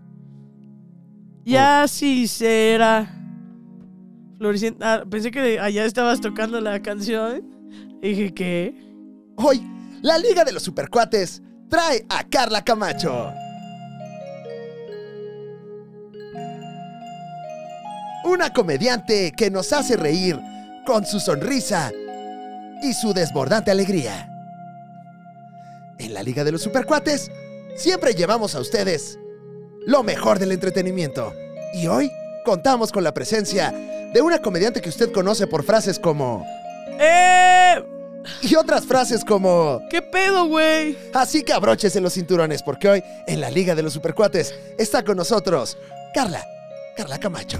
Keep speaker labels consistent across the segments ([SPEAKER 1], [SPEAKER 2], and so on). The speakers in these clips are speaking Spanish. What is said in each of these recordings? [SPEAKER 1] Oh.
[SPEAKER 2] Y así será. Floreciente. ah, pensé que allá estabas tocando la canción. Dije que.
[SPEAKER 1] Hoy, la Liga de los Supercuates trae a Carla Camacho. Una comediante que nos hace reír con su sonrisa y su desbordante alegría. En la Liga de los Supercuates siempre llevamos a ustedes lo mejor del entretenimiento. Y hoy contamos con la presencia de una comediante que usted conoce por frases como...
[SPEAKER 2] ¡Eh!
[SPEAKER 1] y otras frases como...
[SPEAKER 2] ¿Qué pedo, güey?
[SPEAKER 1] Así que abroches en los cinturones porque hoy en la Liga de los Supercuates está con nosotros Carla, Carla Camacho.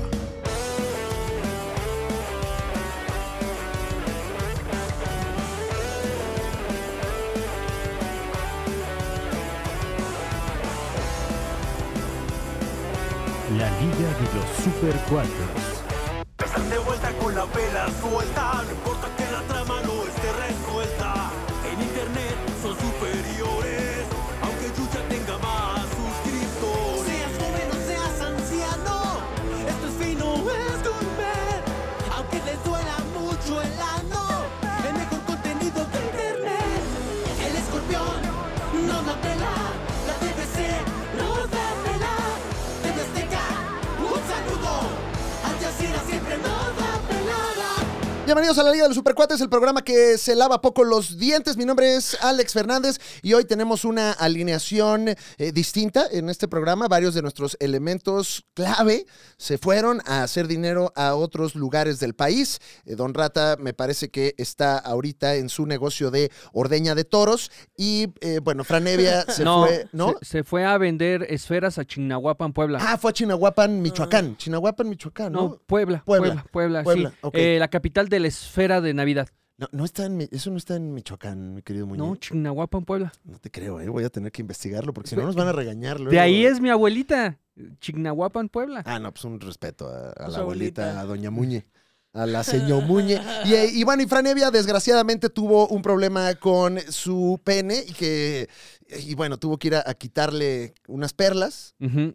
[SPEAKER 3] La Liga de los Super Cuatros.
[SPEAKER 4] Están de vuelta con la vela suelta, no importa que la trama no esté resuelta. En internet son superiores, aunque Yuya tenga más suscriptores. Seas joven o seas anciano, esto es fino, es comer. Aunque les duela mucho el ano, el mejor contenido de internet. El escorpión no la pela, la TVC no da pela. TV Azteca, un saludo. Al Jazeera siempre nos da pelada.
[SPEAKER 1] Bienvenidos a la Liga de los Supercuates, el programa que se lava poco los dientes. Mi nombre es Alex Fernández y hoy tenemos una alineación eh, distinta en este programa. Varios de nuestros elementos clave se fueron a hacer dinero a otros lugares del país. Eh, Don Rata me parece que está ahorita en su negocio de ordeña de toros y eh, bueno, Franevia se
[SPEAKER 5] no,
[SPEAKER 1] fue, ¿no?
[SPEAKER 5] Se, se fue a vender esferas a Chignahuapan, Puebla.
[SPEAKER 1] Ah, fue a Chinahuapan, Michoacán. Chinahuapan, Michoacán, ¿no?
[SPEAKER 5] no, Puebla,
[SPEAKER 1] Puebla,
[SPEAKER 5] Puebla, Puebla,
[SPEAKER 1] Puebla,
[SPEAKER 5] sí.
[SPEAKER 1] ok.
[SPEAKER 5] Eh, la capital de la esfera de Navidad.
[SPEAKER 1] No, no está en, Mi- eso no está en Michoacán, mi querido Muñoz.
[SPEAKER 5] No, Chignahuapan, Puebla.
[SPEAKER 1] No te creo, eh. Voy a tener que investigarlo porque si no nos van a regañar.
[SPEAKER 5] De
[SPEAKER 1] luego,
[SPEAKER 5] ahí
[SPEAKER 1] eh.
[SPEAKER 5] es mi abuelita, Chignahuapan, Puebla.
[SPEAKER 1] Ah, no, pues un respeto a, a
[SPEAKER 2] Su
[SPEAKER 1] la abuelita,
[SPEAKER 2] abuelita.
[SPEAKER 1] a doña Muñe. A la señor Muñe. Y, eh, y bueno, y Franevia desgraciadamente tuvo un problema con su pene y que, y bueno, tuvo que ir a, a quitarle unas perlas
[SPEAKER 5] Ujú,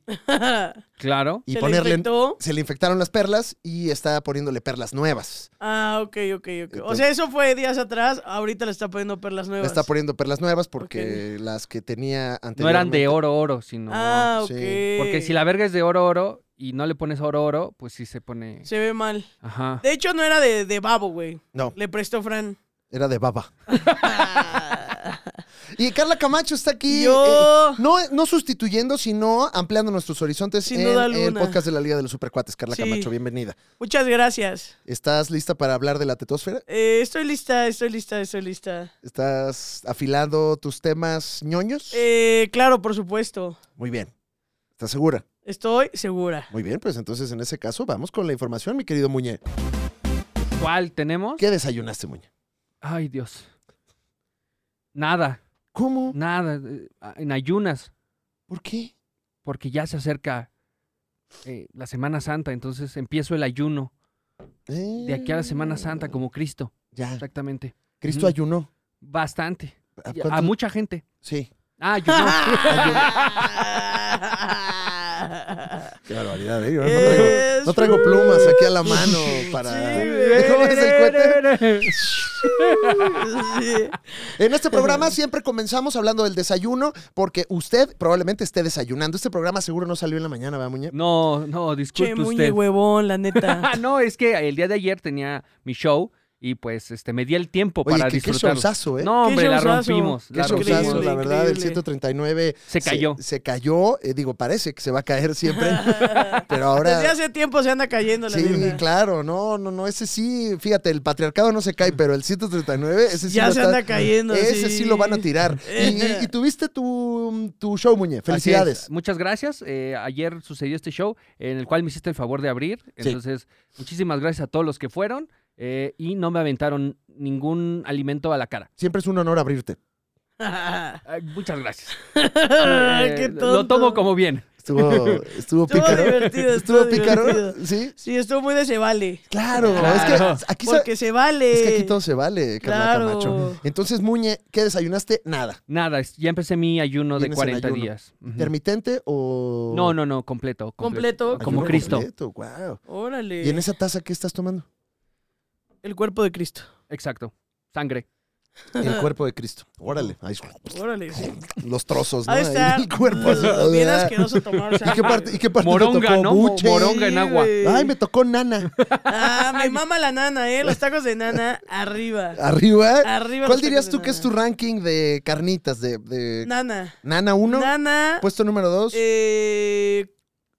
[SPEAKER 5] claro.
[SPEAKER 1] y
[SPEAKER 2] ¿Se le
[SPEAKER 1] ponerle...
[SPEAKER 2] infectó?
[SPEAKER 1] se le infectaron las perlas y está poniéndole perlas nuevas.
[SPEAKER 2] Ah, ok, ok, ok. O sea, eso fue días atrás. Ahorita le está poniendo perlas
[SPEAKER 1] Le
[SPEAKER 2] nuevas.
[SPEAKER 1] está poniendo perlas nuevas porque las que tenía anteriormente...
[SPEAKER 5] No eran de oro, oro, sino...
[SPEAKER 2] Ah, ok.
[SPEAKER 1] Sí.
[SPEAKER 5] Porque si la verga es de oro, oro, y no le pones oro, oro, pues sí se pone...
[SPEAKER 2] Se ve mal.
[SPEAKER 5] Ajá.
[SPEAKER 2] De hecho, no era de, de babo, güey.
[SPEAKER 1] No,
[SPEAKER 2] Le prestó Fran.
[SPEAKER 1] era de baba. Y Carla Camacho está aquí.
[SPEAKER 2] Yo.
[SPEAKER 1] eh, no, no sustituyendo, sino ampliando nuestros horizontes
[SPEAKER 2] Sin
[SPEAKER 1] en
[SPEAKER 2] duda
[SPEAKER 1] el
[SPEAKER 2] alguna.
[SPEAKER 1] podcast de la Liga de los Supercuates. Carla
[SPEAKER 2] Sí.
[SPEAKER 1] Camacho, bienvenida.
[SPEAKER 2] Muchas gracias.
[SPEAKER 1] ¿Estás lista para hablar de la tetosfera?
[SPEAKER 2] Eh, estoy lista, estoy lista, estoy lista.
[SPEAKER 1] ¿Estás afilando tus temas ñoños?
[SPEAKER 2] Eh, claro, por supuesto.
[SPEAKER 1] Muy bien. ¿Estás segura?
[SPEAKER 2] Estoy segura.
[SPEAKER 1] Muy bien, pues entonces en ese caso vamos con la información, mi querido Muñe.
[SPEAKER 5] ¿Cuál tenemos?
[SPEAKER 1] ¿Qué desayunaste, Muñe?
[SPEAKER 5] Ay, Dios. Nada,
[SPEAKER 1] ¿Cómo?
[SPEAKER 5] nada. eh, En ayunas.
[SPEAKER 1] ¿Por qué?
[SPEAKER 5] porque ya se acerca eh, la Semana Santa, entonces empiezo el ayuno de aquí a la Semana Santa como Cristo,
[SPEAKER 1] Eh, Ya,
[SPEAKER 5] exactamente.
[SPEAKER 1] Cristo
[SPEAKER 5] Mm.
[SPEAKER 1] ayunó.
[SPEAKER 5] Bastante.
[SPEAKER 1] ¿A
[SPEAKER 5] Y A,
[SPEAKER 1] cuánto-
[SPEAKER 5] mucha gente.
[SPEAKER 1] Sí,
[SPEAKER 5] Ah, ayunó.
[SPEAKER 1] qué barbaridad, ¿eh? Yo no traigo-
[SPEAKER 2] Es-
[SPEAKER 1] no traigo plumas aquí a la mano para...
[SPEAKER 2] Sí,
[SPEAKER 1] ¿Cómo es el cohete?
[SPEAKER 5] Pues
[SPEAKER 2] Sí.
[SPEAKER 1] En este programa siempre comenzamos hablando del desayuno, porque usted probablemente esté desayunando. Este programa seguro no salió en la mañana, ¿verdad, Muñe?
[SPEAKER 5] No, no,
[SPEAKER 2] Che,
[SPEAKER 5] disculpe
[SPEAKER 2] muñe
[SPEAKER 5] usted.
[SPEAKER 2] huevón, la neta.
[SPEAKER 5] Ah, no, es que el día de ayer tenía mi show y pues este me di el tiempo
[SPEAKER 1] Oye,
[SPEAKER 5] para
[SPEAKER 1] qué, qué
[SPEAKER 5] disfrutarlo.
[SPEAKER 1] showzazo, ¿eh?
[SPEAKER 5] No, hombre, la
[SPEAKER 2] showzazo.
[SPEAKER 5] rompimos.
[SPEAKER 1] Qué
[SPEAKER 5] La
[SPEAKER 1] showzazo,
[SPEAKER 5] rompimos.
[SPEAKER 2] increíble,
[SPEAKER 1] la verdad, el
[SPEAKER 2] increíble.
[SPEAKER 1] 139
[SPEAKER 5] Se cayó.
[SPEAKER 1] Se, cayó, eh, digo, parece que se va a caer siempre, pero ahora...
[SPEAKER 2] Desde hace tiempo se anda cayendo la
[SPEAKER 1] Sí,
[SPEAKER 2] neta.
[SPEAKER 1] claro, no, no, no, ese sí, fíjate, el patriarcado no se cae, pero el 139, ese sí
[SPEAKER 2] Mm. Ya
[SPEAKER 1] va a
[SPEAKER 2] se
[SPEAKER 1] estar-
[SPEAKER 2] anda cayendo,
[SPEAKER 1] Ese sí.
[SPEAKER 2] sí.
[SPEAKER 1] lo van a tirar. Y, y- y tuviste tu, tu show, Muñe,
[SPEAKER 5] Así es.
[SPEAKER 1] felicidades.
[SPEAKER 5] Muchas gracias. Eh, ayer sucedió este show en el cual me hiciste el favor de abrir. Entonces, muchísimas gracias a todos los que fueron eh, y no me aventaron ningún alimento a la cara.
[SPEAKER 1] Siempre es un honor abrirte.
[SPEAKER 5] Ay, muchas gracias.
[SPEAKER 2] Qué
[SPEAKER 5] Eh,
[SPEAKER 2] tonto.
[SPEAKER 5] lo tomo como bien.
[SPEAKER 1] Estuvo, estuvo
[SPEAKER 2] Estuvo
[SPEAKER 1] pícaro.
[SPEAKER 2] divertido,
[SPEAKER 1] Estuvo
[SPEAKER 2] estuvo
[SPEAKER 1] pícaro.
[SPEAKER 2] divertido.
[SPEAKER 1] Sí.
[SPEAKER 2] Sí, estuvo muy de se vale.
[SPEAKER 1] Claro,
[SPEAKER 5] Claro.
[SPEAKER 1] es que aquí, sa-
[SPEAKER 2] Porque se vale.
[SPEAKER 1] es que aquí todo se vale, Carla
[SPEAKER 2] Claro.
[SPEAKER 1] Camacho. Entonces, Muñe, ¿qué desayunaste? Nada.
[SPEAKER 5] Nada, es- ya empecé mi ayuno de
[SPEAKER 1] Vienes en
[SPEAKER 5] 40
[SPEAKER 1] ayuno.
[SPEAKER 5] días. Ujú.
[SPEAKER 1] ¿Permitente o.?
[SPEAKER 5] No, no, no, completo.
[SPEAKER 2] Completo.
[SPEAKER 5] Como
[SPEAKER 1] Ayuno
[SPEAKER 5] Cristo.
[SPEAKER 1] completo, guau.
[SPEAKER 2] Órale.
[SPEAKER 1] ¿Y en esa taza qué estás tomando?
[SPEAKER 2] El cuerpo de Cristo.
[SPEAKER 5] Exacto. Sangre.
[SPEAKER 1] El cuerpo de Cristo. Órale. Ahí-
[SPEAKER 2] Órale. sí.
[SPEAKER 1] los trozos, ¿no?
[SPEAKER 2] Ahí está.
[SPEAKER 1] El cuerpo. así,
[SPEAKER 2] Ugh, Bien
[SPEAKER 1] ah.
[SPEAKER 2] asqueroso tomar
[SPEAKER 1] ¿Y qué
[SPEAKER 2] sangre.
[SPEAKER 1] parte, y qué parte te
[SPEAKER 5] Moronga,
[SPEAKER 1] tocó?
[SPEAKER 5] ¿no?
[SPEAKER 1] Buche.
[SPEAKER 5] Moronga. en agua.
[SPEAKER 2] güey.
[SPEAKER 1] Ay, me tocó nana.
[SPEAKER 2] Ah, me mama la nana, ¿eh? Los tacos de nana arriba.
[SPEAKER 1] Arriba.
[SPEAKER 2] Arriba.
[SPEAKER 1] Ah, ¿Cuál
[SPEAKER 2] los
[SPEAKER 1] dirías
[SPEAKER 2] tacos de
[SPEAKER 1] tú que es tu ranking de carnitas? ¿De, de
[SPEAKER 2] Nana.
[SPEAKER 1] nana 1?
[SPEAKER 2] Nana.
[SPEAKER 1] ¿Puesto número 2?
[SPEAKER 2] eh,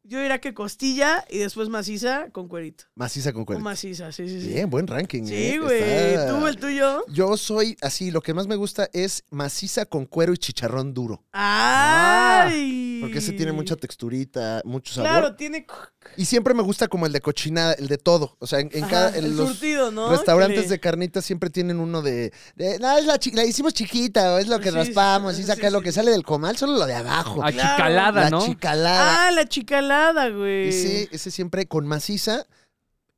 [SPEAKER 2] yo diría que costilla y después maciza con cuerito.
[SPEAKER 1] maciza con
[SPEAKER 2] O
[SPEAKER 1] cuerpo.
[SPEAKER 2] maciza, sí, sí, sí.
[SPEAKER 1] Bien, buen ranking.
[SPEAKER 2] Sí,
[SPEAKER 1] eh.
[SPEAKER 2] güey.
[SPEAKER 1] Está-
[SPEAKER 2] Tú, el tuyo.
[SPEAKER 1] Yo soy así, lo que más me gusta es maciza con cuero y chicharrón duro.
[SPEAKER 2] ¡Ay!
[SPEAKER 1] Ah, Porque ese tiene mucha texturita, mucho sabor.
[SPEAKER 2] Claro, tiene.
[SPEAKER 1] Y siempre me gusta como el de cochinada, el de todo. O sea, en, en
[SPEAKER 2] Ajá,
[SPEAKER 1] cada. en
[SPEAKER 2] el
[SPEAKER 1] los
[SPEAKER 2] surtido, ¿no?
[SPEAKER 1] Restaurantes
[SPEAKER 2] Que le-
[SPEAKER 1] de carnitas siempre tienen uno de. de, "No, es la, chi- la hicimos chiquita, o es lo que
[SPEAKER 2] Sí,
[SPEAKER 1] raspamos,
[SPEAKER 2] sí,
[SPEAKER 1] y saca
[SPEAKER 2] sí,
[SPEAKER 1] lo
[SPEAKER 2] sí.
[SPEAKER 1] que sale del comal, solo lo de abajo.
[SPEAKER 5] Achicalada,
[SPEAKER 1] la
[SPEAKER 5] ¿no?
[SPEAKER 1] chicalada.
[SPEAKER 2] Ah, la chicalada, güey.
[SPEAKER 1] Ese, ese siempre con maciza,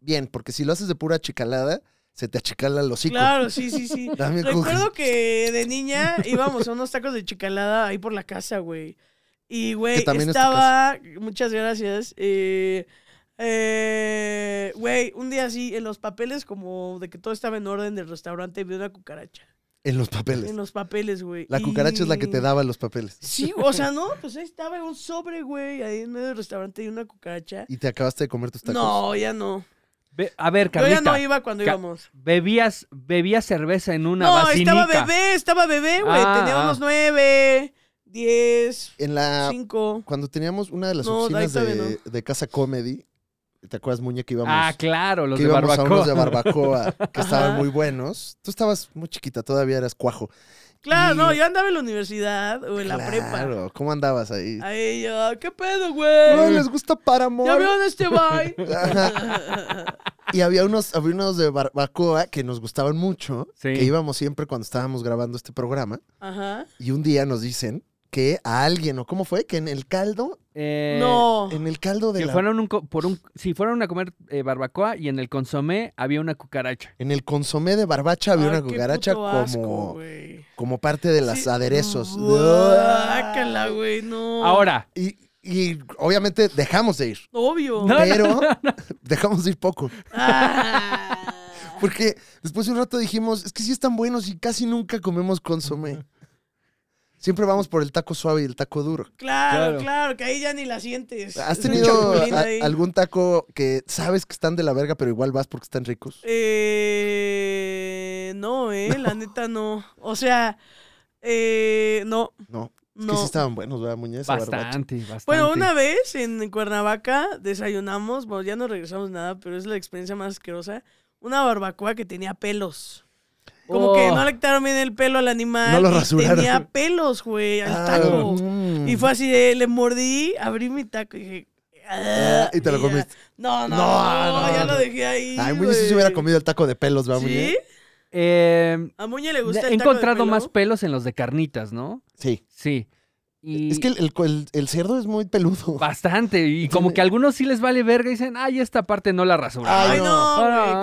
[SPEAKER 1] bien, porque si lo haces de pura chicalada, se te achicala el hocico.
[SPEAKER 2] Claro, sí, sí, sí.
[SPEAKER 1] Dame
[SPEAKER 2] Recuerdo
[SPEAKER 1] coca.
[SPEAKER 2] que de niña íbamos a unos tacos de chicalada ahí por la casa, güey. Y, güey,
[SPEAKER 1] Que también es tu
[SPEAKER 2] estaba. Muchas gracias. eh, eh, Güey, un día así, en los papeles, como de que todo estaba en orden del restaurante, vi una cucaracha.
[SPEAKER 1] En los papeles.
[SPEAKER 2] En los papeles, güey.
[SPEAKER 1] La cucaracha es la que
[SPEAKER 2] Y-
[SPEAKER 1] te daba los papeles.
[SPEAKER 2] Sí, o sea, no, pues ahí estaba en un sobre, güey, ahí en medio del restaurante y una cucaracha.
[SPEAKER 1] Y te acabaste de comer tus tacos.
[SPEAKER 2] No, ya no.
[SPEAKER 5] Ve- a ver, Carlita.
[SPEAKER 2] Yo ya no iba cuando
[SPEAKER 5] Ca-
[SPEAKER 2] íbamos.
[SPEAKER 5] Bebías, bebías cerveza en una
[SPEAKER 2] no,
[SPEAKER 5] vacinica.
[SPEAKER 2] estaba bebé, estaba bebé, güey.
[SPEAKER 5] Ah,
[SPEAKER 2] Tenía
[SPEAKER 5] ah.
[SPEAKER 2] unos nueve, diez,
[SPEAKER 1] En la.
[SPEAKER 2] cinco.
[SPEAKER 1] Cuando teníamos una de las
[SPEAKER 2] No,
[SPEAKER 1] oficinas
[SPEAKER 2] ahí
[SPEAKER 1] de,
[SPEAKER 2] todavía
[SPEAKER 1] de Casa Comedy, ¿te acuerdas, Muñe, que íbamos?
[SPEAKER 5] Ah, claro, los
[SPEAKER 1] que
[SPEAKER 5] de
[SPEAKER 1] íbamos a unos de
[SPEAKER 5] barbacoa.
[SPEAKER 1] barbacoa que estaban
[SPEAKER 2] Ajá.
[SPEAKER 1] muy buenos. Tú estabas muy chiquita, todavía eras cuajo.
[SPEAKER 2] Claro,
[SPEAKER 1] Y-
[SPEAKER 2] no, yo andaba en la universidad o en la prepa.
[SPEAKER 1] Claro, ¿cómo andabas ahí?
[SPEAKER 2] Ahí yo, ¿qué pedo,
[SPEAKER 1] Ay,
[SPEAKER 2] güey?
[SPEAKER 1] les gusta Paramore.
[SPEAKER 2] ¿Ya vieron este boy?
[SPEAKER 1] Y había unos, había unos de barbacoa que nos gustaban mucho,
[SPEAKER 5] Sí.
[SPEAKER 1] que íbamos siempre cuando estábamos grabando este programa.
[SPEAKER 2] Ajá.
[SPEAKER 1] Y un día nos dicen que a alguien, o cómo fue, que en el caldo,
[SPEAKER 5] Eh,
[SPEAKER 2] No.
[SPEAKER 1] en el caldo de
[SPEAKER 5] que
[SPEAKER 1] la-
[SPEAKER 5] fueron un co- por un, si fueron a comer eh, barbacoa y en el consomé había una cucaracha.
[SPEAKER 1] en el consomé de barbacha había
[SPEAKER 2] Ay,
[SPEAKER 1] una
[SPEAKER 2] qué
[SPEAKER 1] cucaracha
[SPEAKER 2] puto
[SPEAKER 1] como,
[SPEAKER 2] asco, güey.
[SPEAKER 1] como parte de las
[SPEAKER 2] Sí.
[SPEAKER 1] aderezos.
[SPEAKER 2] Guácala, güey, no.
[SPEAKER 5] Ahora,
[SPEAKER 1] Y, y obviamente dejamos de ir.
[SPEAKER 2] Obvio.
[SPEAKER 5] No.
[SPEAKER 1] Pero dejamos de ir poco.
[SPEAKER 2] Ah.
[SPEAKER 1] Porque después de un rato dijimos, es que sí están buenos y casi nunca comemos consomé. Siempre vamos por el taco suave y el taco duro.
[SPEAKER 2] Claro,
[SPEAKER 5] Claro.
[SPEAKER 2] claro, que ahí ya ni la sientes.
[SPEAKER 1] ¿Has
[SPEAKER 2] Es un
[SPEAKER 1] tenido
[SPEAKER 2] chapulín
[SPEAKER 1] a-
[SPEAKER 2] ahí.
[SPEAKER 1] algún taco que sabes que están de la verga, pero igual vas porque están ricos?
[SPEAKER 2] Eh, no, eh, la neta no. O sea, eh, no,
[SPEAKER 1] No. Es
[SPEAKER 2] no.
[SPEAKER 1] que sí estaban buenos, ¿verdad, Muñez?
[SPEAKER 5] bastante, bastante.
[SPEAKER 2] Bueno, una vez en Cuernavaca desayunamos, bueno, ya no regresamos nada, pero es la experiencia más asquerosa. Una barbacoa que tenía pelos. Como que
[SPEAKER 5] Oh.
[SPEAKER 2] no le quitaron bien el pelo al animal.
[SPEAKER 1] No lo
[SPEAKER 2] y
[SPEAKER 1] rasuraron.
[SPEAKER 2] Tenía pelos, güey, al
[SPEAKER 1] Ah,
[SPEAKER 2] taco.
[SPEAKER 1] mm.
[SPEAKER 2] Y fue así, de, le mordí, abrí mi taco y dije... "Ah",
[SPEAKER 1] y te lo
[SPEAKER 2] ya.
[SPEAKER 1] comiste.
[SPEAKER 2] No, no,
[SPEAKER 1] No,
[SPEAKER 2] no,
[SPEAKER 1] no,
[SPEAKER 2] ya
[SPEAKER 1] no.
[SPEAKER 2] lo dejé ahí.
[SPEAKER 1] Ay, Muñez sí se
[SPEAKER 2] güey.
[SPEAKER 1] hubiera comido el taco de pelos, ¿verdad,
[SPEAKER 2] ¿Sí?
[SPEAKER 1] Muñez?
[SPEAKER 5] Eh,
[SPEAKER 2] A Muñe le gusta
[SPEAKER 5] he
[SPEAKER 2] el taco de
[SPEAKER 5] encontrado
[SPEAKER 2] pelo.
[SPEAKER 5] más pelos en los de carnitas, ¿no?
[SPEAKER 1] Sí.
[SPEAKER 5] Sí. Y
[SPEAKER 1] Es que el, el- el- el cerdo es muy peludo.
[SPEAKER 5] bastante. Y como que a algunos sí les vale verga y dicen, ay, esta parte no la rasura.
[SPEAKER 2] Ay,
[SPEAKER 1] Ay,
[SPEAKER 2] no,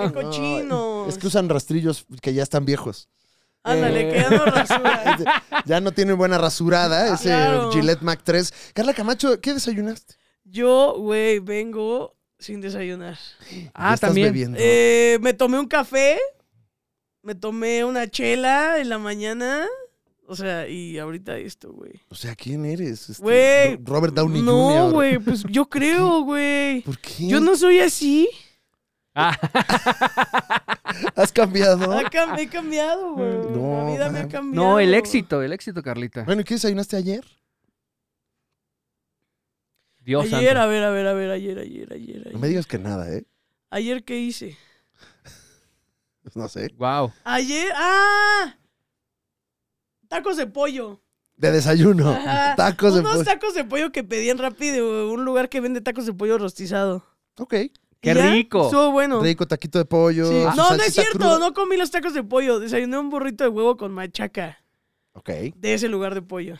[SPEAKER 5] no.
[SPEAKER 2] güey, qué
[SPEAKER 1] No,
[SPEAKER 2] cochino.
[SPEAKER 1] Es que usan rastrillos que ya están viejos.
[SPEAKER 2] Ándale,
[SPEAKER 5] Eh.
[SPEAKER 2] que ya no rasura.
[SPEAKER 1] Ya no tienen buena rasurada ese
[SPEAKER 2] Ah, Claro.
[SPEAKER 1] Gillette Mac 3. Carla Camacho, ¿qué desayunaste?
[SPEAKER 2] Yo, güey, vengo sin desayunar.
[SPEAKER 5] ah,
[SPEAKER 1] Ya estás
[SPEAKER 5] también.
[SPEAKER 1] bebiendo.
[SPEAKER 2] Eh, me tomé un café, me tomé una chela en la mañana. O sea, y ahorita esto, güey.
[SPEAKER 1] O sea, ¿quién eres? Este,
[SPEAKER 2] Güey.
[SPEAKER 1] Ro- Robert Downey
[SPEAKER 2] No,
[SPEAKER 1] Jr.
[SPEAKER 2] güey, pues yo creo, güey.
[SPEAKER 1] ¿Por qué?
[SPEAKER 2] Yo no soy así.
[SPEAKER 5] Ah,
[SPEAKER 1] ¿Has cambiado?
[SPEAKER 2] Ha cam- he cambiado, güey.
[SPEAKER 1] No,
[SPEAKER 2] la vida me ha
[SPEAKER 1] man.
[SPEAKER 2] cambiado.
[SPEAKER 5] no, el éxito, el éxito, Carlita.
[SPEAKER 1] Bueno, ¿y ¿qué desayunaste ayer?
[SPEAKER 5] Dios
[SPEAKER 2] ayer,
[SPEAKER 5] santo.
[SPEAKER 2] a ver, a ver, a ver, ayer, ayer, ayer.
[SPEAKER 1] No me digas que nada, ¿eh?
[SPEAKER 2] ¿Ayer qué hice?
[SPEAKER 1] Pues No sé.
[SPEAKER 5] Wow.
[SPEAKER 2] Ayer, ¡ah! Tacos de pollo.
[SPEAKER 1] De desayuno.
[SPEAKER 2] Ajá.
[SPEAKER 1] Tacos de
[SPEAKER 2] Ah, Unos
[SPEAKER 1] pollo.
[SPEAKER 2] tacos de pollo que pedían rápido, un lugar que vende tacos de pollo rostizado.
[SPEAKER 1] Ok.
[SPEAKER 5] ¡Qué
[SPEAKER 2] ¿Y ya?
[SPEAKER 5] rico!
[SPEAKER 2] Estuvo bueno.
[SPEAKER 1] Rico taquito de pollo.
[SPEAKER 2] Sí. No,
[SPEAKER 1] su
[SPEAKER 2] no es
[SPEAKER 1] salsita
[SPEAKER 2] cierto,
[SPEAKER 1] cruda.
[SPEAKER 2] no comí los tacos de pollo. Desayuné un burrito de huevo con machaca
[SPEAKER 1] Ok.
[SPEAKER 2] de ese lugar de pollo.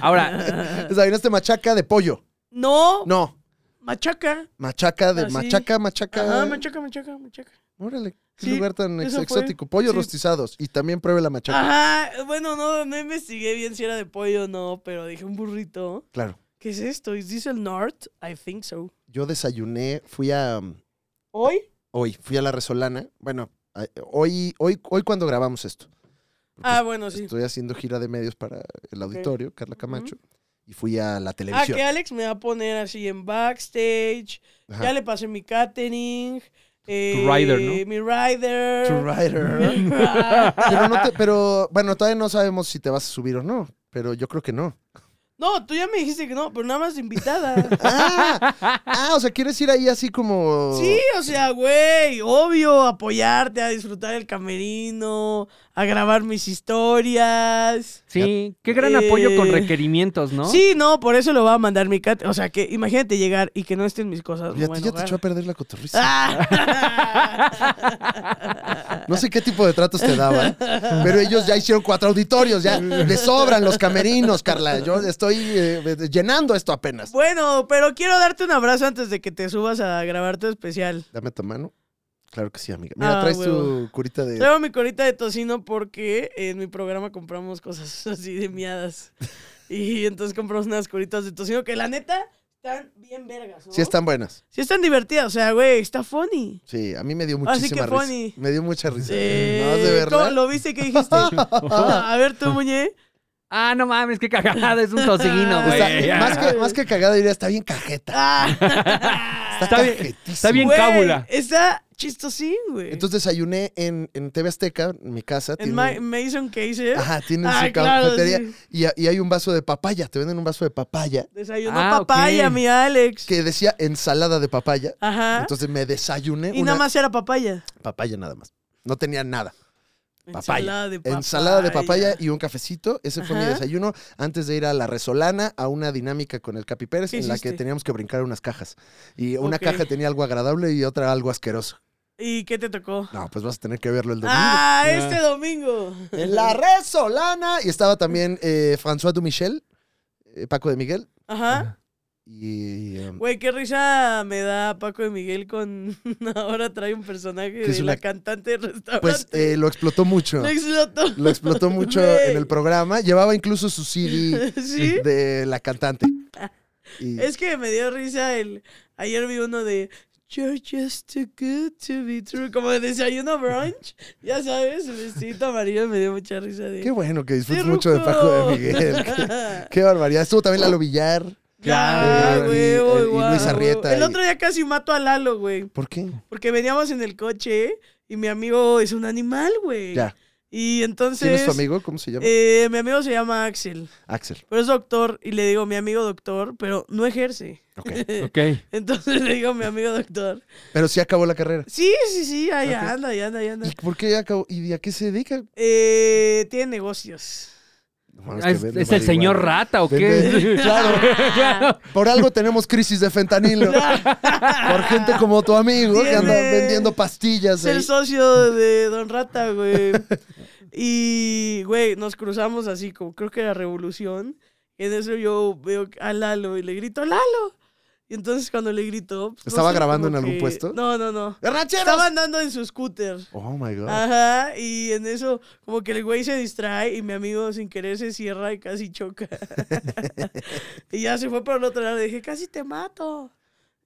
[SPEAKER 5] Ahora,
[SPEAKER 1] Desayunaste machaca de pollo.
[SPEAKER 2] No,
[SPEAKER 1] No,
[SPEAKER 2] machaca.
[SPEAKER 1] machaca de
[SPEAKER 2] Ah, sí.
[SPEAKER 1] machaca, machaca.
[SPEAKER 2] Ajá, machaca, machaca, machaca.
[SPEAKER 1] Órale, qué
[SPEAKER 2] Sí,
[SPEAKER 1] lugar tan ex-
[SPEAKER 2] eso fue.
[SPEAKER 1] exótico. Pollos
[SPEAKER 2] Sí.
[SPEAKER 1] rostizados. Y también pruebe la machaca.
[SPEAKER 2] Ajá, bueno, no, no investigué bien si era de pollo o no, pero dije un burrito.
[SPEAKER 1] Claro.
[SPEAKER 2] ¿Qué es esto? ¿Es this el north? I think so.
[SPEAKER 1] Yo desayuné, fui a um,
[SPEAKER 2] ¿Hoy?
[SPEAKER 1] hoy, fui a la Resolana. Bueno, a- hoy, hoy, hoy cuando grabamos esto.
[SPEAKER 2] Ah, bueno, sí.
[SPEAKER 1] Estoy haciendo gira de medios para el auditorio, Carla Camacho. Y fui a la
[SPEAKER 2] Ah,
[SPEAKER 1] televisión.
[SPEAKER 2] que Alex me va a poner así en backstage.
[SPEAKER 1] Ajá.
[SPEAKER 2] Ya le pasé mi catering. eh,
[SPEAKER 5] rider, ¿no?
[SPEAKER 2] Mi rider.
[SPEAKER 1] To Rider. pero, no te- pero, bueno, todavía no sabemos si te vas a subir o no. Pero yo creo que no.
[SPEAKER 2] no, tú ya me dijiste que no, pero nada más invitada.
[SPEAKER 1] ¡Ah! Ah, o sea, ¿quieres ir ahí así como...?
[SPEAKER 2] Sí, o sea, güey, obvio, apoyarte a disfrutar el camerino, a grabar mis historias.
[SPEAKER 5] Sí, qué gran apoyo con
[SPEAKER 2] Eh,
[SPEAKER 5] requerimientos, ¿no?
[SPEAKER 2] Sí, no, por eso lo va a mandar mi cat. O sea, que imagínate llegar y que no estén mis cosas.
[SPEAKER 1] Oye, a ti
[SPEAKER 2] bueno,
[SPEAKER 1] ya te
[SPEAKER 2] ah.
[SPEAKER 1] echó a perder la cotorriza.
[SPEAKER 2] Ah.
[SPEAKER 1] No sé qué tipo de tratos te daban, pero ellos ya hicieron cuatro auditorios, ya les sobran los camerinos, Carla. Yo estoy eh, llenando esto apenas.
[SPEAKER 2] bueno, pero quiero darte un abrazo antes de que te subas a grabar tu especial.
[SPEAKER 1] Dame tu mano. Claro que sí, amiga. Mira,
[SPEAKER 2] Ah,
[SPEAKER 1] traes tu
[SPEAKER 2] huevo.
[SPEAKER 1] curita de...
[SPEAKER 2] Traigo mi corita de tocino porque en mi programa compramos cosas así de miadas. Y entonces compramos unas coritas de tocino que la neta están bien vergas. ¿no?
[SPEAKER 1] Sí están buenas.
[SPEAKER 2] Sí están divertidas, o sea, güey, está funny.
[SPEAKER 1] Sí, a mí me dio
[SPEAKER 2] Así
[SPEAKER 1] muchísima
[SPEAKER 2] que
[SPEAKER 1] risa.
[SPEAKER 2] Ah, funny.
[SPEAKER 1] Me dio mucha risa.
[SPEAKER 2] Eh,
[SPEAKER 1] No, de
[SPEAKER 2] ¿cómo-
[SPEAKER 1] verdad.
[SPEAKER 2] ¿Lo viste que dijiste? a ver, tú, Muñe.
[SPEAKER 5] Ah, no mames, qué cagada, es un tocinguino, güey.
[SPEAKER 1] Está-
[SPEAKER 2] Ay,
[SPEAKER 1] más, que, más que cagada diría, está bien cajeta.
[SPEAKER 2] Ah.
[SPEAKER 1] Está,
[SPEAKER 5] Está bien-
[SPEAKER 1] bien,
[SPEAKER 5] está bien
[SPEAKER 2] Güey,
[SPEAKER 5] cábula.
[SPEAKER 2] Está chistosín, güey.
[SPEAKER 1] Entonces desayuné en, en TV Azteca, en mi casa.
[SPEAKER 2] en
[SPEAKER 1] tiene-
[SPEAKER 2] Ma- Mason Case, ¿eh?
[SPEAKER 1] Ajá, tienen
[SPEAKER 2] Ah,
[SPEAKER 1] su
[SPEAKER 2] claro,
[SPEAKER 1] cafetería.
[SPEAKER 2] sí.
[SPEAKER 1] Y, a- y hay un vaso de papaya, te venden un vaso de papaya
[SPEAKER 2] Desayunó
[SPEAKER 5] Ah, ok.
[SPEAKER 2] papaya, mi Alex.
[SPEAKER 1] que decía ensalada de papaya.
[SPEAKER 2] Ajá.
[SPEAKER 1] Entonces me desayuné
[SPEAKER 2] y
[SPEAKER 1] una
[SPEAKER 2] nada más era papaya.
[SPEAKER 1] papaya nada más. No tenía nada. Papaya.
[SPEAKER 2] Ensalada de papaya.
[SPEAKER 1] Ensalada de papaya y un cafecito. Ese fue mi
[SPEAKER 2] Ajá.
[SPEAKER 1] desayuno antes de ir a la Resolana a una dinámica con el Capi Pérez
[SPEAKER 2] ¿Qué
[SPEAKER 1] en la que
[SPEAKER 2] hiciste?
[SPEAKER 1] teníamos que brincar unas cajas. Y una
[SPEAKER 2] Ok.
[SPEAKER 1] caja tenía algo agradable y otra algo asqueroso.
[SPEAKER 2] ¿Y qué te tocó?
[SPEAKER 1] No, pues vas a tener que verlo el domingo.
[SPEAKER 2] Ah, este domingo.
[SPEAKER 1] En la Resolana. Y estaba también eh, François Dumichel, eh, Paco de Miguel.
[SPEAKER 2] Ajá.
[SPEAKER 1] Y em,
[SPEAKER 2] Güey, qué risa me da Paco de Miguel con. Ahora trae un personaje
[SPEAKER 1] Que es
[SPEAKER 2] de
[SPEAKER 1] una-
[SPEAKER 2] la cantante de restaurante.
[SPEAKER 1] pues eh, lo explotó mucho.
[SPEAKER 2] Lo explotó.
[SPEAKER 1] Lo explotó mucho
[SPEAKER 2] Güey.
[SPEAKER 1] en el programa. Llevaba incluso su CD
[SPEAKER 2] ¿Sí?
[SPEAKER 1] de la cantante. Y-
[SPEAKER 2] Es que me dio risa el. Ayer vi uno de. You're just too good to be true. Como de desayuno brunch. Ya sabes, el vestido amarillo me dio mucha risa de.
[SPEAKER 1] Qué bueno que disfrutes
[SPEAKER 2] Sí,
[SPEAKER 1] mucho de
[SPEAKER 2] ruco.
[SPEAKER 1] Paco de Miguel. Qué, qué barbaridad. Estuvo también Lalo Villar.
[SPEAKER 2] Ya,
[SPEAKER 1] Eh, y-
[SPEAKER 2] güey,
[SPEAKER 1] y- y
[SPEAKER 2] güey,
[SPEAKER 1] Luis
[SPEAKER 2] guau,
[SPEAKER 1] Arrieta
[SPEAKER 2] güey. El
[SPEAKER 1] y-
[SPEAKER 2] otro día casi mato a Lalo, güey.
[SPEAKER 1] ¿Por qué?
[SPEAKER 2] Porque veníamos en el coche y mi amigo es un animal, güey.
[SPEAKER 1] Ya.
[SPEAKER 2] Y entonces.
[SPEAKER 1] ¿Quién es tu amigo? ¿Cómo se llama?
[SPEAKER 2] eh, mi amigo se llama Axel,
[SPEAKER 1] Axel.
[SPEAKER 2] pero es doctor. Y le digo, mi amigo doctor, pero no ejerce.
[SPEAKER 1] Ok.
[SPEAKER 5] Ok.
[SPEAKER 2] Entonces le digo, mi amigo doctor.
[SPEAKER 1] Pero sí acabó la carrera.
[SPEAKER 2] Sí, sí, sí, ahí anda, ahí anda, ahí anda.
[SPEAKER 1] ¿Y por qué acabó? ¿Y a qué se dedica?
[SPEAKER 2] Eh, tiene negocios.
[SPEAKER 1] No mames,
[SPEAKER 5] Ah,
[SPEAKER 1] que
[SPEAKER 5] ¿Es,
[SPEAKER 1] vende
[SPEAKER 5] es el
[SPEAKER 1] marihuana.
[SPEAKER 5] señor rata o
[SPEAKER 1] Vende-
[SPEAKER 5] qué?
[SPEAKER 1] Claro. Por algo tenemos crisis de fentanilo. Por gente como tu amigo que anda
[SPEAKER 2] Tiene-
[SPEAKER 1] vendiendo pastillas.
[SPEAKER 2] Es
[SPEAKER 1] ahí.
[SPEAKER 2] el socio de Don Rata, güey. Y, güey, nos cruzamos así, como creo que era Revolución. Y en eso yo veo a Lalo y le grito, ¡Lalo! Y entonces cuando le grito... pues, no
[SPEAKER 1] ¿Estaba
[SPEAKER 2] sé,
[SPEAKER 1] grabando
[SPEAKER 2] como
[SPEAKER 1] en algún puesto?
[SPEAKER 2] No, no, no.
[SPEAKER 1] ¡Rancheros!
[SPEAKER 2] Estaba andando en su scooter.
[SPEAKER 1] Oh my God.
[SPEAKER 2] Ah. Ajá, y en eso como que el güey se distrae y mi amigo sin querer se cierra y casi choca. y ya se fue por el otro lado, le dije, casi te mato.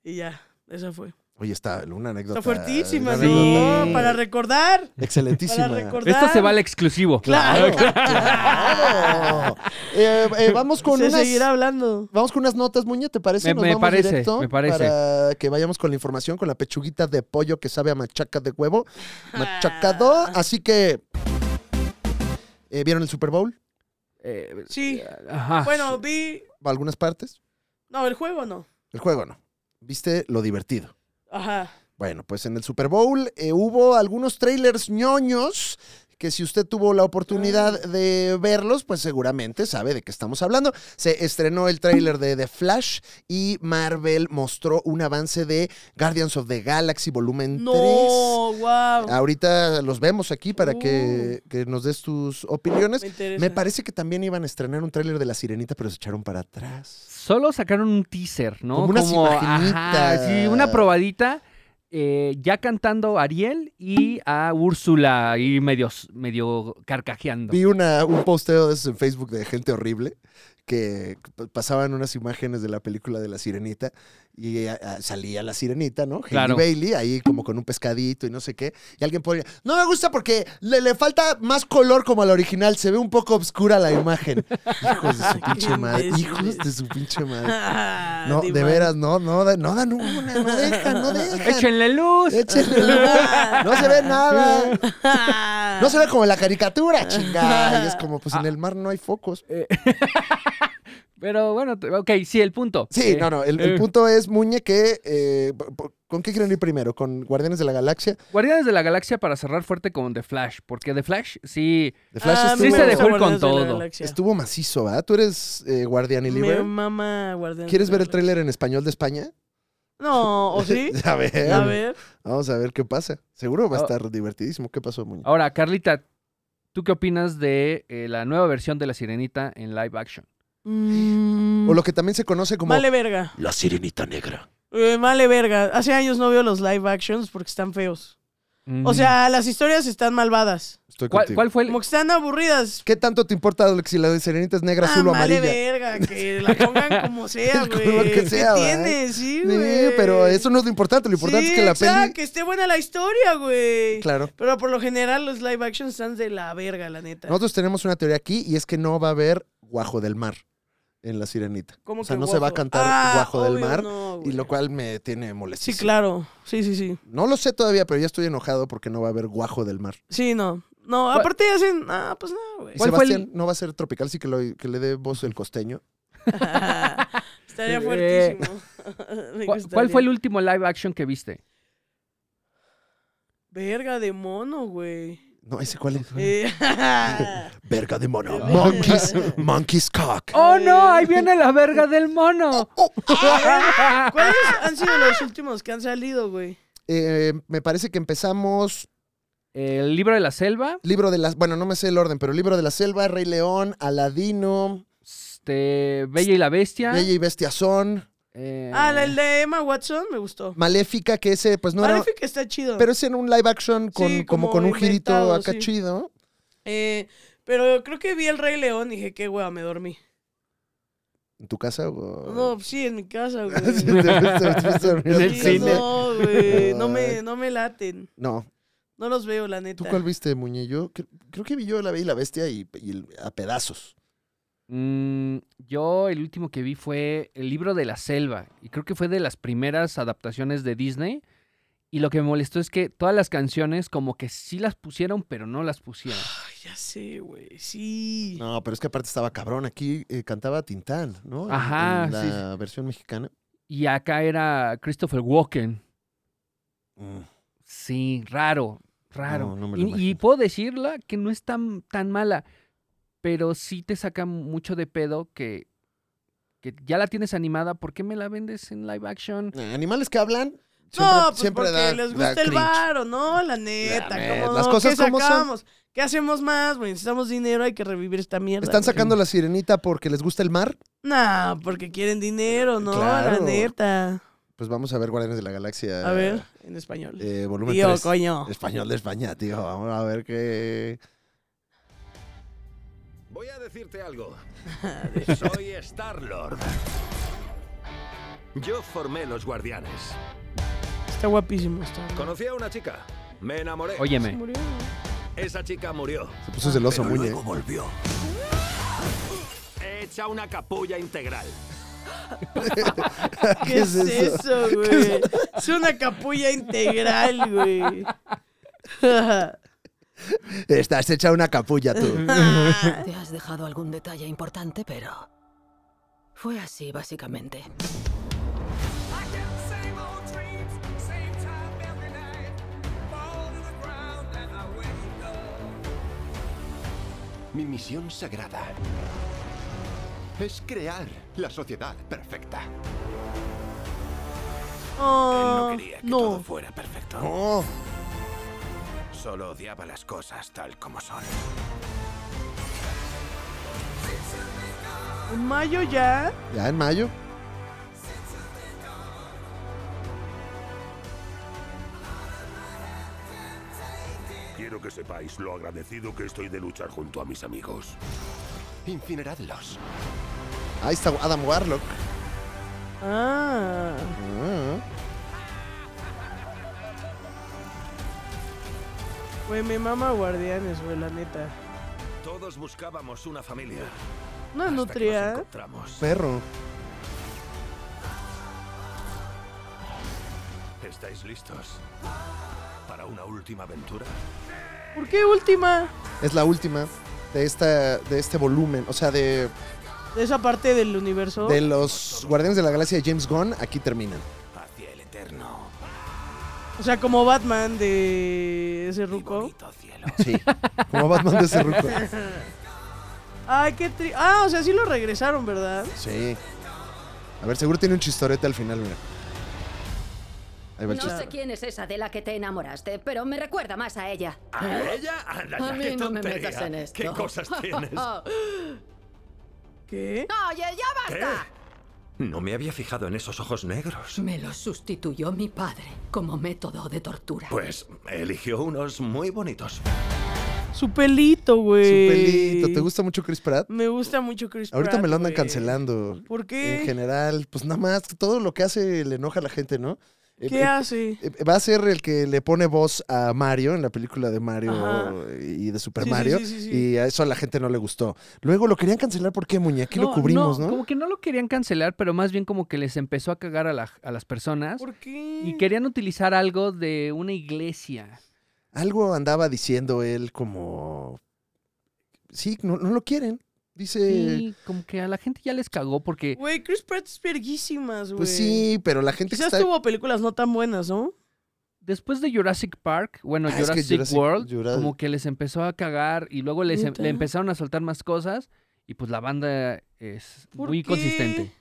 [SPEAKER 2] Y ya, esa fue.
[SPEAKER 1] Oye, está una anécdota.
[SPEAKER 2] Está fuertísima,
[SPEAKER 1] una
[SPEAKER 2] ¿no?
[SPEAKER 1] anécdota
[SPEAKER 2] No, Para recordar.
[SPEAKER 1] Excelentísima.
[SPEAKER 2] para recordar.
[SPEAKER 5] Esto se va al exclusivo.
[SPEAKER 2] Claro.
[SPEAKER 1] Claro. Eh, eh, vamos con
[SPEAKER 2] se
[SPEAKER 1] unas...
[SPEAKER 2] seguirá hablando.
[SPEAKER 1] Vamos con unas notas, Muñe, ¿te parece?
[SPEAKER 5] Me-
[SPEAKER 1] Nos
[SPEAKER 5] me
[SPEAKER 1] vamos
[SPEAKER 5] parece,
[SPEAKER 1] directo
[SPEAKER 5] me parece.
[SPEAKER 1] Para que vayamos con la información, con la pechuguita de pollo que sabe a machaca de huevo. Machacado. Así que. eh, ¿Vieron el Super Bowl?
[SPEAKER 5] Eh,
[SPEAKER 2] Sí.
[SPEAKER 1] Ah,
[SPEAKER 5] Ajá.
[SPEAKER 2] Ah, Bueno, vi...
[SPEAKER 1] Algunas partes.
[SPEAKER 2] No, el juego no.
[SPEAKER 1] El juego no. ¿Viste lo divertido?
[SPEAKER 2] Ajá.
[SPEAKER 1] Bueno, pues en el Super Bowl eh, hubo algunos trailers ñoños que si usted tuvo la
[SPEAKER 2] Ah.
[SPEAKER 1] oportunidad de verlos, pues seguramente sabe de qué estamos hablando. Se estrenó el tráiler de The Flash y Marvel mostró un avance de Guardians of the Galaxy volumen 3.
[SPEAKER 2] No, wow.
[SPEAKER 1] Ah, Ahorita los vemos aquí para que, que nos des tus opiniones.
[SPEAKER 2] Uh. me interesa.
[SPEAKER 1] pues, Me parece que también iban a estrenar un tráiler de La Sirenita, pero se echaron para atrás.
[SPEAKER 5] Solo sacaron un teaser, ¿no?
[SPEAKER 1] Como unas
[SPEAKER 5] ajá,
[SPEAKER 1] imaginitas.
[SPEAKER 5] sí, una probadita. eh, ya cantando a Ariel y a Úrsula y medio, medio carcajeando.
[SPEAKER 1] Vi una, un posteo de esos en Facebook de gente horrible que p- pasaban unas imágenes de la película de La Sirenita y a- a- salía La Sirenita, ¿no? Hailey
[SPEAKER 5] Claro.
[SPEAKER 1] Bailey ahí como con un pescadito y no sé qué. Y alguien ponía, no me gusta porque le, le falta más color como a la original, se ve un poco obscura la imagen. Hijos de su pinche madre, hijos de su pinche madre.
[SPEAKER 2] Ah,
[SPEAKER 1] No,
[SPEAKER 2] ni
[SPEAKER 1] de
[SPEAKER 2] madre.
[SPEAKER 1] veras, no, no, da- no dan una, no dejan, no dejan.
[SPEAKER 5] ¡Échenle luz!
[SPEAKER 1] Échenle la- No se ve nada.
[SPEAKER 2] Ah.
[SPEAKER 1] No se ve como en la caricatura, chingada. Y es como,
[SPEAKER 5] Ah.
[SPEAKER 1] pues en el mar no hay focos.
[SPEAKER 5] Pero bueno, t- ok, sí, el punto.
[SPEAKER 1] Sí,
[SPEAKER 5] Eh,
[SPEAKER 1] no, no. El, el
[SPEAKER 5] eh,
[SPEAKER 1] punto es, Muñe, que. eh, po- po- ¿Con qué quieren ir primero? ¿Con Guardianes de la Galaxia?
[SPEAKER 5] Guardianes de la Galaxia para cerrar fuerte con The Flash, porque The Flash sí,
[SPEAKER 1] The Flash
[SPEAKER 2] Ah, a mí
[SPEAKER 1] estuvo,
[SPEAKER 5] Sí
[SPEAKER 2] me
[SPEAKER 5] se dejó
[SPEAKER 2] gusta
[SPEAKER 5] ir con
[SPEAKER 2] Guardianes de la
[SPEAKER 5] todo.
[SPEAKER 2] Galaxia.
[SPEAKER 1] estuvo macizo, ¿verdad? Tú eres eh, Guardian y
[SPEAKER 2] Me
[SPEAKER 1] Libre.
[SPEAKER 2] mama Guardianes
[SPEAKER 1] ¿Quieres
[SPEAKER 2] de la
[SPEAKER 1] ver el tráiler en español de España?
[SPEAKER 2] Galaxia. No, ¿o sí?
[SPEAKER 1] a, ver,
[SPEAKER 2] A ver.
[SPEAKER 1] Vamos a ver qué pasa. Seguro va a
[SPEAKER 5] Ah.
[SPEAKER 1] estar divertidísimo. ¿Qué pasó,
[SPEAKER 2] Ah,
[SPEAKER 1] Muñe?
[SPEAKER 5] Ahora, Carlita, ¿tú qué opinas de eh, la nueva versión de La Sirenita en live action?
[SPEAKER 2] Mm,
[SPEAKER 1] O lo que también se conoce como.
[SPEAKER 2] Vale verga.
[SPEAKER 4] La sirenita negra.
[SPEAKER 2] Eh, vale verga. Hace años no veo los live actions porque están feos. O
[SPEAKER 5] Mm.
[SPEAKER 2] sea, las historias están malvadas.
[SPEAKER 1] Estoy
[SPEAKER 5] ¿cuál,
[SPEAKER 1] contigo.
[SPEAKER 5] cuál fue el...?
[SPEAKER 2] Como que están aburridas.
[SPEAKER 1] ¿Qué tanto te importa Alex, si la de Serenita es negra, azul o
[SPEAKER 2] Ah, vale
[SPEAKER 1] amarilla?
[SPEAKER 2] verga, que la pongan como sea,
[SPEAKER 1] Como
[SPEAKER 2] güey.
[SPEAKER 1] que sea,
[SPEAKER 2] ¿Qué
[SPEAKER 1] ¿verdad?
[SPEAKER 2] tiene? Sí,
[SPEAKER 1] Sí,
[SPEAKER 2] güey.
[SPEAKER 1] pero eso no es lo importante. Lo importante
[SPEAKER 2] Sí,
[SPEAKER 1] es que la
[SPEAKER 2] exacto,
[SPEAKER 1] peli.
[SPEAKER 2] que esté buena la historia, güey.
[SPEAKER 1] Claro.
[SPEAKER 2] Pero por lo general los live actions están de la verga, la neta.
[SPEAKER 1] Nosotros tenemos una teoría aquí y es que no va a haber guajo del mar en la sirenita.
[SPEAKER 2] ¿Cómo
[SPEAKER 1] o sea,
[SPEAKER 2] que
[SPEAKER 1] no se va a
[SPEAKER 2] guajo?
[SPEAKER 1] cantar
[SPEAKER 2] Ah,
[SPEAKER 1] guajo del
[SPEAKER 2] obvio,
[SPEAKER 1] mar.
[SPEAKER 2] no, güey.
[SPEAKER 1] y lo cual me tiene molesto.
[SPEAKER 2] Sí, claro. Sí, sí, sí.
[SPEAKER 1] No lo sé todavía, pero ya estoy enojado porque no va a haber guajo del mar.
[SPEAKER 2] Sí, no. No,
[SPEAKER 5] ¿Cuál-
[SPEAKER 2] aparte hacen... Ah, pues no, güey.
[SPEAKER 1] Y
[SPEAKER 5] ¿Cuál fue el-
[SPEAKER 1] Sebastián no va a ser tropical, sí que, lo- que le dé voz el costeño.
[SPEAKER 2] Estaría
[SPEAKER 5] Eh,
[SPEAKER 2] fuertísimo. Me
[SPEAKER 5] ¿Cuál,
[SPEAKER 2] gustaría.
[SPEAKER 5] cuál fue el último live action que viste?
[SPEAKER 2] Verga de mono, güey.
[SPEAKER 1] No, ese cuál es.
[SPEAKER 2] Eh,
[SPEAKER 1] Verga de mono. Monkeys, monkeys cock.
[SPEAKER 5] ¡Oh, no! ¡Ahí viene la verga del mono!
[SPEAKER 2] Oh, ¿Cuáles han sido los últimos que han salido, güey?
[SPEAKER 1] Eh, me parece que empezamos
[SPEAKER 5] El libro de la selva,
[SPEAKER 1] libro de las, bueno, no me sé el orden, pero libro de la selva, Rey León, Aladino,
[SPEAKER 5] este, Bella y la Bestia.
[SPEAKER 1] Bella y Bestiazón,
[SPEAKER 5] eh,
[SPEAKER 2] Ah, la- el de Emma Watson me gustó.
[SPEAKER 1] Maléfica, que ese pues no era,
[SPEAKER 2] Maléfica está chido.
[SPEAKER 1] Pero es en un live action con,
[SPEAKER 2] Sí,
[SPEAKER 1] como,
[SPEAKER 2] como
[SPEAKER 1] con un girito
[SPEAKER 2] inventado,
[SPEAKER 1] acá
[SPEAKER 2] sí.
[SPEAKER 1] chido.
[SPEAKER 2] Eh, pero creo que vi El Rey León y dije, qué hueva, me dormí.
[SPEAKER 1] ¿En tu casa? o-
[SPEAKER 2] No, sí, en mi casa, güey.
[SPEAKER 1] ¿Te fuiste- te fuiste a dormir a
[SPEAKER 5] En
[SPEAKER 1] tu
[SPEAKER 5] el
[SPEAKER 2] Sí,
[SPEAKER 1] casa?
[SPEAKER 5] cine.
[SPEAKER 2] No, güey. No
[SPEAKER 1] Ay.
[SPEAKER 2] me, no me laten.
[SPEAKER 1] No.
[SPEAKER 2] No los veo, la neta.
[SPEAKER 1] ¿Tú cuál viste, Muñe? Yo cre- creo que vi yo La Bella y la Bestia y, y el- a pedazos.
[SPEAKER 5] mm, yo el último que vi fue el libro de la selva. Y creo que fue de las primeras adaptaciones de Disney. Y lo que me molestó es que todas las canciones como que sí las pusieron, pero no las pusieron.
[SPEAKER 2] Ay, ya sé, güey. Sí.
[SPEAKER 1] No, pero es que aparte estaba cabrón. Aquí eh, cantaba Tintán, ¿no? En-
[SPEAKER 5] Ajá,
[SPEAKER 1] en la
[SPEAKER 5] sí,
[SPEAKER 1] versión mexicana.
[SPEAKER 5] Y acá era Christopher Walken.
[SPEAKER 1] Mm.
[SPEAKER 5] Sí, raro, raro.
[SPEAKER 1] No, no me lo
[SPEAKER 5] y, y
[SPEAKER 1] imagino.
[SPEAKER 5] puedo decirla que no es tan, tan mala, pero sí te saca mucho de pedo que, que ya la tienes animada. ¿Por qué me la vendes en live action?
[SPEAKER 1] Eh, Animales que hablan. Siempre,
[SPEAKER 2] no, pues
[SPEAKER 1] siempre
[SPEAKER 2] porque
[SPEAKER 1] da-
[SPEAKER 2] les
[SPEAKER 1] da
[SPEAKER 2] gusta el
[SPEAKER 1] cringe.
[SPEAKER 2] varo, ¿no? La neta.
[SPEAKER 1] La
[SPEAKER 2] ¿cómo
[SPEAKER 1] neta,
[SPEAKER 2] no?
[SPEAKER 1] las cosas
[SPEAKER 2] ¿Qué
[SPEAKER 1] como son.
[SPEAKER 2] sacamos? ¿Qué hacemos más, güey? Necesitamos dinero, hay que revivir esta mierda.
[SPEAKER 1] Están
[SPEAKER 2] güey.
[SPEAKER 1] sacando la sirenita porque les gusta el mar.
[SPEAKER 2] Nah, porque quieren dinero, ¿no? La
[SPEAKER 1] Claro.
[SPEAKER 2] neta.
[SPEAKER 1] Pues vamos a ver Guardianes de la Galaxia.
[SPEAKER 2] A ver, en español.
[SPEAKER 1] eh, volumen
[SPEAKER 2] Tío,
[SPEAKER 1] 3.
[SPEAKER 2] coño.
[SPEAKER 1] Español de España, tío. Vamos a ver qué.
[SPEAKER 4] Voy a decirte algo. Soy Star-Lord. Yo formé los guardianes.
[SPEAKER 2] Está guapísimo. Está.
[SPEAKER 4] Conocí a una chica. Me enamoré.
[SPEAKER 2] Se
[SPEAKER 5] Óyeme.
[SPEAKER 2] murió.
[SPEAKER 4] Esa chica murió.
[SPEAKER 1] Se puso celoso,
[SPEAKER 4] Pero
[SPEAKER 1] Muñe.
[SPEAKER 4] luego volvió. Hecha una capulla integral.
[SPEAKER 2] ¿Qué, es eso, güey? Es una capulla integral, güey.
[SPEAKER 1] Estás hecha una capulla tú.
[SPEAKER 2] Ah,
[SPEAKER 6] Te has dejado algún detalle importante, pero... Fue así, básicamente.
[SPEAKER 7] Mi misión sagrada es crear la sociedad perfecta.
[SPEAKER 2] Ah,
[SPEAKER 4] Él no quería que
[SPEAKER 2] no.
[SPEAKER 4] todo fuera perfecto.
[SPEAKER 1] No.
[SPEAKER 4] Solo odiaba las cosas tal como son.
[SPEAKER 2] En mayo ya.
[SPEAKER 1] Ya en mayo.
[SPEAKER 4] Quiero que sepáis lo agradecido que estoy de luchar junto a mis amigos.
[SPEAKER 7] Incineradlos.
[SPEAKER 1] Ahí está Adam Warlock.
[SPEAKER 2] Ah. Güey, me mama guardianes, güey, la neta.
[SPEAKER 4] Todos buscábamos una familia.
[SPEAKER 2] Una
[SPEAKER 4] hasta que nos
[SPEAKER 2] nutria.
[SPEAKER 4] encontramos.
[SPEAKER 1] Perro.
[SPEAKER 4] ¿Estáis listos para una última aventura?
[SPEAKER 2] ¿Por qué última?
[SPEAKER 1] Es la última de esta de este volumen, o sea, de,
[SPEAKER 2] De esa parte del universo.
[SPEAKER 1] de los Guardianes de la Galaxia de James Gunn, aquí terminan.
[SPEAKER 4] Hacia el eterno
[SPEAKER 2] O sea, como Batman de ese
[SPEAKER 4] y
[SPEAKER 2] ruco.
[SPEAKER 4] bonito cielo.
[SPEAKER 6] ¿Eh?
[SPEAKER 1] Sí. Como Batman de ese ruco.
[SPEAKER 2] Ay, qué tri... Ah, o sea, sí lo regresaron, ¿verdad?
[SPEAKER 1] Sí. A ver, seguro tiene un chistorete al final, mira. Ahí va el
[SPEAKER 8] No
[SPEAKER 1] chiste.
[SPEAKER 8] sé quién es esa de la que te enamoraste, pero me recuerda más a ella.
[SPEAKER 4] ¿A ella? Anda, ya,
[SPEAKER 6] A
[SPEAKER 4] qué
[SPEAKER 6] mí no me
[SPEAKER 4] tontería.
[SPEAKER 6] metas en esto.
[SPEAKER 4] ¿Qué cosas tienes?
[SPEAKER 6] Oh,
[SPEAKER 2] ¿Qué?
[SPEAKER 8] Oye, ya basta.
[SPEAKER 4] No me había fijado en esos ojos negros.
[SPEAKER 6] Me lo sustituyó mi padre como método de tortura.
[SPEAKER 4] Pues eligió unos muy bonitos.
[SPEAKER 2] Su pelito, güey.
[SPEAKER 1] Su pelito. ¿Te gusta mucho Chris Pratt?
[SPEAKER 2] Me gusta mucho Chris
[SPEAKER 1] Ahorita
[SPEAKER 2] Pratt,
[SPEAKER 1] me lo andan
[SPEAKER 2] güey.
[SPEAKER 1] cancelando.
[SPEAKER 2] ¿Por
[SPEAKER 1] En
[SPEAKER 2] qué?
[SPEAKER 1] general, pues nada más, todo lo que hace le enoja a la gente, ¿no? Eh,
[SPEAKER 2] ¿Qué
[SPEAKER 1] eh,
[SPEAKER 2] hace?
[SPEAKER 1] eh, Va a ser el que le pone voz a Mario en la película de Mario
[SPEAKER 2] Ajá.
[SPEAKER 1] y de Super
[SPEAKER 2] Sí, sí,
[SPEAKER 1] Mario.
[SPEAKER 2] sí, sí, sí.
[SPEAKER 1] Y a eso a la gente no le gustó. Luego lo querían cancelar porque muñeca, aquí lo
[SPEAKER 5] No,
[SPEAKER 1] cubrimos,
[SPEAKER 5] no,
[SPEAKER 1] ¿no?
[SPEAKER 5] Como que no lo querían cancelar, pero más bien como que les empezó a cagar a, la- a las personas.
[SPEAKER 2] ¿Por qué?
[SPEAKER 5] Y querían utilizar algo de una iglesia.
[SPEAKER 1] Algo andaba diciendo él como. Sí, no, no lo quieren. Dice.
[SPEAKER 5] Sí, como que a la gente ya les cagó porque
[SPEAKER 2] Güey, Chris Pratt es verguísimas, güey.
[SPEAKER 1] Pues sí, pero la gente que
[SPEAKER 2] Quizás
[SPEAKER 1] está.
[SPEAKER 2] tuvo películas no tan buenas, ¿no?
[SPEAKER 5] después de Jurassic Park, bueno,
[SPEAKER 1] Ah, es que
[SPEAKER 5] Jurassic,
[SPEAKER 1] Jurassic-
[SPEAKER 5] World,
[SPEAKER 1] Jura-
[SPEAKER 5] como que les empezó a cagar y luego les em-
[SPEAKER 2] Neta.
[SPEAKER 5] le empezaron a soltar más cosas y pues la banda es
[SPEAKER 2] ¿Por
[SPEAKER 5] muy
[SPEAKER 2] qué?
[SPEAKER 5] consistente.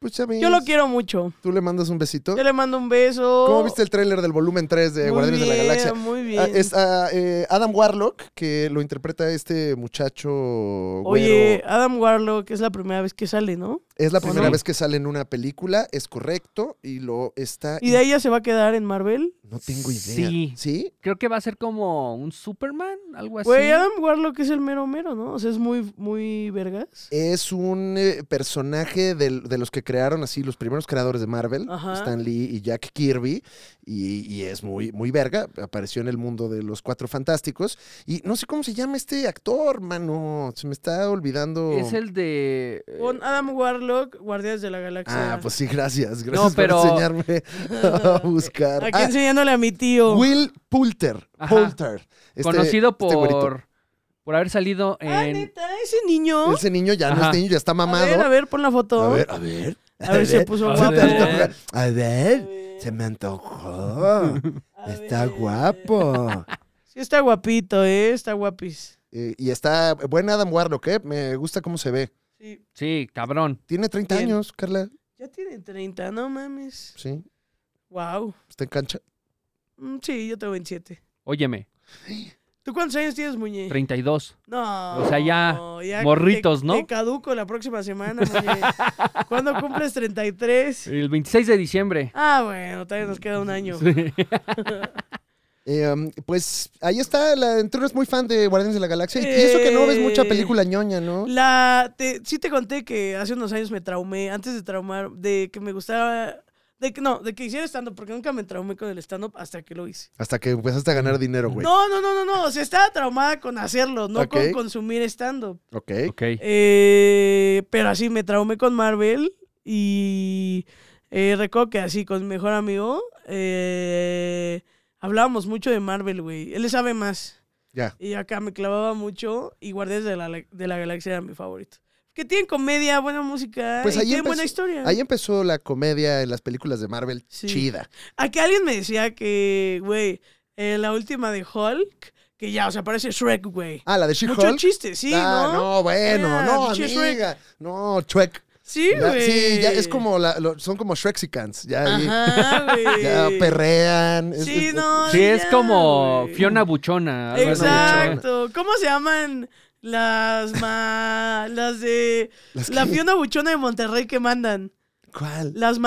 [SPEAKER 1] Pues, ¿sabes?
[SPEAKER 2] Yo lo quiero mucho.
[SPEAKER 1] Tú le mandas un besito.
[SPEAKER 2] Yo le mando un beso.
[SPEAKER 1] ¿Cómo viste el tráiler del volumen 3 de
[SPEAKER 2] Muy
[SPEAKER 1] Guardianes de la
[SPEAKER 2] bien,
[SPEAKER 1] Galaxia?
[SPEAKER 2] Muy bien.
[SPEAKER 1] Ah, es ah, eh, Adam Warlock, que lo interpreta este muchacho.
[SPEAKER 2] Oye,
[SPEAKER 1] güero.
[SPEAKER 2] Adam Warlock es la primera vez que sale, ¿no?
[SPEAKER 1] es la primera
[SPEAKER 5] sí.
[SPEAKER 1] vez que sale en una película, es correcto, y lo está.
[SPEAKER 2] ¿Y de ella se va a quedar en Marvel?
[SPEAKER 1] No tengo idea.
[SPEAKER 5] Sí.
[SPEAKER 1] ¿Sí?
[SPEAKER 5] Creo que va a ser como un Superman,
[SPEAKER 1] ¿Ah,
[SPEAKER 5] algo así.
[SPEAKER 2] Güey, Adam Warlock es el mero mero, ¿no? O sea, es muy, muy vergas.
[SPEAKER 1] Es un eh, personaje del- de, los que crearon así los primeros creadores de Marvel,
[SPEAKER 2] Ajá.
[SPEAKER 1] Stan Lee y Jack Kirby, y, y es muy, muy verga. Apareció en el mundo de los Cuatro Fantásticos. Y no sé cómo se llama este actor, mano. Se me está olvidando.
[SPEAKER 5] Es el de eh,
[SPEAKER 2] Con Adam Warlock, Guardias de la Galaxia.
[SPEAKER 1] Ah, pues sí, gracias. Gracias
[SPEAKER 5] pero-
[SPEAKER 1] por enseñarme a buscar.
[SPEAKER 2] Aquí
[SPEAKER 1] Ah,
[SPEAKER 2] enseñándole a mi tío.
[SPEAKER 1] Will Poulter.
[SPEAKER 5] Ajá.
[SPEAKER 1] Poulter. Este-
[SPEAKER 5] conocido
[SPEAKER 1] este güerito.
[SPEAKER 5] por por haber salido en
[SPEAKER 2] Ah, neta, ese niño.
[SPEAKER 1] Ese niño ya no
[SPEAKER 5] Ajá.
[SPEAKER 1] es niño, ya está mamado.
[SPEAKER 2] A ver, a ver, pon la foto.
[SPEAKER 1] A ver, a ver.
[SPEAKER 2] A ver, se puso
[SPEAKER 5] a
[SPEAKER 2] guapo.
[SPEAKER 1] ¿Te
[SPEAKER 5] ver.
[SPEAKER 1] antoja? A
[SPEAKER 2] A
[SPEAKER 1] ver,
[SPEAKER 2] ver,
[SPEAKER 1] se me antojó.
[SPEAKER 2] a
[SPEAKER 1] Está
[SPEAKER 2] ver.
[SPEAKER 1] guapo.
[SPEAKER 2] Sí, está guapito, ¿eh? Está guapis.
[SPEAKER 1] Eh, y está buen Adam Warlock, ¿eh? Me gusta cómo se ve.
[SPEAKER 2] Sí.
[SPEAKER 5] Sí, cabrón.
[SPEAKER 1] Tiene 30
[SPEAKER 2] Bien.
[SPEAKER 1] años, Carla.
[SPEAKER 2] Ya tiene 30, no mames.
[SPEAKER 1] Sí,
[SPEAKER 2] Wow.
[SPEAKER 1] está en cancha.
[SPEAKER 2] Mm, Sí, yo tengo 27.
[SPEAKER 5] Óyeme,
[SPEAKER 2] ¿Tú cuántos años tienes, Muñe?
[SPEAKER 5] 32.
[SPEAKER 2] No.
[SPEAKER 5] O sea, ya, morritos,
[SPEAKER 2] te-
[SPEAKER 5] ¿no?
[SPEAKER 2] Te caduco la próxima semana, Muñe. ¿Cuándo cumples 33?
[SPEAKER 5] El 26 de diciembre.
[SPEAKER 2] Ah, bueno, todavía nos queda un año.
[SPEAKER 1] Eh, um, pues ahí está. La, tú eres muy fan de Guardianes de la Galaxia. Y- Y eso que no ves mucha
[SPEAKER 2] Eh.
[SPEAKER 1] película ñoña, ¿no?
[SPEAKER 2] La, te- sí te conté que hace unos años me traumé, antes de traumar, de que me gustaba, de que no, de que hiciera stand-up, porque nunca me traumé con el stand-up hasta que lo hice.
[SPEAKER 1] Hasta que empezaste a ganar dinero, güey.
[SPEAKER 2] No, no, no, no, no, o sea, estaba traumada con hacerlo, no
[SPEAKER 1] Ok.
[SPEAKER 2] con consumir stand-up.
[SPEAKER 1] Ok.
[SPEAKER 5] Ok.
[SPEAKER 2] Eh, pero así me traumé con Marvel y eh, recuerdo que así con mi mejor amigo eh, hablábamos mucho de Marvel, güey. Él le sabe más.
[SPEAKER 1] Ya.
[SPEAKER 2] Y acá me clavaba mucho y Guardias de la, de la Galaxia era mi favorito. Que tienen comedia, buena música
[SPEAKER 1] Pues
[SPEAKER 2] y
[SPEAKER 1] ahí
[SPEAKER 2] tienen
[SPEAKER 1] empezó-
[SPEAKER 2] buena historia.
[SPEAKER 1] Ahí em- empezó la comedia en las películas de Marvel
[SPEAKER 2] Sí.
[SPEAKER 1] chida.
[SPEAKER 2] Aquí alguien me decía que, güey, eh, la última de Hulk, Que ya, o sea, parece Shrek, güey.
[SPEAKER 1] Ah, la de She-Hulk.
[SPEAKER 2] Mucho chiste, sí,
[SPEAKER 1] Ah,
[SPEAKER 2] ¿no?
[SPEAKER 1] no, bueno,
[SPEAKER 2] Ah,
[SPEAKER 1] no,
[SPEAKER 2] pinche Shrek.
[SPEAKER 1] amiga. No, Shrek.
[SPEAKER 2] Sí,
[SPEAKER 1] Ya-
[SPEAKER 2] güey.
[SPEAKER 1] sí, ya es como la- lo- son como Shrexicans. Ya, ahí-
[SPEAKER 2] Ajá, güey.
[SPEAKER 1] ya perrean. es-
[SPEAKER 2] Sí,
[SPEAKER 1] es-
[SPEAKER 2] no.
[SPEAKER 5] Sí, es
[SPEAKER 2] ya,
[SPEAKER 5] como
[SPEAKER 2] güey.
[SPEAKER 5] Fiona Buchona. algo así, ¿no?
[SPEAKER 2] Exacto. ¿Cómo se llaman las ma... las de...
[SPEAKER 1] Las
[SPEAKER 2] la
[SPEAKER 1] que-
[SPEAKER 2] Fiona Buchona de Monterrey que mandan?
[SPEAKER 1] ¿Cuál?
[SPEAKER 2] Las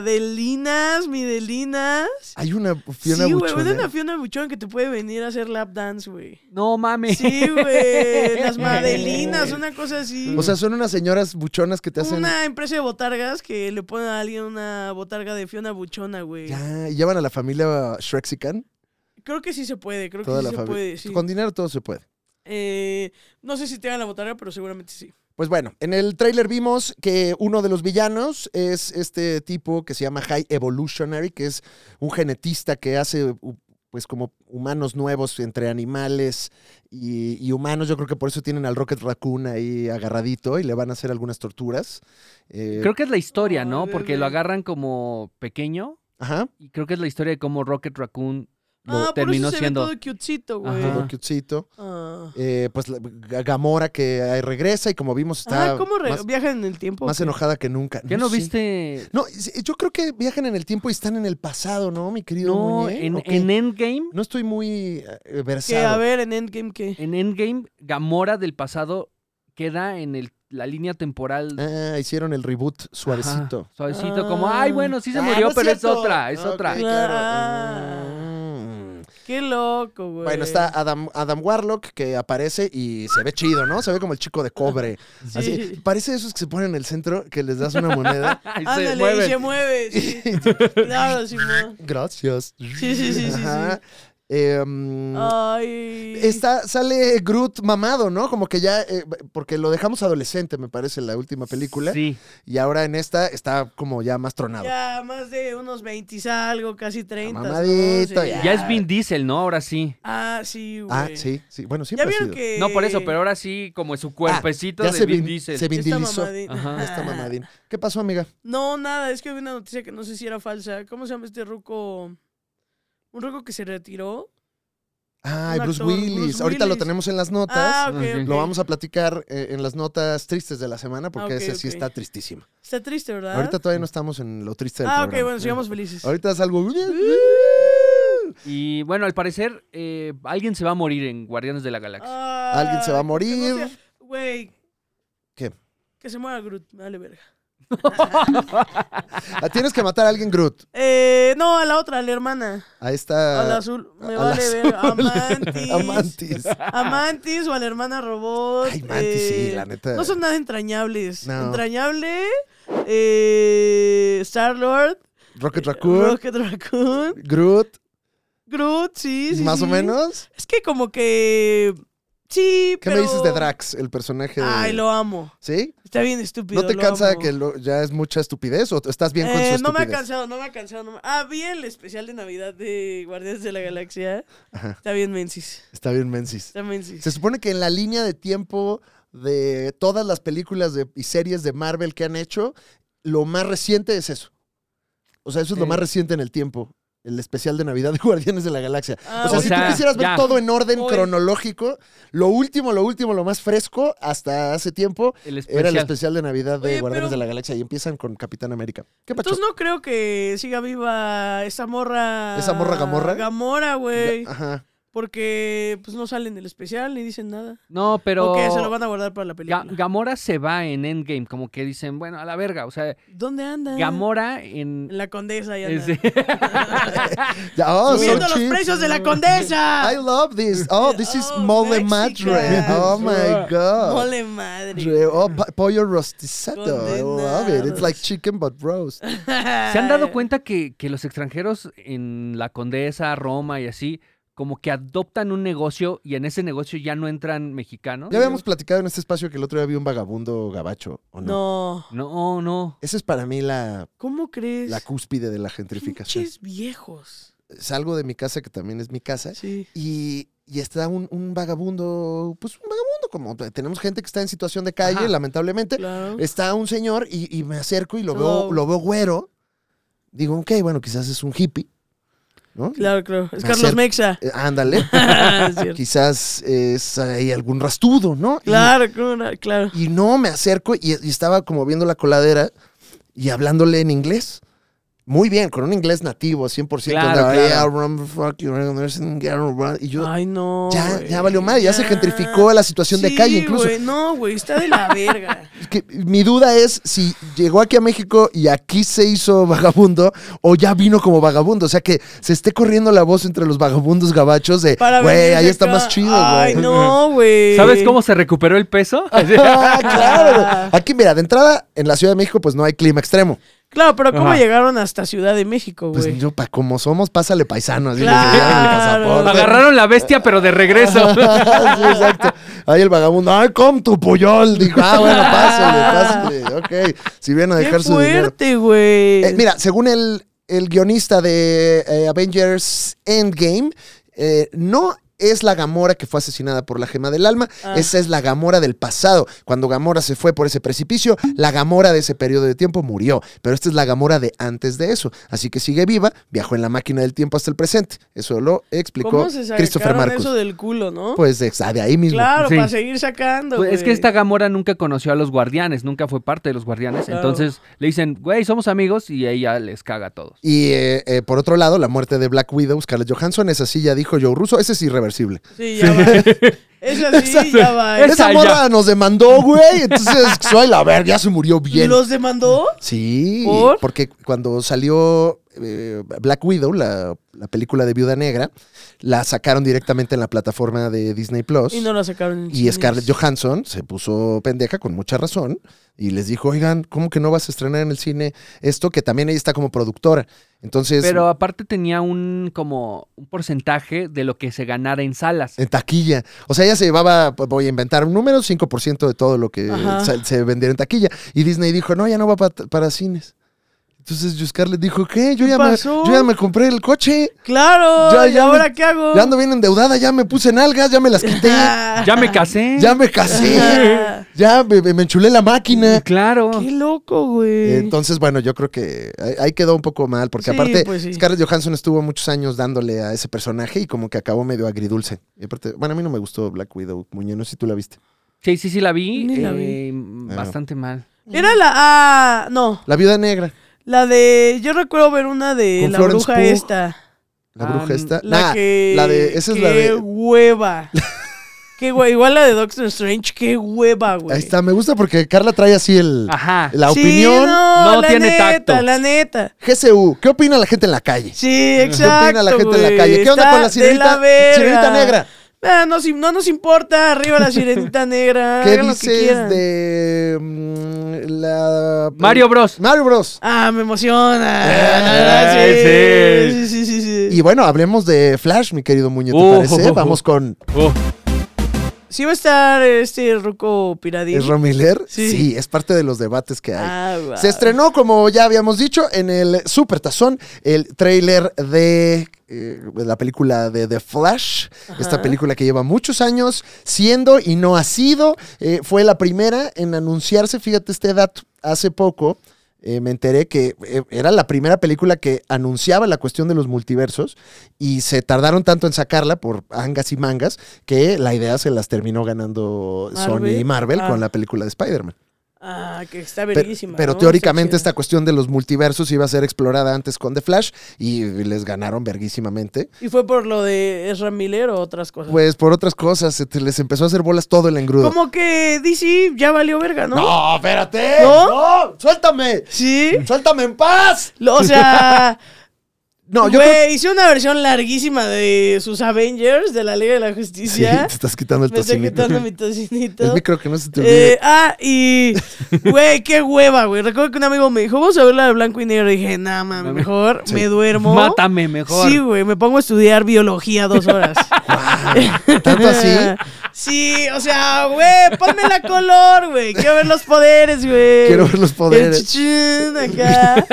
[SPEAKER 2] madelinas, midelinas.
[SPEAKER 1] Hay una Fiona
[SPEAKER 2] sí, güey,
[SPEAKER 1] Buchona.
[SPEAKER 2] hay una Fiona Buchona que te puede venir a hacer lap dance, güey.
[SPEAKER 5] No mames.
[SPEAKER 2] Sí, güey. Las madelinas, una cosa así.
[SPEAKER 1] O sea, son unas señoras buchonas que te hacen.
[SPEAKER 2] una empresa de botargas que le pone a alguien una botarga de Fiona Buchona, güey.
[SPEAKER 1] Ya, y llevan a la familia Shrexican.
[SPEAKER 2] Creo que sí se puede, creo
[SPEAKER 1] Toda
[SPEAKER 2] que
[SPEAKER 1] la
[SPEAKER 2] sí se
[SPEAKER 1] familia.
[SPEAKER 2] puede, sí.
[SPEAKER 1] Con dinero todo se puede.
[SPEAKER 2] Eh, no sé si tengan la botarga, pero seguramente sí.
[SPEAKER 1] Pues bueno, en el tráiler vimos que uno de los villanos es este tipo que se llama High Evolutionary, que es un genetista que hace u- pues como humanos nuevos entre animales y, y humanos. Yo creo que por eso tienen al Rocket Raccoon ahí agarradito y le van a hacer algunas torturas. Eh,
[SPEAKER 5] Creo que es la historia, ¿no?
[SPEAKER 2] Ay,
[SPEAKER 5] Porque lo
[SPEAKER 2] bebé.
[SPEAKER 5] agarran como pequeño
[SPEAKER 1] Ajá.
[SPEAKER 5] y creo que es la historia de cómo Rocket Raccoon lo
[SPEAKER 2] Ah, por
[SPEAKER 5] terminó
[SPEAKER 2] eso se
[SPEAKER 5] siendo.
[SPEAKER 2] ve todo cutecito, güey.
[SPEAKER 5] Ajá.
[SPEAKER 1] Todo cutecito.
[SPEAKER 2] Ah.
[SPEAKER 1] Eh, pues la- G- Gamora que ahí regresa y como vimos está
[SPEAKER 2] Ah, ¿cómo re-
[SPEAKER 1] más,
[SPEAKER 2] viajan en el tiempo?
[SPEAKER 1] más
[SPEAKER 2] o qué?
[SPEAKER 1] enojada que nunca.
[SPEAKER 5] ¿Ya no
[SPEAKER 1] sé.
[SPEAKER 5] viste?
[SPEAKER 1] No, es- yo creo que viajan en el tiempo y están en el pasado, ¿no, mi querido?
[SPEAKER 5] No,
[SPEAKER 1] Muñe?
[SPEAKER 5] en,
[SPEAKER 1] ¿O qué?
[SPEAKER 5] en Endgame.
[SPEAKER 1] No estoy muy eh,
[SPEAKER 2] Que a
[SPEAKER 1] versado.
[SPEAKER 2] ver, en Endgame, ¿qué?
[SPEAKER 5] En Endgame, Gamora del pasado queda en el, la línea temporal.
[SPEAKER 1] Ah, hicieron el reboot suavecito.
[SPEAKER 5] Ajá, suavecito, como, ay, bueno, sí se
[SPEAKER 1] Ah,
[SPEAKER 5] murió,
[SPEAKER 1] no es
[SPEAKER 5] pero es
[SPEAKER 1] cierto.
[SPEAKER 5] otra, es
[SPEAKER 1] Ah, ok,
[SPEAKER 5] otra.
[SPEAKER 1] claro.
[SPEAKER 2] Ah.
[SPEAKER 1] Mm.
[SPEAKER 2] Qué loco, güey.
[SPEAKER 1] Bueno, está Adam, Adam Warlock que aparece y se ve chido, ¿no? Se ve como el chico de cobre.
[SPEAKER 2] Sí.
[SPEAKER 1] Así, parece esos que se ponen en el centro, que les das una moneda.
[SPEAKER 5] Ay, se
[SPEAKER 2] Ándale,
[SPEAKER 5] mueven.
[SPEAKER 2] y se mueve. Sí. claro, Simón.
[SPEAKER 1] Gracias.
[SPEAKER 2] Sí, sí, sí, sí, sí.
[SPEAKER 1] Ajá. Em,
[SPEAKER 2] Ay.
[SPEAKER 1] Está, sale Groot mamado, ¿no? Como que ya, eh, porque lo dejamos adolescente, me parece, en la última película.
[SPEAKER 5] Sí,
[SPEAKER 1] Y ahora en esta está como ya más tronado.
[SPEAKER 2] Ya más de unos 20 y algo, casi 30. ¿no?
[SPEAKER 1] mamadito,
[SPEAKER 2] Sí.
[SPEAKER 5] ya es Vin Diesel, ¿no? Ahora sí.
[SPEAKER 2] Ah, sí, güey.
[SPEAKER 1] Ah, sí, sí. Bueno,
[SPEAKER 2] ¿Ya
[SPEAKER 1] siempre ha
[SPEAKER 2] vieron
[SPEAKER 1] sido.
[SPEAKER 2] que...?
[SPEAKER 5] No, por eso, pero ahora sí, como su cuerpecito
[SPEAKER 1] Ah, ya
[SPEAKER 5] de
[SPEAKER 1] se
[SPEAKER 5] Vin
[SPEAKER 1] vin-
[SPEAKER 5] Diesel.
[SPEAKER 1] se
[SPEAKER 2] Está
[SPEAKER 1] vindilizó.
[SPEAKER 2] mamadín.
[SPEAKER 5] Ajá.
[SPEAKER 1] Está mamadín. ¿Qué pasó, amiga?
[SPEAKER 2] No, nada, es que vi una noticia que no sé si era falsa. ¿Cómo se llama este ruco? Un ruco que se retiró.
[SPEAKER 1] Ay,
[SPEAKER 2] Un
[SPEAKER 1] Bruce
[SPEAKER 2] actor,
[SPEAKER 1] Willis.
[SPEAKER 2] Bruce
[SPEAKER 1] Ahorita lo
[SPEAKER 2] Willis.
[SPEAKER 1] tenemos en las notas.
[SPEAKER 2] Ah, ok,
[SPEAKER 5] Ujú.
[SPEAKER 2] ok.
[SPEAKER 1] Lo vamos a platicar eh, en las notas tristes de la semana porque
[SPEAKER 2] Ah, ok,
[SPEAKER 1] ese sí
[SPEAKER 2] ok.
[SPEAKER 1] está tristísimo.
[SPEAKER 2] Está triste, ¿verdad?
[SPEAKER 1] Ahorita todavía no estamos en lo triste del
[SPEAKER 2] ah, ok,
[SPEAKER 1] programa.
[SPEAKER 2] bueno, sigamos felices.
[SPEAKER 1] Ahorita es algo...
[SPEAKER 5] Y bueno, al parecer, eh, alguien se va a morir en Guardianes de la Galaxia.
[SPEAKER 2] Ah,
[SPEAKER 1] Alguien se va a
[SPEAKER 2] que no
[SPEAKER 1] morir.
[SPEAKER 2] sea- Güey.
[SPEAKER 1] ¿Qué?
[SPEAKER 2] Que se muera Groot, me vale verga.
[SPEAKER 1] Ah, Tienes que matar a alguien, Groot.
[SPEAKER 2] Eh, no, a la otra, a la hermana.
[SPEAKER 1] Ahí está...
[SPEAKER 2] a la azul, me
[SPEAKER 1] Ah, a la
[SPEAKER 2] vale
[SPEAKER 1] azul.
[SPEAKER 2] verga. A Mantis.
[SPEAKER 1] A Mantis.
[SPEAKER 2] A Mantis o a la hermana robot.
[SPEAKER 1] Ay, Mantis, sí,
[SPEAKER 2] eh,
[SPEAKER 1] la neta.
[SPEAKER 2] No son nada entrañables.
[SPEAKER 1] No.
[SPEAKER 2] Entrañable, eh, Star-Lord,
[SPEAKER 1] Rocket Raccoon,
[SPEAKER 2] eh, Rocket Raccoon,
[SPEAKER 1] Groot,
[SPEAKER 2] Groot, sí, sí,
[SPEAKER 1] más o
[SPEAKER 2] sí.
[SPEAKER 1] menos.
[SPEAKER 2] Es que como que. Sí,
[SPEAKER 1] ¿Qué
[SPEAKER 2] pero-
[SPEAKER 1] me dices de Drax, el personaje? de-
[SPEAKER 2] Ay, lo amo.
[SPEAKER 1] ¿Sí?
[SPEAKER 2] Está bien estúpido.
[SPEAKER 1] ¿No te
[SPEAKER 2] lo
[SPEAKER 1] cansa
[SPEAKER 2] amo.
[SPEAKER 1] que lo- ya es mucha estupidez o estás bien con su
[SPEAKER 2] Eh,
[SPEAKER 1] estupidez?
[SPEAKER 2] no me ha cansado, no me ha cansado. no me- Ah, vi el especial de Navidad de Guardianes de la Galaxia.
[SPEAKER 1] Ajá.
[SPEAKER 2] Está bien, Mensis.
[SPEAKER 1] Está bien, Mensis.
[SPEAKER 2] Está Mensis.
[SPEAKER 1] Se supone que en la línea de tiempo de todas las películas de- y series de Marvel que han hecho, lo más reciente es eso. O sea, eso es lo
[SPEAKER 5] Sí.
[SPEAKER 1] más reciente en el tiempo. El especial de Navidad de Guardianes de la Galaxia.
[SPEAKER 2] Ah,
[SPEAKER 1] o sea,
[SPEAKER 5] o
[SPEAKER 1] si tú
[SPEAKER 5] sea,
[SPEAKER 1] quisieras ver
[SPEAKER 5] ya.
[SPEAKER 1] todo en orden
[SPEAKER 2] Hoy.
[SPEAKER 1] cronológico, lo último, lo último, lo más fresco hasta hace tiempo era el
[SPEAKER 5] El especial.
[SPEAKER 1] especial de Navidad de
[SPEAKER 2] Oye,
[SPEAKER 1] Guardianes
[SPEAKER 2] pero-
[SPEAKER 1] de la Galaxia y empiezan con Capitán América. ¿Qué pacho?
[SPEAKER 2] Entonces no creo que siga viva esa morra.
[SPEAKER 1] ¿Esa morra Gamorra?
[SPEAKER 2] Gamora, güey.
[SPEAKER 1] Ajá.
[SPEAKER 2] Porque pues no salen del especial ni dicen nada.
[SPEAKER 5] No, pero.
[SPEAKER 2] O que se lo van a guardar para la
[SPEAKER 5] Ga-
[SPEAKER 2] película.
[SPEAKER 5] Gamora se va en Endgame, como que dicen, bueno, a la verga. O sea,
[SPEAKER 2] ¿Dónde anda?
[SPEAKER 5] Gamora en.
[SPEAKER 2] Ah. En la condesa ya anda.
[SPEAKER 5] Sí.
[SPEAKER 1] Ya, oh, so
[SPEAKER 2] Subiendo los
[SPEAKER 1] cheap.
[SPEAKER 2] precios de la condesa.
[SPEAKER 1] I love this. Oh, this is
[SPEAKER 2] Oh,
[SPEAKER 1] mole
[SPEAKER 2] Mexican.
[SPEAKER 1] madre. Oh my god.
[SPEAKER 2] Mole madre.
[SPEAKER 1] Re- Oh, po- pollo rostizado. I love it.
[SPEAKER 2] Condenados.
[SPEAKER 1] It's like chicken but roast.
[SPEAKER 5] ¿Se han
[SPEAKER 2] Ah.
[SPEAKER 5] dado cuenta que, que los extranjeros en la Condesa, Roma y así, como que adoptan un negocio y en ese negocio ya no entran mexicanos?
[SPEAKER 1] Ya habíamos platicado en este espacio que el otro día había un vagabundo gabacho, ¿o no?
[SPEAKER 2] No.
[SPEAKER 5] No, no.
[SPEAKER 1] Esa es para mí la,
[SPEAKER 2] ¿Cómo crees?
[SPEAKER 1] la cúspide de la gentrificación.
[SPEAKER 2] Pinches viejos.
[SPEAKER 1] Salgo de mi casa, que también es mi casa,
[SPEAKER 2] Sí.
[SPEAKER 1] y, y está un, un vagabundo, pues un vagabundo, como tenemos gente que está en situación de calle,
[SPEAKER 5] Ajá.
[SPEAKER 1] lamentablemente.
[SPEAKER 2] Claro.
[SPEAKER 1] Está un señor y, y me acerco y lo,
[SPEAKER 2] No.
[SPEAKER 1] veo, lo veo güero. Digo, ok, bueno, quizás es un hippie. ¿no?
[SPEAKER 2] Claro, claro. Es
[SPEAKER 1] Hacer-
[SPEAKER 2] Carlos Mexa.
[SPEAKER 1] Eh, ándale.
[SPEAKER 2] Es cierto.
[SPEAKER 1] Quizás es ahí algún rastudo, ¿no? Y-
[SPEAKER 2] claro, cómo no, claro.
[SPEAKER 1] Y, no, me acerco y, y estaba como viendo la coladera y hablándole en inglés. Muy bien, con un inglés nativo, 100%.
[SPEAKER 5] Claro,
[SPEAKER 1] de,
[SPEAKER 5] claro.
[SPEAKER 1] "Yeah, run, fuck you, run, there's a girl", Y yo,
[SPEAKER 2] Ay, no.
[SPEAKER 1] ya,
[SPEAKER 2] güey. Ah.
[SPEAKER 1] ya valió madre, ya se gentrificó la situación de
[SPEAKER 2] Sí,
[SPEAKER 1] calle incluso.
[SPEAKER 2] güey, No, güey, está de la verga.
[SPEAKER 1] Es que mi duda es si llegó aquí a México y aquí se hizo vagabundo o ya vino como vagabundo. O sea, que se esté corriendo la voz entre los vagabundos gabachos de,
[SPEAKER 2] Para
[SPEAKER 1] güey,
[SPEAKER 2] venirse
[SPEAKER 1] ahí está
[SPEAKER 2] acá.
[SPEAKER 1] más chido,
[SPEAKER 2] Ay,
[SPEAKER 1] güey".
[SPEAKER 2] no, güey.
[SPEAKER 5] ¿Sabes cómo se recuperó el peso?
[SPEAKER 1] Ah, claro. güey. Aquí, mira, de entrada, en la Ciudad de México, pues no hay clima extremo.
[SPEAKER 2] Claro, pero ¿cómo
[SPEAKER 5] Ajá.
[SPEAKER 2] llegaron hasta Ciudad de México,
[SPEAKER 1] Pues
[SPEAKER 2] güey?
[SPEAKER 1] yo, pa, como somos, pásale paisano. Así les
[SPEAKER 2] Claro.
[SPEAKER 1] enseñaron el pasaporte.
[SPEAKER 5] Agarraron la bestia, pero de regreso.
[SPEAKER 1] sí, exacto. Ahí el vagabundo, ay, con tu pollol. Dijo, ah, bueno, pásale, pásale. Ok, si viene a dejar
[SPEAKER 2] Qué
[SPEAKER 1] su dinero.
[SPEAKER 2] fuerte, güey.
[SPEAKER 1] Eh, mira, según el, el guionista de eh, Avengers Endgame, eh, no es la Gamora que fue asesinada por la gema del alma,
[SPEAKER 2] Ah.
[SPEAKER 1] esa es la Gamora del pasado. Cuando Gamora se fue por ese precipicio, la Gamora de ese periodo de tiempo murió, pero esta es la Gamora de antes de eso. Así que sigue viva, viajó en la máquina del tiempo hasta el presente. Eso lo explicó
[SPEAKER 2] ¿Cómo se
[SPEAKER 1] Christopher
[SPEAKER 2] sacaron
[SPEAKER 1] Marcus.
[SPEAKER 2] eso del culo, no?
[SPEAKER 1] Pues de, ah, de ahí mismo.
[SPEAKER 2] claro,
[SPEAKER 5] Sí.
[SPEAKER 2] para seguir sacando,
[SPEAKER 5] Pues es que
[SPEAKER 2] güey.
[SPEAKER 5] esta Gamora nunca conoció a los guardianes, nunca fue parte de los guardianes.
[SPEAKER 2] Claro.
[SPEAKER 5] Entonces le dicen, güey, somos amigos y ella les caga a todos.
[SPEAKER 1] Y eh, eh, por otro lado, la muerte de Black Widow, Scarlett Johansson, esa sí ya dijo Joe Russo, ese es irreversible.
[SPEAKER 2] Sí, ya va. Esa sí, ya va.
[SPEAKER 5] Esa
[SPEAKER 1] Esa
[SPEAKER 5] ya.
[SPEAKER 1] morra nos demandó, güey. Entonces, soy la verga, ya se murió bien.
[SPEAKER 2] ¿Los demandó?
[SPEAKER 1] Sí,
[SPEAKER 2] ¿Por?
[SPEAKER 1] porque cuando salió eh, Black Widow, la, la película de Viuda Negra, la sacaron directamente en la plataforma de Disney Plus.
[SPEAKER 2] Y no la sacaron. en
[SPEAKER 1] Y
[SPEAKER 2] cines.
[SPEAKER 1] Scarlett Johansson se puso pendeja con mucha razón y les dijo, oigan, ¿cómo que no vas a estrenar en el cine esto? Que también ella está como productora. Entonces,
[SPEAKER 5] Pero aparte tenía un como un porcentaje de lo que se ganara en salas.
[SPEAKER 1] en taquilla. O sea, ella se llevaba, pues, voy a inventar un número, 5% de todo lo que
[SPEAKER 2] Ajá.
[SPEAKER 1] se, se vendiera en taquilla. Y Disney dijo, no, ya no va pa- para cines. Entonces Scarlett dijo, ¿qué? Yo
[SPEAKER 2] ¿Qué
[SPEAKER 1] ya, me,
[SPEAKER 2] pasó?
[SPEAKER 1] yo ya me compré el coche.
[SPEAKER 2] Claro,
[SPEAKER 1] Ya-
[SPEAKER 2] ¿y
[SPEAKER 1] ya
[SPEAKER 2] ahora
[SPEAKER 1] me-
[SPEAKER 2] qué hago?
[SPEAKER 1] Ya ando bien endeudada, ya me puse nalgas, ya me las quité,
[SPEAKER 2] Ah,
[SPEAKER 5] Ya me casé.
[SPEAKER 1] ya me casé,
[SPEAKER 2] ah,
[SPEAKER 1] ya me, me enchulé la máquina.
[SPEAKER 5] Claro.
[SPEAKER 2] Qué loco, güey.
[SPEAKER 1] Entonces, bueno, yo creo que ahí- ahí quedó un poco mal,
[SPEAKER 2] Sí,
[SPEAKER 1] porque aparte
[SPEAKER 2] pues sí.
[SPEAKER 1] Scarlett Johansson estuvo muchos años dándole a ese personaje y como que acabó medio agridulce. Y aparte, bueno, a mí no me gustó Black Widow, Muñoz, no sé si tú la viste.
[SPEAKER 5] Sí, sí, sí, la vi.
[SPEAKER 2] Ni la
[SPEAKER 5] eh, Bastante mal.
[SPEAKER 2] Era la. Ah, no.
[SPEAKER 1] La viuda negra.
[SPEAKER 2] La de. Yo recuerdo ver una de
[SPEAKER 1] Con
[SPEAKER 2] la
[SPEAKER 1] Florence
[SPEAKER 2] bruja
[SPEAKER 1] Pugh.
[SPEAKER 2] esta.
[SPEAKER 1] La
[SPEAKER 5] Ah,
[SPEAKER 1] bruja esta.
[SPEAKER 2] La
[SPEAKER 1] Nah,
[SPEAKER 2] que.
[SPEAKER 1] la de. Esa es la
[SPEAKER 2] qué
[SPEAKER 1] de.
[SPEAKER 2] hueva. qué hue- Igual la de Doctor Strange. Qué hueva, güey.
[SPEAKER 1] Ahí está, me gusta porque Carla trae así el.
[SPEAKER 5] Ajá.
[SPEAKER 1] La
[SPEAKER 2] Sí,
[SPEAKER 1] opinión.
[SPEAKER 2] No,
[SPEAKER 5] no
[SPEAKER 2] la
[SPEAKER 5] tiene
[SPEAKER 2] neta,
[SPEAKER 5] tacto.
[SPEAKER 2] La neta.
[SPEAKER 1] GCU, ¿qué opina la gente en la calle?
[SPEAKER 2] Sí, exacto.
[SPEAKER 1] opina la gente en la
[SPEAKER 2] güey.
[SPEAKER 1] calle? ¿Qué onda
[SPEAKER 2] Está
[SPEAKER 1] con la
[SPEAKER 2] de
[SPEAKER 1] sirenita-
[SPEAKER 2] verga.
[SPEAKER 1] sirenita negra?
[SPEAKER 2] Ah, no, si- no nos importa, arriba la sirenita negra.
[SPEAKER 1] ¿Qué
[SPEAKER 2] hagan lo que
[SPEAKER 1] dices
[SPEAKER 2] quieran.
[SPEAKER 1] de. mm, la.
[SPEAKER 5] Mario Bros.
[SPEAKER 1] Mario Bros.
[SPEAKER 2] Ah, me emociona. Ah,
[SPEAKER 5] Ay,
[SPEAKER 2] sí, sí, sí, sí.
[SPEAKER 1] Y bueno, hablemos de Flash, mi querido Muñe, ¿te
[SPEAKER 5] Uh,
[SPEAKER 1] parece?
[SPEAKER 5] uh, uh.
[SPEAKER 1] Vamos con
[SPEAKER 5] Oh,
[SPEAKER 2] Sí va a estar este Ruco Piradín.
[SPEAKER 1] Ezra Miller. Sí.
[SPEAKER 2] Sí.
[SPEAKER 1] es parte de los debates que hay.
[SPEAKER 2] Ah, guau.
[SPEAKER 1] Se estrenó, como ya habíamos dicho, en el Super Tazón, el tráiler de eh, la película de The Flash, esta película que lleva muchos años siendo y no ha sido. Eh, fue la primera en anunciarse, fíjate este dato, hace poco. eh, me enteré que eh, era la primera película que anunciaba la cuestión de los multiversos y se tardaron tanto en sacarla por angas y mangas que la idea se las terminó ganando Sony
[SPEAKER 2] Marvel.
[SPEAKER 1] y Marvel
[SPEAKER 2] Ah.
[SPEAKER 1] con la película de Spider-Man.
[SPEAKER 2] Ah, que está
[SPEAKER 1] Pe-
[SPEAKER 2] verguísima.
[SPEAKER 1] Pero
[SPEAKER 2] ¿no?
[SPEAKER 1] teóricamente
[SPEAKER 2] Está
[SPEAKER 1] esta cuestión de los multiversos iba a ser explorada antes con The Flash y les ganaron verguísimamente.
[SPEAKER 2] chida. ¿Y fue por lo de Ezra Miller o otras cosas?
[SPEAKER 1] Pues por otras cosas, se te- les empezó a hacer bolas todo el engrudo.
[SPEAKER 2] Como que DC ya valió verga, ¿no?
[SPEAKER 1] No, espérate.
[SPEAKER 2] ¿No?
[SPEAKER 1] no, suéltame.
[SPEAKER 2] Sí.
[SPEAKER 1] Suéltame en paz.
[SPEAKER 2] Lo- O sea,
[SPEAKER 1] No, yo
[SPEAKER 2] güey,
[SPEAKER 1] creo
[SPEAKER 2] hice una versión larguísima de sus Avengers, de la Liga de la
[SPEAKER 1] Sí, te
[SPEAKER 2] Justicia.
[SPEAKER 1] estás quitando el
[SPEAKER 2] ¿eh? Me estoy
[SPEAKER 1] tocinito.
[SPEAKER 2] quitando mi tocinito.
[SPEAKER 1] El micro que no se te olvide.
[SPEAKER 2] Eh, ah, y, güey, qué hueva, güey. Recuerdo que un amigo me dijo, vamos a ver la de blanco y negro. Y dije, nah, mami, mejor
[SPEAKER 1] Sí.
[SPEAKER 2] me duermo.
[SPEAKER 5] Mátame mejor.
[SPEAKER 2] Sí, güey, me pongo a estudiar biología dos horas.
[SPEAKER 1] Tanto así.
[SPEAKER 2] Sí, o sea, güey, ponme la color, güey. Quiero ver los poderes, güey.
[SPEAKER 1] Quiero ver los poderes.
[SPEAKER 2] El chichín acá.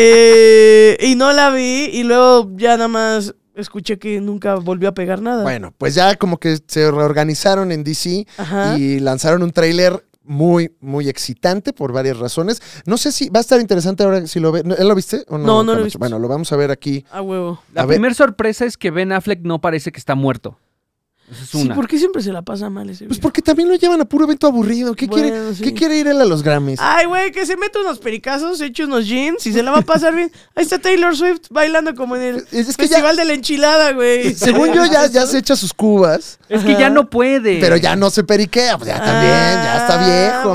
[SPEAKER 2] Eh, y no la vi, y luego ya nada más escuché que nunca volvió a pegar nada.
[SPEAKER 1] Bueno, pues ya como que se reorganizaron en DC
[SPEAKER 2] Ajá.
[SPEAKER 1] y lanzaron un tráiler muy, muy excitante por varias razones. No sé si va a estar interesante ahora si lo ve. ¿no- ¿Él lo viste o no?
[SPEAKER 2] No, no lo he
[SPEAKER 1] Camacho?
[SPEAKER 2] visto.
[SPEAKER 1] Bueno, lo vamos a ver aquí.
[SPEAKER 2] A huevo.
[SPEAKER 1] A
[SPEAKER 5] La
[SPEAKER 1] ver.
[SPEAKER 5] primera sorpresa es que Ben Affleck no parece que está muerto. Esa es
[SPEAKER 2] Sí,
[SPEAKER 5] una.
[SPEAKER 2] ¿por qué siempre se la pasa mal ese
[SPEAKER 1] Pues
[SPEAKER 2] viejo?
[SPEAKER 1] porque también lo llevan a puro evento aburrido. ¿Qué, quiere,
[SPEAKER 2] Bueno, sí. Ah,
[SPEAKER 1] ¿qué quiere ir él a los Grammys?
[SPEAKER 2] Ay, güey, que se meta unos pericazos, eche unos jeans y se la va a pasar bien. Ahí está Taylor Swift bailando como en el
[SPEAKER 1] Es- es que ya-
[SPEAKER 2] Festival de la Enchilada, güey.
[SPEAKER 1] Según yo, ya, ya se echa sus cubas,
[SPEAKER 5] Es que ya no puede.
[SPEAKER 1] pero ya no se periquea. Pues ya también, ya está viejo.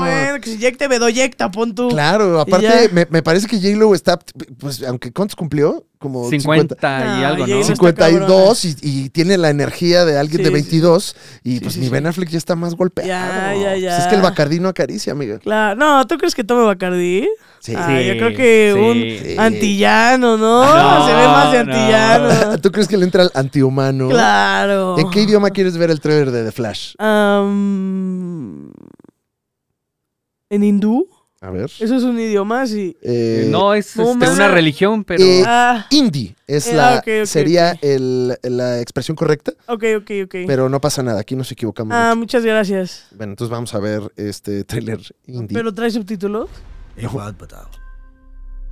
[SPEAKER 2] Ah, Bueno, que se inyecte bedoyecta, pon tú.
[SPEAKER 1] Claro, aparte,
[SPEAKER 2] ya.
[SPEAKER 1] me, me parece que J-Lo está, pues, aunque ¿cuántos cumplió? Como
[SPEAKER 5] 50 y
[SPEAKER 2] No,
[SPEAKER 5] algo,
[SPEAKER 2] Ah, ya
[SPEAKER 5] ¿no?
[SPEAKER 2] hizo-
[SPEAKER 1] 52 y, y tiene la energía de alguien
[SPEAKER 2] Este Sí,
[SPEAKER 1] de
[SPEAKER 2] sí,
[SPEAKER 1] 22 y pues
[SPEAKER 2] sí,
[SPEAKER 1] mi
[SPEAKER 2] sí.
[SPEAKER 1] Ben Affleck ya está más golpeado.
[SPEAKER 2] Ya, ya, ya.
[SPEAKER 1] Pues es que el bacardino acaricia, amiga.
[SPEAKER 2] Claro. No, ¿tú crees que tome Bacardí?
[SPEAKER 1] Sí.
[SPEAKER 2] Ah, yo creo que
[SPEAKER 5] Sí.
[SPEAKER 2] un
[SPEAKER 1] Sí.
[SPEAKER 2] antillano, ¿no?
[SPEAKER 5] No,
[SPEAKER 2] Se ve más de
[SPEAKER 5] no.
[SPEAKER 2] antillano.
[SPEAKER 1] ¿Tú crees que le entra al antihumano?
[SPEAKER 2] Claro.
[SPEAKER 1] ¿En qué idioma quieres ver el trailer de The Flash?
[SPEAKER 2] Am, ¿En hindú?
[SPEAKER 1] A ver.
[SPEAKER 2] Eso es un idioma, sí.
[SPEAKER 1] Eh,
[SPEAKER 5] No es
[SPEAKER 2] No,
[SPEAKER 5] este,
[SPEAKER 2] mames.
[SPEAKER 5] una religión, pero
[SPEAKER 1] Eh,
[SPEAKER 2] Ah,
[SPEAKER 1] Indie es
[SPEAKER 2] Eh,
[SPEAKER 1] la,
[SPEAKER 2] ah, ok, ok,
[SPEAKER 1] sería el- la expresión correcta,
[SPEAKER 2] ok, ok, ok.
[SPEAKER 1] pero no pasa nada, aquí nos equivocamos.
[SPEAKER 2] Ah,
[SPEAKER 1] mucho.
[SPEAKER 2] muchas gracias.
[SPEAKER 1] Bueno, entonces vamos a ver este trailer indie.
[SPEAKER 2] ¿Pero trae subtítulos?
[SPEAKER 9] एक
[SPEAKER 3] Oh.
[SPEAKER 9] बात बताओ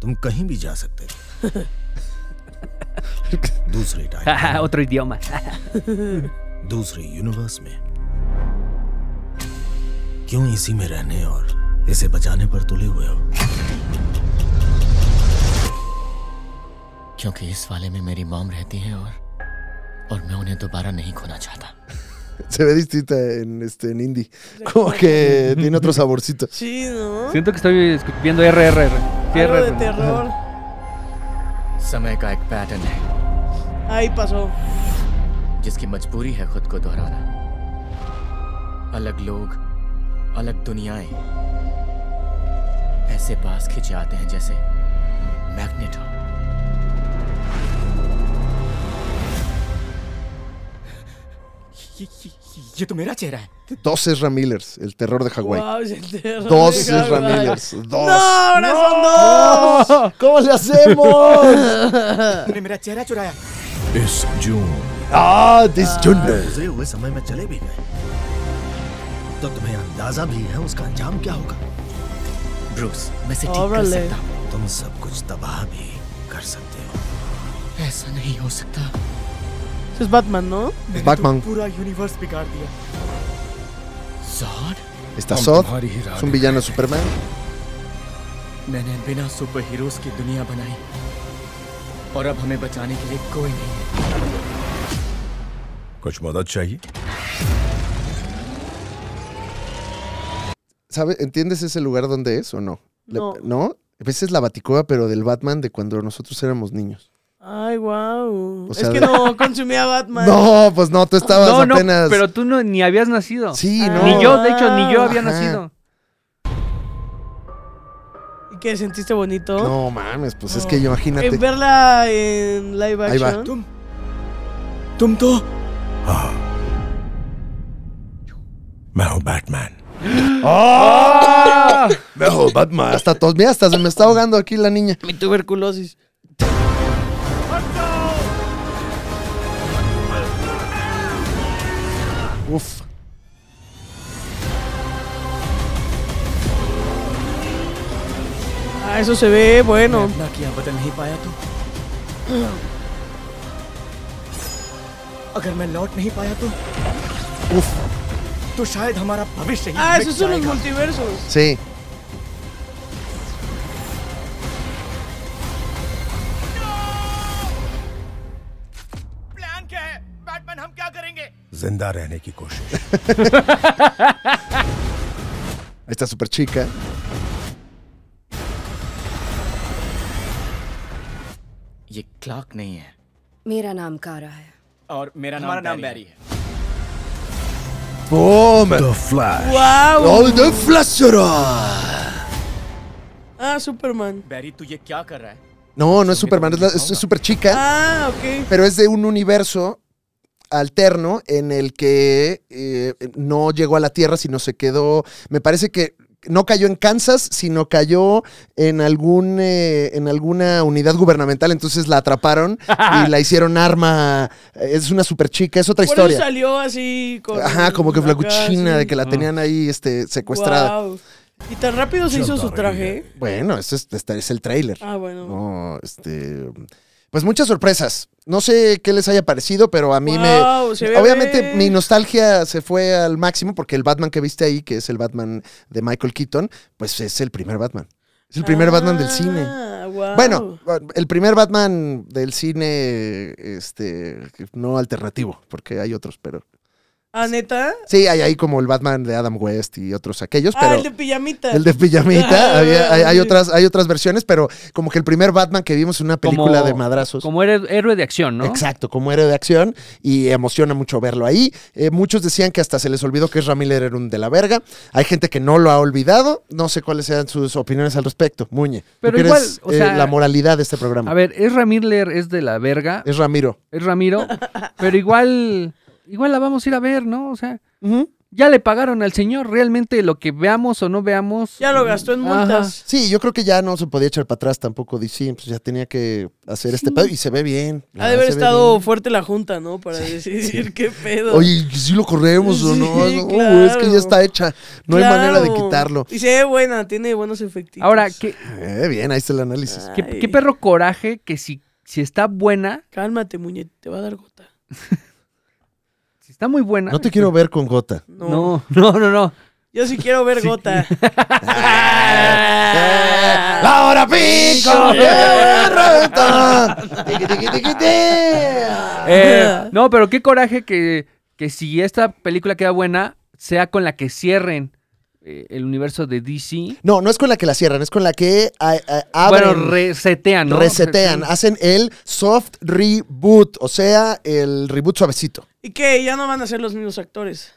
[SPEAKER 9] तुम कहीं भी जा सकते हो दूसरे टाइम
[SPEAKER 5] Ajá, otro idioma.
[SPEAKER 9] दूसरे यूनिवर्स में क्यों इसी में रहने और इसे बचाने पर तुले हुए हो
[SPEAKER 10] क्योंकि इस वाले में मेरी मॉम रहती है और और मैं उन्हें दोबारा नहीं खोना चाहता
[SPEAKER 1] Se ve distinta en, este, en indie. Como que tiene otro saborcito.
[SPEAKER 2] Sí, ¿no?
[SPEAKER 5] Siento que estoy escu- viendo RRR. Sí,
[SPEAKER 2] Algo de
[SPEAKER 5] RRR.
[SPEAKER 2] terror.
[SPEAKER 10] समय का एक पैटर्न है
[SPEAKER 2] Ahí pasó.
[SPEAKER 10] जिसकी मजबूरी है खुद को दोहराना अलग लोग अलग दुनियाएं ऐसे पास खिंचे आते हैं जैसे मैग्नेट हो ये, ये, ये तो मेरा चेहरा है
[SPEAKER 1] Dos Ezra Millers, el terror de Hawái.
[SPEAKER 2] Wow, es el terror.
[SPEAKER 1] Dos
[SPEAKER 2] de
[SPEAKER 1] Ezra
[SPEAKER 2] Hawái.
[SPEAKER 1] Millers. Dos.
[SPEAKER 2] ¡No, ahora son dos!
[SPEAKER 1] ¿Cómo le hacemos?
[SPEAKER 10] तूने मेरा चेहरा चुराया
[SPEAKER 9] इस जून
[SPEAKER 1] ah, this Junior.
[SPEAKER 9] गुजरे हुए समय में चले भी गए तो तुम्हें अंदाजा भी है उसका अंजाम क्या होगा
[SPEAKER 10] ब्रूस मैं इसे ठीक कर
[SPEAKER 2] Órale.
[SPEAKER 10] सकता हूँ
[SPEAKER 9] तुम सब कुछ तबाह भी कर सकते हो
[SPEAKER 10] ऐसा नहीं हो सकता
[SPEAKER 2] Eso es Batman, ¿no?
[SPEAKER 1] Batman.
[SPEAKER 10] पूरा यूनिवर्स बिगाड़ दिया जॉन
[SPEAKER 1] Está Zod. Es un villano de Superman.
[SPEAKER 10] मैंने बिना सुपर हीरोज की दुनिया बनाई और अब हमें बचाने के लिए कोई नहीं है
[SPEAKER 9] कुछ मदद चाहिए
[SPEAKER 1] ¿Sabes? ¿Entiendes ese lugar donde es o no? Le-
[SPEAKER 2] No.
[SPEAKER 1] ¿No? A veces es la Baticoa, pero del Batman de cuando nosotros éramos niños.
[SPEAKER 2] Ay, wow.
[SPEAKER 1] O sea,
[SPEAKER 2] es que
[SPEAKER 1] de-
[SPEAKER 2] no consumía Batman.
[SPEAKER 1] No, pues no, tú estabas
[SPEAKER 5] No, no,
[SPEAKER 1] apenas.
[SPEAKER 5] pero tú no, ni habías nacido.
[SPEAKER 1] Sí,
[SPEAKER 2] Ah.
[SPEAKER 1] no.
[SPEAKER 5] Ni yo, de hecho, ni yo había
[SPEAKER 1] Ajá.
[SPEAKER 5] nacido.
[SPEAKER 2] ¿Y qué? ¿Sentiste bonito?
[SPEAKER 1] No mames, pues es
[SPEAKER 2] No.
[SPEAKER 1] que imagínate.
[SPEAKER 2] En verla en live
[SPEAKER 1] Ahí va.
[SPEAKER 2] action.
[SPEAKER 10] तुम तो
[SPEAKER 9] हाँ मैं हूं बैटमैन
[SPEAKER 1] ¡Ah! No, Batman. Hasta todos. Mira, hasta se me está ahogando aquí la niña.
[SPEAKER 2] Mi tuberculosis.
[SPEAKER 1] Uf.
[SPEAKER 2] Ah, eso se ve bueno.
[SPEAKER 10] अपना किया बदल नहीं पाया तो अगर मैं लौट नहीं पाया तो तो शायद हमारा भविष्य ही
[SPEAKER 2] Ah,
[SPEAKER 10] मिट
[SPEAKER 2] esos son los
[SPEAKER 10] जाएगा।
[SPEAKER 2] multiversos.
[SPEAKER 1] Sí.
[SPEAKER 9] जिंदा रहने की कोशिश
[SPEAKER 1] Ahí está súper chica.
[SPEAKER 10] ये क्लार्क नहीं है
[SPEAKER 8] मेरा नाम कारा है
[SPEAKER 10] और मेरा नाम, नाम बैरी है
[SPEAKER 1] ¡Boom!
[SPEAKER 9] The Flash
[SPEAKER 2] Wow.
[SPEAKER 1] ¡All the Flasherah!
[SPEAKER 2] Ah, Superman.
[SPEAKER 10] बैरी तू ये क्या कर रहा है
[SPEAKER 1] No, no es Superman, es, la- es- es súper chica,
[SPEAKER 2] Ah, ok.
[SPEAKER 1] pero es de un universo alterno en el que eh, no llegó a la Tierra, sino se quedó. Me parece que no cayó en Kansas, sino cayó en, algún, eh, en alguna unidad gubernamental. Entonces la atraparon y la hicieron arma. Es una super chica, es otra
[SPEAKER 2] Por eso
[SPEAKER 1] historia.
[SPEAKER 2] salió así con...
[SPEAKER 1] Ajá, como que
[SPEAKER 2] acá,
[SPEAKER 1] flacuchina de
[SPEAKER 2] sí.
[SPEAKER 1] que la tenían ahí este, secuestrada.
[SPEAKER 2] Guau. Y tan rápido se hizo su traje. ¿eh?
[SPEAKER 1] Bueno, este es, este es el tráiler.
[SPEAKER 2] Ah, bueno.
[SPEAKER 1] No, este. Pues muchas sorpresas. No sé qué les haya parecido, pero a mí
[SPEAKER 2] Guau,
[SPEAKER 1] me.
[SPEAKER 2] se ve
[SPEAKER 1] obviamente
[SPEAKER 2] bien.
[SPEAKER 1] mi nostalgia se fue al máximo porque el Batman que viste ahí, que es el Batman de Michael Keaton, pues es el primer Batman. Es el primer Batman del cine.
[SPEAKER 2] Ah, guau.
[SPEAKER 1] Bueno, el primer Batman del cine, este, no alternativo, porque hay otros, pero.
[SPEAKER 2] Ah, neta.
[SPEAKER 1] Sí, hay ahí como el Batman de Adam West y otros aquellos,
[SPEAKER 2] ah,
[SPEAKER 1] Pues, pero.
[SPEAKER 2] el de pijamita.
[SPEAKER 1] El de pijamita,
[SPEAKER 2] Ah,
[SPEAKER 1] había- hay, hay
[SPEAKER 2] sí.
[SPEAKER 1] otras, hay otras versiones, pero como que el primer Batman que vimos en una película de madrazos.
[SPEAKER 5] Como héroe, héroe de acción, ¿no?
[SPEAKER 1] Exacto, como héroe de acción y emociona mucho verlo ahí. Eh, muchos decían que hasta se les olvidó que Ramírez era un de la verga. Hay gente que no lo ha olvidado. No sé cuáles sean sus opiniones al respecto. Muñe, tú
[SPEAKER 5] Pero
[SPEAKER 1] que
[SPEAKER 5] igual,
[SPEAKER 1] eres,
[SPEAKER 5] o
[SPEAKER 1] eh,
[SPEAKER 5] sea,
[SPEAKER 1] la moralidad de este
[SPEAKER 5] A
[SPEAKER 1] programa.
[SPEAKER 5] ver, es Ramírez, es de la verga,
[SPEAKER 1] Es Ramiro.
[SPEAKER 5] es Ramiro, pero igual, igual la vamos a ir a ver, ¿no? O sea, ya le pagaron al señor, realmente lo que veamos o no veamos.
[SPEAKER 2] Ya lo gastó en
[SPEAKER 5] Ajá.
[SPEAKER 2] multas.
[SPEAKER 1] Sí, yo creo que ya no se podía echar para atrás tampoco DC, pues ya tenía que hacer este pedo y se ve bien.
[SPEAKER 2] Ha de
[SPEAKER 1] Ah,
[SPEAKER 2] haber
[SPEAKER 1] se ve
[SPEAKER 2] estado
[SPEAKER 1] bien.
[SPEAKER 2] fuerte la junta, ¿no? Para decidir qué pedo.
[SPEAKER 1] Oye, si lo corremos o
[SPEAKER 2] Sí,
[SPEAKER 1] no, Ah, No, uh,
[SPEAKER 2] claro.
[SPEAKER 1] es que ya está hecha, no hay manera de
[SPEAKER 2] Claro.
[SPEAKER 1] quitarlo.
[SPEAKER 2] Y se ve buena, tiene buenos efectitos.
[SPEAKER 5] Ahora, ¿qué,
[SPEAKER 1] Eh, bien, ahí está el análisis.
[SPEAKER 5] qué,
[SPEAKER 2] Ay.
[SPEAKER 5] qué perro coraje que si, si está buena,
[SPEAKER 2] Cálmate, muñeco, te va a dar gota.
[SPEAKER 5] si está muy buena.
[SPEAKER 1] No te quiero ver con gota.
[SPEAKER 2] No.
[SPEAKER 5] No, no, no, no.
[SPEAKER 2] Yo sí quiero ver gota.
[SPEAKER 1] ¡La hora pico! ¡Eh, reventón! Tiqui, tiqui, tiqui, ti.
[SPEAKER 5] Eh, no, pero qué coraje que, que si esta película queda buena, sea con la que cierren eh, el universo de DC.
[SPEAKER 1] No, no es con la que la cierran, es con la que a- a- abren,
[SPEAKER 5] Bueno, resetean, ¿no?
[SPEAKER 1] resetean,
[SPEAKER 5] Sí.
[SPEAKER 1] hacen el soft reboot, o sea, el reboot suavecito.
[SPEAKER 2] ¿Y qué? Ya no van a ser los mismos actores.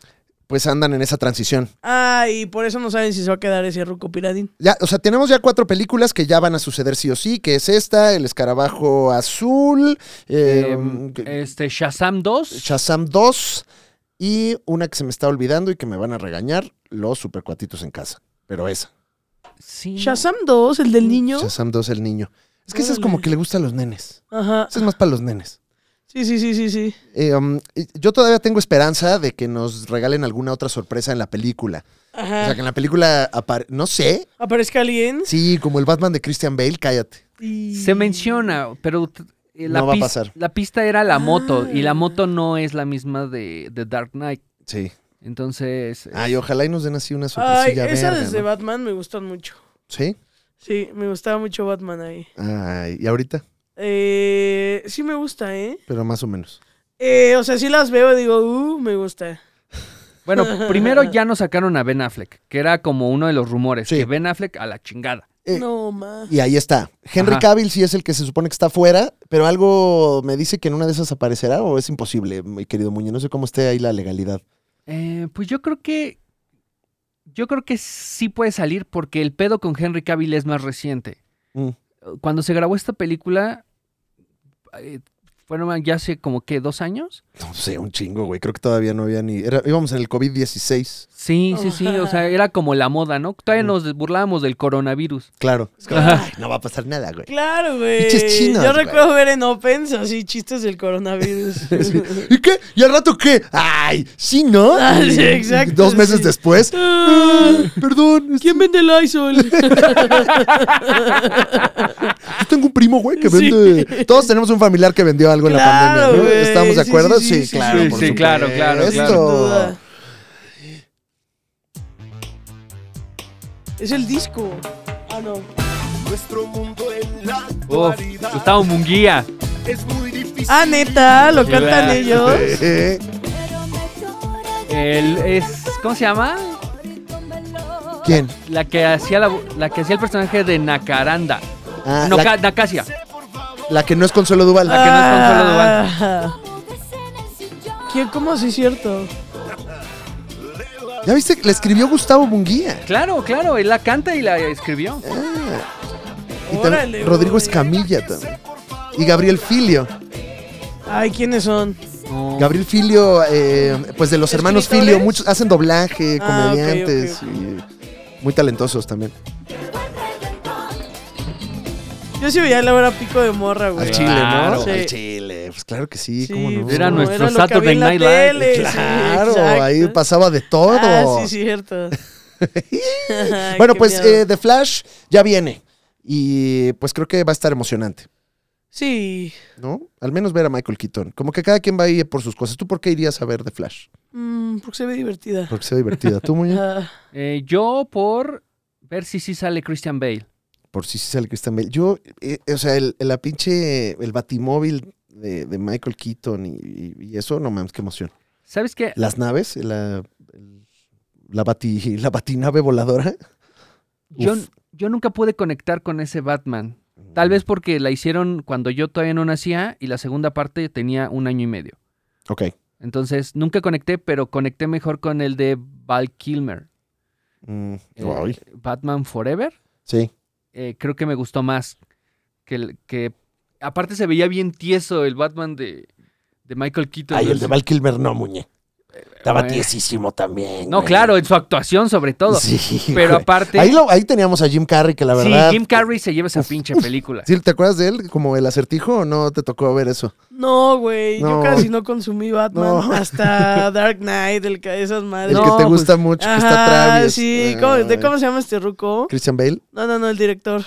[SPEAKER 1] Pues andan en esa transición.
[SPEAKER 2] Ah, y por eso no saben si se va a quedar ese ruco piradín.
[SPEAKER 1] Ya, o sea, tenemos ya cuatro películas que ya van a suceder sí o sí, que es esta, El Escarabajo Azul, eh,
[SPEAKER 5] Em,
[SPEAKER 1] que-
[SPEAKER 5] este, Shazam 2.
[SPEAKER 1] Shazam 2 y una que se me está olvidando y que me van a regañar, Los Supercuatitos en Casa. Pero esa,
[SPEAKER 5] Sí, no. Mm.
[SPEAKER 2] Shazam 2, el del niño.
[SPEAKER 1] Shazam 2 El Niño. Es que esa es
[SPEAKER 2] Órale.
[SPEAKER 1] como que le gusta a los nenes.
[SPEAKER 2] Ajá.
[SPEAKER 1] Esa es más para los nenes.
[SPEAKER 2] Sí, sí, sí, sí, sí.
[SPEAKER 1] Eh, um, y yo todavía tengo esperanza de que nos regalen alguna otra sorpresa en la película. O sea,
[SPEAKER 2] Ajá.
[SPEAKER 1] que en la película, apare- no sé,
[SPEAKER 2] Aparezca alguien.
[SPEAKER 1] sí, como el Batman de Christian Bale, cállate.
[SPEAKER 2] y-
[SPEAKER 5] Se menciona, pero t- eh, la,
[SPEAKER 1] No va a
[SPEAKER 5] pis-
[SPEAKER 1] pasar.
[SPEAKER 5] la pista era la moto y
[SPEAKER 2] Ah.
[SPEAKER 5] la moto no es la misma de, de Dark Knight.
[SPEAKER 1] Sí.
[SPEAKER 5] Entonces, eh,
[SPEAKER 1] Ay, ojalá y nos den así una
[SPEAKER 2] Ay,
[SPEAKER 1] sorpresilla
[SPEAKER 2] esa
[SPEAKER 1] verde,
[SPEAKER 2] desde
[SPEAKER 1] ¿no?
[SPEAKER 2] Batman me gustan mucho.
[SPEAKER 1] Sí.
[SPEAKER 2] Sí, me gustaba mucho Batman ahí.
[SPEAKER 1] Ay, y ahorita,
[SPEAKER 2] Eh, sí me gusta, ¿eh?
[SPEAKER 1] pero más o menos.
[SPEAKER 2] Eh, O sea, sí las veo y digo, uh, me gusta.
[SPEAKER 5] bueno, primero ya nos sacaron a Ben Affleck, que era como uno de los rumores,
[SPEAKER 1] Sí.
[SPEAKER 5] que Ben Affleck a la chingada.
[SPEAKER 1] Eh,
[SPEAKER 2] no, ma.
[SPEAKER 1] Y ahí está. Henry
[SPEAKER 5] Ajá.
[SPEAKER 1] Cavill sí es el que se supone que está fuera, pero algo me dice que en una de esas aparecerá o es imposible, mi querido Muñe. No sé cómo esté ahí la legalidad.
[SPEAKER 5] Eh, pues yo creo que yo creo que sí puede salir porque el pedo con Henry Cavill es más reciente.
[SPEAKER 1] Mm.
[SPEAKER 5] Cuando se grabó esta película, eh, fueron ya hace como que dos años.
[SPEAKER 1] No sé, un chingo, güey. Creo que todavía no había ni. era- íbamos en el COVID-16.
[SPEAKER 5] Sí, sí, sí. O sea, era como la moda, ¿no?
[SPEAKER 1] Mm.
[SPEAKER 5] Todavía nos burlábamos del coronavirus.
[SPEAKER 1] Claro.
[SPEAKER 5] Ajá.
[SPEAKER 1] Ay, no va a pasar nada, güey.
[SPEAKER 2] Claro, güey.
[SPEAKER 1] Pinches chinos,
[SPEAKER 2] Yo
[SPEAKER 1] güey.
[SPEAKER 2] recuerdo ver en Opens así chistes del coronavirus.
[SPEAKER 1] ¿Y qué? ¿Y al rato qué? ¡Ay! ¿Sí, no?
[SPEAKER 2] Ah, sí, exacto,
[SPEAKER 1] Dos meses
[SPEAKER 2] sí.
[SPEAKER 1] después.
[SPEAKER 2] Ah,
[SPEAKER 1] "Ay, Perdón, es que
[SPEAKER 2] ¿Quién vende el ISOL?
[SPEAKER 1] yo tengo un primo, güey, que
[SPEAKER 2] Sí.
[SPEAKER 1] vende. Todos tenemos un familiar que vendió algo en
[SPEAKER 2] Claro,
[SPEAKER 1] la pandemia. ¿no?
[SPEAKER 2] güey.
[SPEAKER 1] ¿Estamos de
[SPEAKER 2] Sí,
[SPEAKER 1] acuerdo?
[SPEAKER 2] sí,
[SPEAKER 1] Sí,
[SPEAKER 2] sí, sí,
[SPEAKER 1] claro.
[SPEAKER 2] sí,
[SPEAKER 1] por
[SPEAKER 5] sí, claro, claro,
[SPEAKER 1] supuesto.
[SPEAKER 2] Sin duda. Es el disco. Ah, no.
[SPEAKER 4] Nuestro mundo en la
[SPEAKER 5] Uf, estaba un munguía.
[SPEAKER 4] es muy difícil.
[SPEAKER 2] Ah, neta, lo cantan
[SPEAKER 5] Claro.
[SPEAKER 2] ellos.
[SPEAKER 1] Eh,
[SPEAKER 5] El, es, ¿Cómo se llama?
[SPEAKER 1] ¿Quién?
[SPEAKER 5] La que hacía la, vo- la que hacía el personaje de Nacaranda.
[SPEAKER 1] Ah,
[SPEAKER 5] no,
[SPEAKER 1] la,
[SPEAKER 5] Ca- Nacasia.
[SPEAKER 1] la que no es Consuelo Duval.
[SPEAKER 5] que no es Consuelo Duval.
[SPEAKER 2] Ah. ¿Quién? ¿Cómo así es cierto?
[SPEAKER 1] ¿Ya viste? que La escribió Gustavo Munguía.
[SPEAKER 5] Claro, claro. Él la canta y la escribió.
[SPEAKER 1] Y también
[SPEAKER 2] Órale,
[SPEAKER 1] Rodrigo
[SPEAKER 2] güey.
[SPEAKER 1] Escamilla también. Y Gabriel Filio.
[SPEAKER 2] Ay, ¿quiénes son?
[SPEAKER 5] No.
[SPEAKER 1] Gabriel Filio, eh, pues de los hermanos
[SPEAKER 2] ¿Escritores?
[SPEAKER 1] Filio, muchos hacen doblaje,
[SPEAKER 2] Ah, ok,
[SPEAKER 1] comediantes.
[SPEAKER 2] ok,
[SPEAKER 1] y- Muy talentosos también.
[SPEAKER 2] Yo sí veía la hora pico de morra, güey.
[SPEAKER 1] Al chile, ¿no?
[SPEAKER 2] Sí.
[SPEAKER 1] Al chile. Pues claro que sí,
[SPEAKER 2] Sí,
[SPEAKER 1] cómo no.
[SPEAKER 2] pues,
[SPEAKER 5] Era
[SPEAKER 2] no,
[SPEAKER 5] nuestro
[SPEAKER 2] lo que había en
[SPEAKER 5] Saturday
[SPEAKER 2] la
[SPEAKER 5] Night Live.
[SPEAKER 2] tele, sí,
[SPEAKER 1] Claro,
[SPEAKER 2] exacto.
[SPEAKER 1] ahí pasaba de todo.
[SPEAKER 2] Ah, sí, cierto. Ay,
[SPEAKER 1] bueno,
[SPEAKER 2] qué
[SPEAKER 1] pues
[SPEAKER 2] miedo.
[SPEAKER 1] eh, The Flash ya viene. Y pues creo que va a estar emocionante,
[SPEAKER 2] Sí.
[SPEAKER 1] ¿no? Al menos ver a Michael Keaton. Como que cada quien va a ir por sus cosas. ¿Tú por qué irías a ver The Flash?
[SPEAKER 2] Mm, porque se ve divertida.
[SPEAKER 1] Porque sea divertida. ¿Tú, muy
[SPEAKER 2] Ah,
[SPEAKER 5] Eh, yo por ver si sí sale Christian Bale.
[SPEAKER 1] Por si sí sale Christian Bale. Yo, eh, o sea, el, la pinche, el batimóvil de, de Michael Keaton y, y- y eso, no mames, qué emoción.
[SPEAKER 5] ¿Sabes qué?
[SPEAKER 1] Las naves, la, el- la, bati, la batinave voladora.
[SPEAKER 5] Yo,
[SPEAKER 1] Uf.
[SPEAKER 5] yo nunca pude conectar con ese Batman. Tal vez porque la hicieron cuando yo todavía no nacía y la segunda parte tenía un año y medio.
[SPEAKER 1] Mm, Ok.
[SPEAKER 5] Entonces nunca conecté, pero conecté mejor con el de Val Kilmer.
[SPEAKER 1] Mm,
[SPEAKER 5] Eh,
[SPEAKER 1] ay,
[SPEAKER 5] Batman Forever.
[SPEAKER 1] sí.
[SPEAKER 5] eh, creo que me gustó más que, el- que... Aparte se veía bien tieso el Batman de, de Michael Keaton.
[SPEAKER 1] Ay,
[SPEAKER 5] ¿no?
[SPEAKER 1] el de Val Kilmer no, muñe. Estaba
[SPEAKER 5] bueno.
[SPEAKER 1] tiesísimo también.
[SPEAKER 5] eh, No,
[SPEAKER 1] güey.
[SPEAKER 5] claro, en su actuación sobre todo.
[SPEAKER 1] Sí,
[SPEAKER 5] pero
[SPEAKER 1] güey.
[SPEAKER 5] aparte...
[SPEAKER 1] Ahí, lo- ahí teníamos a Jim Carrey, que la verdad.
[SPEAKER 5] Sí, Jim Carrey se lleva esa
[SPEAKER 1] Uf,
[SPEAKER 5] pinche
[SPEAKER 1] uf.
[SPEAKER 5] película.
[SPEAKER 1] Sí, ¿Te acuerdas de él como el acertijo o no te tocó ver eso?
[SPEAKER 2] No, güey. Yo
[SPEAKER 1] No.
[SPEAKER 2] casi no consumí Batman.
[SPEAKER 1] No.
[SPEAKER 2] Hasta Dark Knight, el que esas
[SPEAKER 1] El
[SPEAKER 2] madres.
[SPEAKER 5] No,
[SPEAKER 1] que te
[SPEAKER 5] pues-
[SPEAKER 1] gusta mucho, que está Travis.
[SPEAKER 2] sí. ¿Cómo, ¿De
[SPEAKER 1] Ay.
[SPEAKER 2] cómo se llama este ruco?
[SPEAKER 1] Christian Bale.
[SPEAKER 2] No, no, no, el director.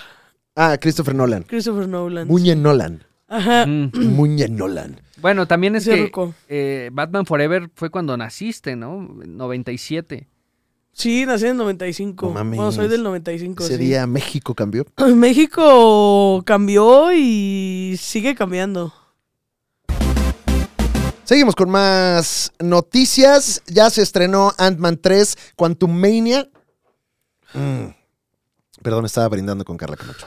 [SPEAKER 1] Ah, Christopher Nolan.
[SPEAKER 2] Christopher Nolan.
[SPEAKER 1] Muñe Nolan.
[SPEAKER 2] Ajá.
[SPEAKER 5] Mm.
[SPEAKER 1] Muñe Nolan.
[SPEAKER 5] Bueno, también es
[SPEAKER 2] Ese
[SPEAKER 5] que
[SPEAKER 2] ruco.
[SPEAKER 5] eh, Batman Forever fue cuando naciste, ¿no? 97.
[SPEAKER 2] Sí, nací en el 95.
[SPEAKER 1] No mames.
[SPEAKER 2] bueno, soy del 95.
[SPEAKER 1] Ese
[SPEAKER 2] Pues sí.
[SPEAKER 1] día México cambió.
[SPEAKER 2] México cambió y sigue cambiando.
[SPEAKER 1] Seguimos con más noticias. Ya se estrenó Ant-Man 3, Quantumania. Mm. Perdón, estaba brindando con Carla Camacho.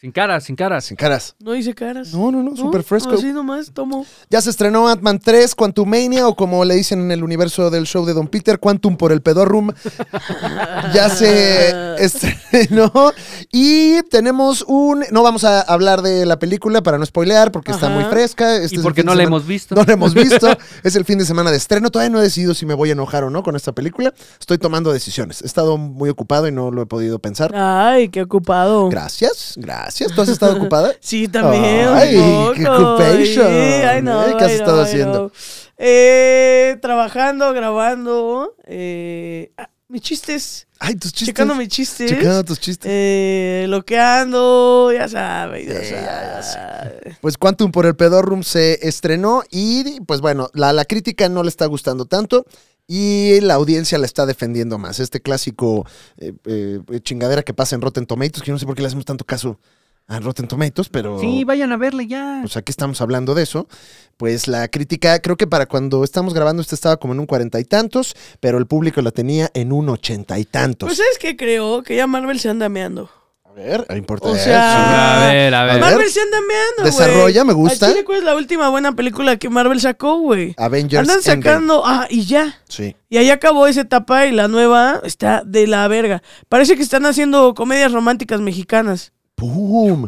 [SPEAKER 5] Sin cara, sin cara.
[SPEAKER 1] Sin caras.
[SPEAKER 2] No hice caras.
[SPEAKER 1] No, no, no, súper fresco.
[SPEAKER 2] Así nomás, tomo.
[SPEAKER 1] Ya se estrenó Ant-Man 3, Quantumania, o como le dicen en el universo del show de Don Peter, Quantum por el Pedorrum. ya se estrenó. Y tenemos un. No vamos a hablar de la película para no spoilear, porque está
[SPEAKER 2] Ajá.
[SPEAKER 1] muy fresca. Este es
[SPEAKER 5] y
[SPEAKER 1] el
[SPEAKER 5] porque
[SPEAKER 1] fin de
[SPEAKER 5] no la
[SPEAKER 1] semana-
[SPEAKER 5] hemos visto.
[SPEAKER 1] No la hemos visto. es el fin de semana de estreno. Todavía no he decidido si me voy a enojar o no con esta película. Estoy tomando decisiones. He estado muy ocupado y no lo he podido pensar.
[SPEAKER 2] Ay, qué ocupado.
[SPEAKER 1] Gracias, gracias. ¿Tú has estado ocupada?
[SPEAKER 2] Sí, también. un
[SPEAKER 1] Ay, qué
[SPEAKER 2] poco.
[SPEAKER 1] occupation.
[SPEAKER 2] Sí, ay, no,
[SPEAKER 1] Ay, ¿qué has
[SPEAKER 2] ay, no,
[SPEAKER 1] estado
[SPEAKER 2] ay,
[SPEAKER 1] haciendo?
[SPEAKER 2] no. Eh, trabajando, grabando. Eh, ah, mis chistes.
[SPEAKER 1] Ay, tus chistes.
[SPEAKER 2] Checando mis chistes.
[SPEAKER 1] Checando tus chistes.
[SPEAKER 2] Eh, lo que ando, ya sabes, ya
[SPEAKER 1] Sí, ya
[SPEAKER 2] sabes.
[SPEAKER 1] Pues Quantum por el Pedorrum se estrenó y pues bueno, la, la crítica no le está gustando tanto y la audiencia la está defendiendo más. Este clásico eh, eh, chingadera que pasa en Rotten Tomatoes, que yo no sé por qué le hacemos tanto caso a Rotten Tomatoes, pero...
[SPEAKER 5] Sí, vayan a verle ya.
[SPEAKER 1] Pues aquí estamos hablando de eso. Pues la crítica, creo que para cuando estamos grabando, esta estaba como en un cuarenta y tantos, pero el público la tenía en un ochenta y tantos.
[SPEAKER 2] Pues ¿sabes qué creo? Que ya Marvel se anda meando.
[SPEAKER 1] a ver, no importa.
[SPEAKER 2] O
[SPEAKER 5] a
[SPEAKER 2] sea,
[SPEAKER 5] ver, a ver.
[SPEAKER 1] ver.
[SPEAKER 2] Marvel se anda meando, güey.
[SPEAKER 1] Desarrolla, me
[SPEAKER 2] ¿A
[SPEAKER 1] gusta.
[SPEAKER 2] Chile, ¿Cuál es la última buena película que Marvel sacó, güey?
[SPEAKER 1] Avengers.
[SPEAKER 2] Andan
[SPEAKER 1] Endgame.
[SPEAKER 2] sacando, ah, y ya.
[SPEAKER 1] Sí.
[SPEAKER 2] Y ahí acabó esa etapa y la nueva está de la verga. Parece que están haciendo comedias románticas mexicanas.
[SPEAKER 1] ¡Pum!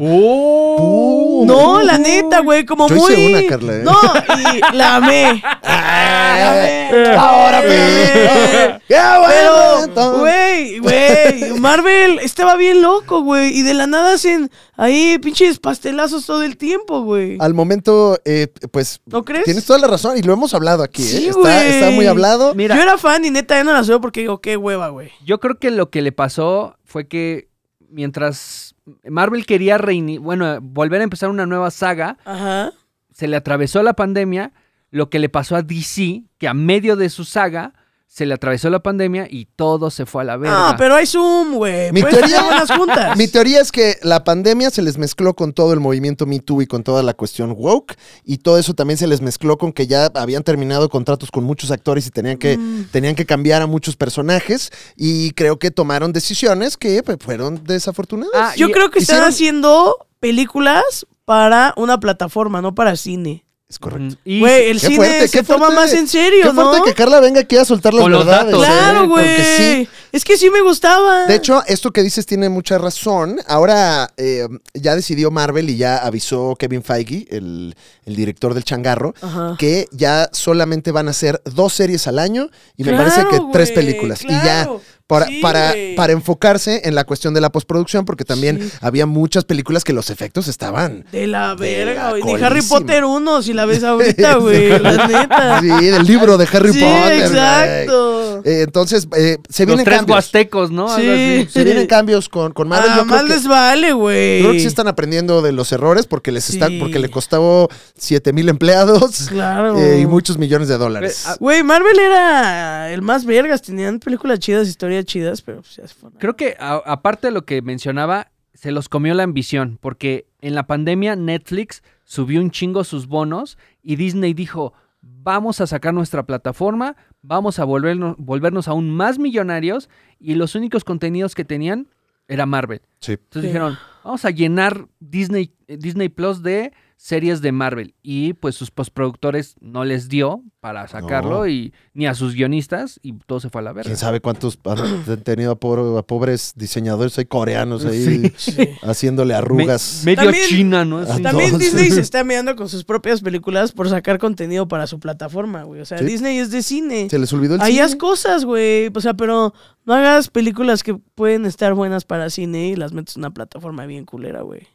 [SPEAKER 5] ¡Oh!
[SPEAKER 1] ¡Pum!
[SPEAKER 2] No, la neta, güey, como
[SPEAKER 1] Yo
[SPEAKER 2] muy.
[SPEAKER 1] hice una, Carla, ¿eh?
[SPEAKER 2] No, y la amé. La amé, la amé,
[SPEAKER 1] Ahora
[SPEAKER 2] la amé.
[SPEAKER 1] me. ¡Qué
[SPEAKER 2] Pero,
[SPEAKER 1] bueno!
[SPEAKER 2] güey, güey, Marvel estaba bien loco, güey. Y de la nada hacen ahí pinches pastelazos todo el tiempo, güey.
[SPEAKER 1] Al momento, eh, pues.
[SPEAKER 2] ¿No crees?
[SPEAKER 1] Ah, Tienes toda la razón y lo hemos hablado aquí. ¿eh?
[SPEAKER 2] Sí,
[SPEAKER 1] está,
[SPEAKER 2] güey.
[SPEAKER 1] está muy hablado.
[SPEAKER 5] Mira,
[SPEAKER 2] Yo era fan y neta ya no la veo porque digo, qué hueva, güey.
[SPEAKER 5] Yo creo que lo que le pasó fue que mientras Marvel quería reini bueno, volver a empezar una nueva saga,
[SPEAKER 2] Ajá.
[SPEAKER 5] se le atravesó la pandemia, lo que le pasó a DC, que a medio de su saga se le atravesó la pandemia y todo se fue a la verga.
[SPEAKER 2] No, Ah, pero hay Zoom, güey.
[SPEAKER 1] Mi
[SPEAKER 2] Puedes
[SPEAKER 1] teoría-
[SPEAKER 2] hacer unas juntas.
[SPEAKER 1] Mi teoría es que la pandemia se les mezcló con todo el movimiento Me Too y con toda la cuestión woke y todo eso también se les mezcló con que ya habían terminado contratos con muchos actores y tenían que,
[SPEAKER 2] Mm.
[SPEAKER 1] tenían que cambiar a muchos personajes y creo que tomaron decisiones que pues, fueron desafortunadas.
[SPEAKER 5] Ah,
[SPEAKER 2] Yo
[SPEAKER 5] y-
[SPEAKER 2] creo que están
[SPEAKER 1] hicieron-
[SPEAKER 2] haciendo películas para una plataforma, no para cine.
[SPEAKER 1] es
[SPEAKER 5] Mm,
[SPEAKER 1] correcto.
[SPEAKER 5] y-
[SPEAKER 2] Güey, el
[SPEAKER 1] qué
[SPEAKER 2] cine
[SPEAKER 1] fuerte,
[SPEAKER 2] se
[SPEAKER 1] qué
[SPEAKER 2] toma
[SPEAKER 1] fuerte.
[SPEAKER 2] más en serio,
[SPEAKER 1] Qué fuerte
[SPEAKER 2] ¿no?
[SPEAKER 1] que Carla venga aquí a soltar las
[SPEAKER 5] Con los
[SPEAKER 1] verdades. ¿eh?
[SPEAKER 5] datos,
[SPEAKER 2] Claro, güey.
[SPEAKER 1] Porque sí,
[SPEAKER 2] Es que sí me gustaba.
[SPEAKER 1] De hecho, esto que dices tiene mucha razón. Ahora eh, ya decidió Marvel y ya avisó Kevin Feige, el, el director del changarro,
[SPEAKER 2] Ajá.
[SPEAKER 1] que ya solamente van a hacer dos series al año y me parece
[SPEAKER 2] Claro,
[SPEAKER 1] que tres
[SPEAKER 2] güey,
[SPEAKER 1] películas. Y ya,
[SPEAKER 2] claro.
[SPEAKER 1] para,
[SPEAKER 2] Sí,
[SPEAKER 1] para,
[SPEAKER 2] güey.
[SPEAKER 1] para enfocarse en la cuestión de la postproducción, porque también
[SPEAKER 2] Sí.
[SPEAKER 1] había muchas películas que los efectos estaban.
[SPEAKER 2] De la
[SPEAKER 1] De la
[SPEAKER 2] verga, güey. Ni Harry
[SPEAKER 1] colísima.
[SPEAKER 2] Potter 1, si la ves ahorita, güey. la neta.
[SPEAKER 1] Sí, del libro de Harry
[SPEAKER 2] sí,
[SPEAKER 1] Potter. güey.
[SPEAKER 2] exacto.
[SPEAKER 1] Eh, entonces, eh, se
[SPEAKER 5] Los
[SPEAKER 1] vienen
[SPEAKER 5] tres
[SPEAKER 1] cambios.
[SPEAKER 5] huastecos, ¿no? Algo
[SPEAKER 2] Sí.
[SPEAKER 5] así.
[SPEAKER 1] Se vienen cambios con, con Marvel.
[SPEAKER 2] Ah,
[SPEAKER 1] Yo creo
[SPEAKER 2] más
[SPEAKER 1] que-
[SPEAKER 2] les vale, güey.
[SPEAKER 1] Creo que sí están aprendiendo de los errores porque les están,
[SPEAKER 2] Sí.
[SPEAKER 1] porque le costó 7 mil empleados
[SPEAKER 2] Claro.
[SPEAKER 1] eh, y muchos millones de dólares.
[SPEAKER 5] Pero, ah,
[SPEAKER 2] Güey, Marvel era el más vergas. Tenían películas chidas, historias chidas, pero pues ya se fueron.
[SPEAKER 5] Creo que a- aparte de lo que mencionaba, se los comió la ambición, porque en la pandemia Netflix subió un chingo sus bonos y Disney dijo, vamos a sacar nuestra plataforma, vamos a volvernos, volvernos aún más millonarios y los únicos contenidos que tenían era Marvel.
[SPEAKER 1] Sí.
[SPEAKER 5] Entonces
[SPEAKER 2] Sí.
[SPEAKER 5] dijeron, vamos a llenar Disney, eh, Disney Plus de series de Marvel y pues sus postproductores no les dio para sacarlo
[SPEAKER 1] No.
[SPEAKER 5] y ni a sus guionistas y todo se fue a la verga.
[SPEAKER 1] Quién sabe cuántos han tenido a, pobre- a pobres diseñadores ahí coreanos ahí haciéndole
[SPEAKER 5] Me-
[SPEAKER 1] arrugas.
[SPEAKER 5] medio
[SPEAKER 2] También-
[SPEAKER 5] china, ¿no?
[SPEAKER 1] Ah,
[SPEAKER 5] Así.
[SPEAKER 1] no.
[SPEAKER 2] También
[SPEAKER 1] Entonces-
[SPEAKER 2] Disney se está meando con sus propias películas por sacar contenido para su plataforma, güey. O sea,
[SPEAKER 1] Sí.
[SPEAKER 2] Disney es de cine.
[SPEAKER 1] Se les olvidó el
[SPEAKER 2] Ahí
[SPEAKER 1] cine.
[SPEAKER 2] haz cosas, güey. O sea, pero no hagas películas que pueden estar buenas para cine y las metes en una plataforma bien culera, güey.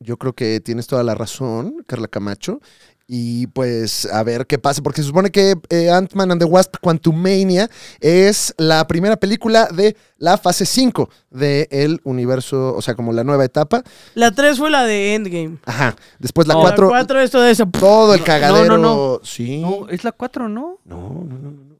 [SPEAKER 1] Yo creo que tienes toda la razón, Carla Camacho. Y pues a ver qué pasa, porque se supone que eh, Ant-Man and the Wasp Quantumania es la primera película de la fase 5 del universo, o sea, como la nueva etapa.
[SPEAKER 2] La 3 fue la de Endgame.
[SPEAKER 1] Ajá. Después la
[SPEAKER 5] No.
[SPEAKER 2] La
[SPEAKER 1] 4,
[SPEAKER 2] 4 es toda esa.
[SPEAKER 1] todo el cagadero.
[SPEAKER 5] no, no.
[SPEAKER 1] Sí.
[SPEAKER 5] No, es la 4, ¿no?
[SPEAKER 1] No, no, no, no.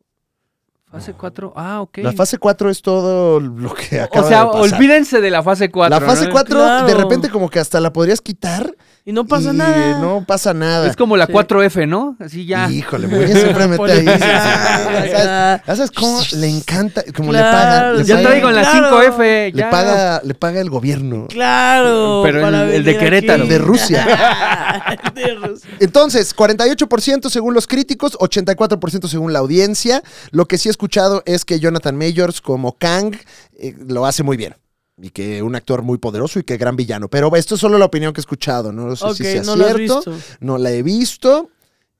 [SPEAKER 5] Fase 4. Ah, ok.
[SPEAKER 1] La fase 4 es todo lo que
[SPEAKER 5] o
[SPEAKER 1] acaba
[SPEAKER 5] sea,
[SPEAKER 1] de pasar.
[SPEAKER 5] olvídense de la fase 4.
[SPEAKER 1] La fase
[SPEAKER 5] ¿no?
[SPEAKER 1] 4,
[SPEAKER 2] Claro.
[SPEAKER 1] de repente, como que hasta la podrías quitar.
[SPEAKER 2] Y no pasa
[SPEAKER 1] y
[SPEAKER 2] nada.
[SPEAKER 1] No pasa nada.
[SPEAKER 5] Es como la
[SPEAKER 2] Sí.
[SPEAKER 5] 4F, ¿no? Así ya.
[SPEAKER 1] Híjole, Muñe siempre mete ahí.
[SPEAKER 2] Policía,
[SPEAKER 1] ¿Sabes?
[SPEAKER 2] ya.
[SPEAKER 1] Ya Ah, ¿Sabes cómo le encanta? Como
[SPEAKER 2] Claro,
[SPEAKER 1] le paga. Le
[SPEAKER 5] ya
[SPEAKER 2] sí.
[SPEAKER 1] paga,
[SPEAKER 5] traigo en la
[SPEAKER 2] Claro.
[SPEAKER 5] 5F.
[SPEAKER 1] le
[SPEAKER 5] ya.
[SPEAKER 1] paga, le paga el gobierno.
[SPEAKER 2] Claro.
[SPEAKER 5] Pero el-
[SPEAKER 2] para
[SPEAKER 5] el de
[SPEAKER 2] venir aquí.
[SPEAKER 5] Querétaro.
[SPEAKER 1] De Rusia.
[SPEAKER 2] de Rusia.
[SPEAKER 1] Entonces, 48% según los críticos, 84% según la audiencia. Lo que sí he escuchado es que Jonathan Majors, como Kang, eh, lo hace muy bien. Y que un actor muy poderoso y que gran villano. Pero esto es solo la opinión que he escuchado. No sé
[SPEAKER 2] Ok,
[SPEAKER 1] si sea
[SPEAKER 2] no lo has
[SPEAKER 1] cierto.
[SPEAKER 2] visto.
[SPEAKER 1] No la he visto.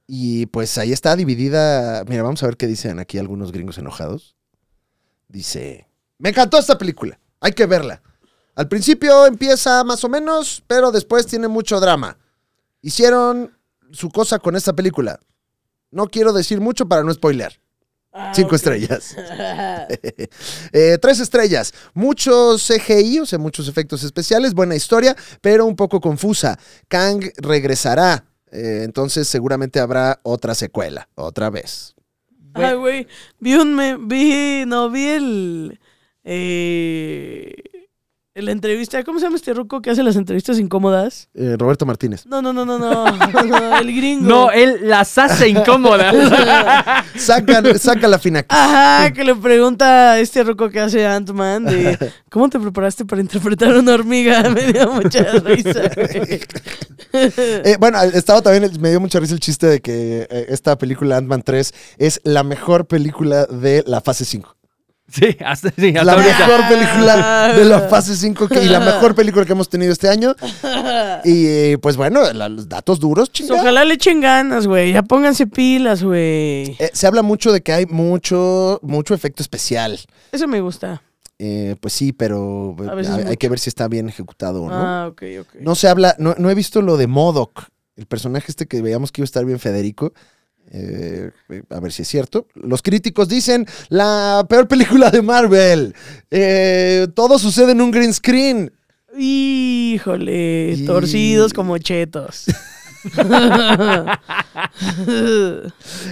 [SPEAKER 1] Y pues ahí está dividida. Mira, vamos a ver qué dicen aquí algunos gringos enojados. Dice, me encantó esta película. Hay que verla. Al principio empieza más o menos, pero después tiene mucho drama. Hicieron su cosa con esta película. No quiero decir mucho para no spoilear.
[SPEAKER 2] Ah,
[SPEAKER 1] Cinco
[SPEAKER 2] ok.
[SPEAKER 1] estrellas. Eh, tres estrellas. Muchos CGI, o sea, muchos efectos especiales. Buena historia, pero un poco confusa. Kang regresará. eh, entonces seguramente habrá otra secuela, otra vez.
[SPEAKER 2] Ay, güey. Vi un. me- vi. No, vi el. Eh, la entrevista. ¿Cómo se llama este ruco que hace las entrevistas incómodas?
[SPEAKER 1] Eh, Roberto Martínez.
[SPEAKER 2] No, no, no, no, no. no, eh. el gringo.
[SPEAKER 5] No, él las hace incómodas.
[SPEAKER 1] Saca, saca la fina.
[SPEAKER 2] Ajá, que le pregunta a este ruco que hace Ant-Man de ¿Cómo te preparaste para interpretar una hormiga? Me dio mucha risa. güey.
[SPEAKER 1] Eh, bueno, estaba también, el- me dio mucha risa el chiste de que eh, esta película Ant-Man 3 es la mejor película de la fase 5.
[SPEAKER 5] sí, hasta, sí, hasta
[SPEAKER 1] La
[SPEAKER 5] ahorita.
[SPEAKER 1] mejor película de la fase 5 que- y la mejor película que hemos tenido este año. Y eh, pues bueno, la- los datos duros, chingados.
[SPEAKER 2] Pues Ojalá le echen ganas, güey. Ya pónganse pilas, güey.
[SPEAKER 1] Eh, se habla mucho de que hay mucho, mucho efecto especial.
[SPEAKER 2] Eso me gusta.
[SPEAKER 1] Eh, pues sí, pero eh,
[SPEAKER 2] A veces
[SPEAKER 1] hay- hay
[SPEAKER 2] mucho.
[SPEAKER 1] que ver si está bien ejecutado o no.
[SPEAKER 2] Ah, ok, ok.
[SPEAKER 1] No se habla, no, no he visto lo de Modoc, el personaje este que veíamos que iba a estar bien Federico. Eh, a ver si es cierto. Los críticos dicen la peor película de Marvel. Eh, todo sucede en un green screen.
[SPEAKER 2] Híjole,
[SPEAKER 1] Y-
[SPEAKER 2] torcidos como chetos.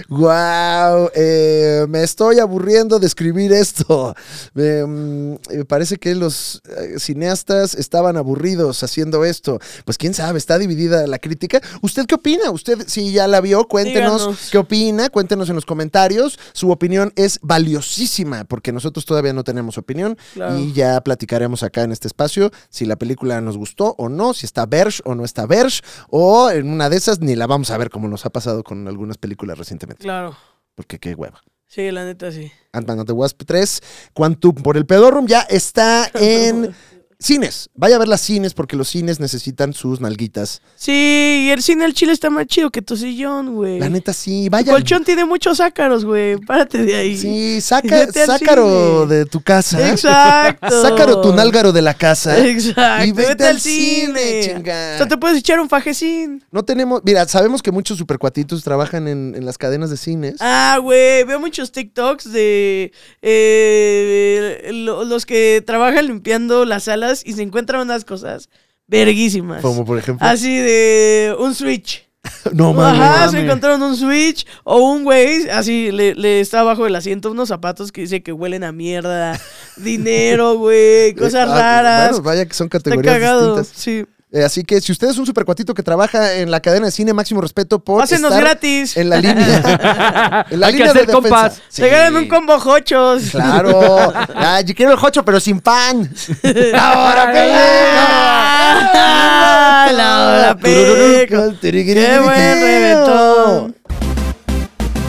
[SPEAKER 1] ¡Wow! eh, me estoy aburriendo de escribir esto. Eh, mm, eh, parece que los eh, cineastas estaban aburridos haciendo esto. Pues quién sabe, está dividida la crítica. ¿Usted qué opina? ¿Usted si ya la vio? Cuéntenos
[SPEAKER 2] Díganos.
[SPEAKER 1] qué opina, cuéntenos en los comentarios. Su opinión es valiosísima porque nosotros todavía no tenemos opinión
[SPEAKER 2] Claro.
[SPEAKER 1] y ya platicaremos acá en este espacio si la película nos gustó o no, si está Verge o no está Verge o en una de esas ni la vamos a ver como nos ha pasado con algunas películas recientemente.
[SPEAKER 2] claro.
[SPEAKER 1] Porque qué hueva.
[SPEAKER 2] Sí, la neta sí.
[SPEAKER 1] Ant-Man and the Wasp 3, Quantum por el Pedorrum ya está en Cines. Vaya a ver las cines porque los cines necesitan sus nalguitas.
[SPEAKER 2] Sí, y el cine del Chile está más chido que tu sillón, güey.
[SPEAKER 1] La neta, sí.
[SPEAKER 2] Tu
[SPEAKER 1] Vaya.
[SPEAKER 2] colchón tiene muchos ácaros, güey. Párate de ahí.
[SPEAKER 1] Sí, saca,
[SPEAKER 2] Vete al
[SPEAKER 1] sácaro
[SPEAKER 2] cine.
[SPEAKER 1] de tu casa.
[SPEAKER 2] Exacto.
[SPEAKER 1] Sácaro tu nálgaro de la casa.
[SPEAKER 2] Exacto.
[SPEAKER 1] Y vete, al cine, chinga.
[SPEAKER 2] O sea, te puedes echar un fajecín.
[SPEAKER 1] No tenemos. Mira, sabemos que muchos supercuatitos trabajan en, en las cadenas de cines.
[SPEAKER 2] Ah, güey, veo muchos TikToks de eh, lo- los que trabajan limpiando las salas y se encuentran unas cosas verguísimas.
[SPEAKER 1] como por ejemplo.
[SPEAKER 2] Así de un Switch.
[SPEAKER 1] no mames.
[SPEAKER 2] Ajá, se
[SPEAKER 5] mames.
[SPEAKER 2] encontraron un Switch o un güey, así le, le está abajo del asiento unos zapatos que dice que huelen a mierda, dinero, güey, cosas
[SPEAKER 1] Ah,
[SPEAKER 2] raras.
[SPEAKER 1] Bueno, vaya que son
[SPEAKER 2] está
[SPEAKER 1] categorías
[SPEAKER 2] cagado.
[SPEAKER 1] distintas.
[SPEAKER 2] Sí.
[SPEAKER 1] Eh, así que si usted es un supercuatito que trabaja en la cadena de cine, máximo respeto por
[SPEAKER 2] Pásenos
[SPEAKER 1] estar
[SPEAKER 2] gratis.
[SPEAKER 1] en la línea. en la
[SPEAKER 5] Hay que
[SPEAKER 1] línea
[SPEAKER 5] hacer
[SPEAKER 1] de
[SPEAKER 5] compas.
[SPEAKER 1] defensa.
[SPEAKER 2] Se ganan un combo jochos.
[SPEAKER 1] Claro. Ah, yo quiero el jocho, pero sin pan. ¡Ahora
[SPEAKER 2] Ah,
[SPEAKER 1] peco!
[SPEAKER 2] la hora peco. ¡Qué buen reventón!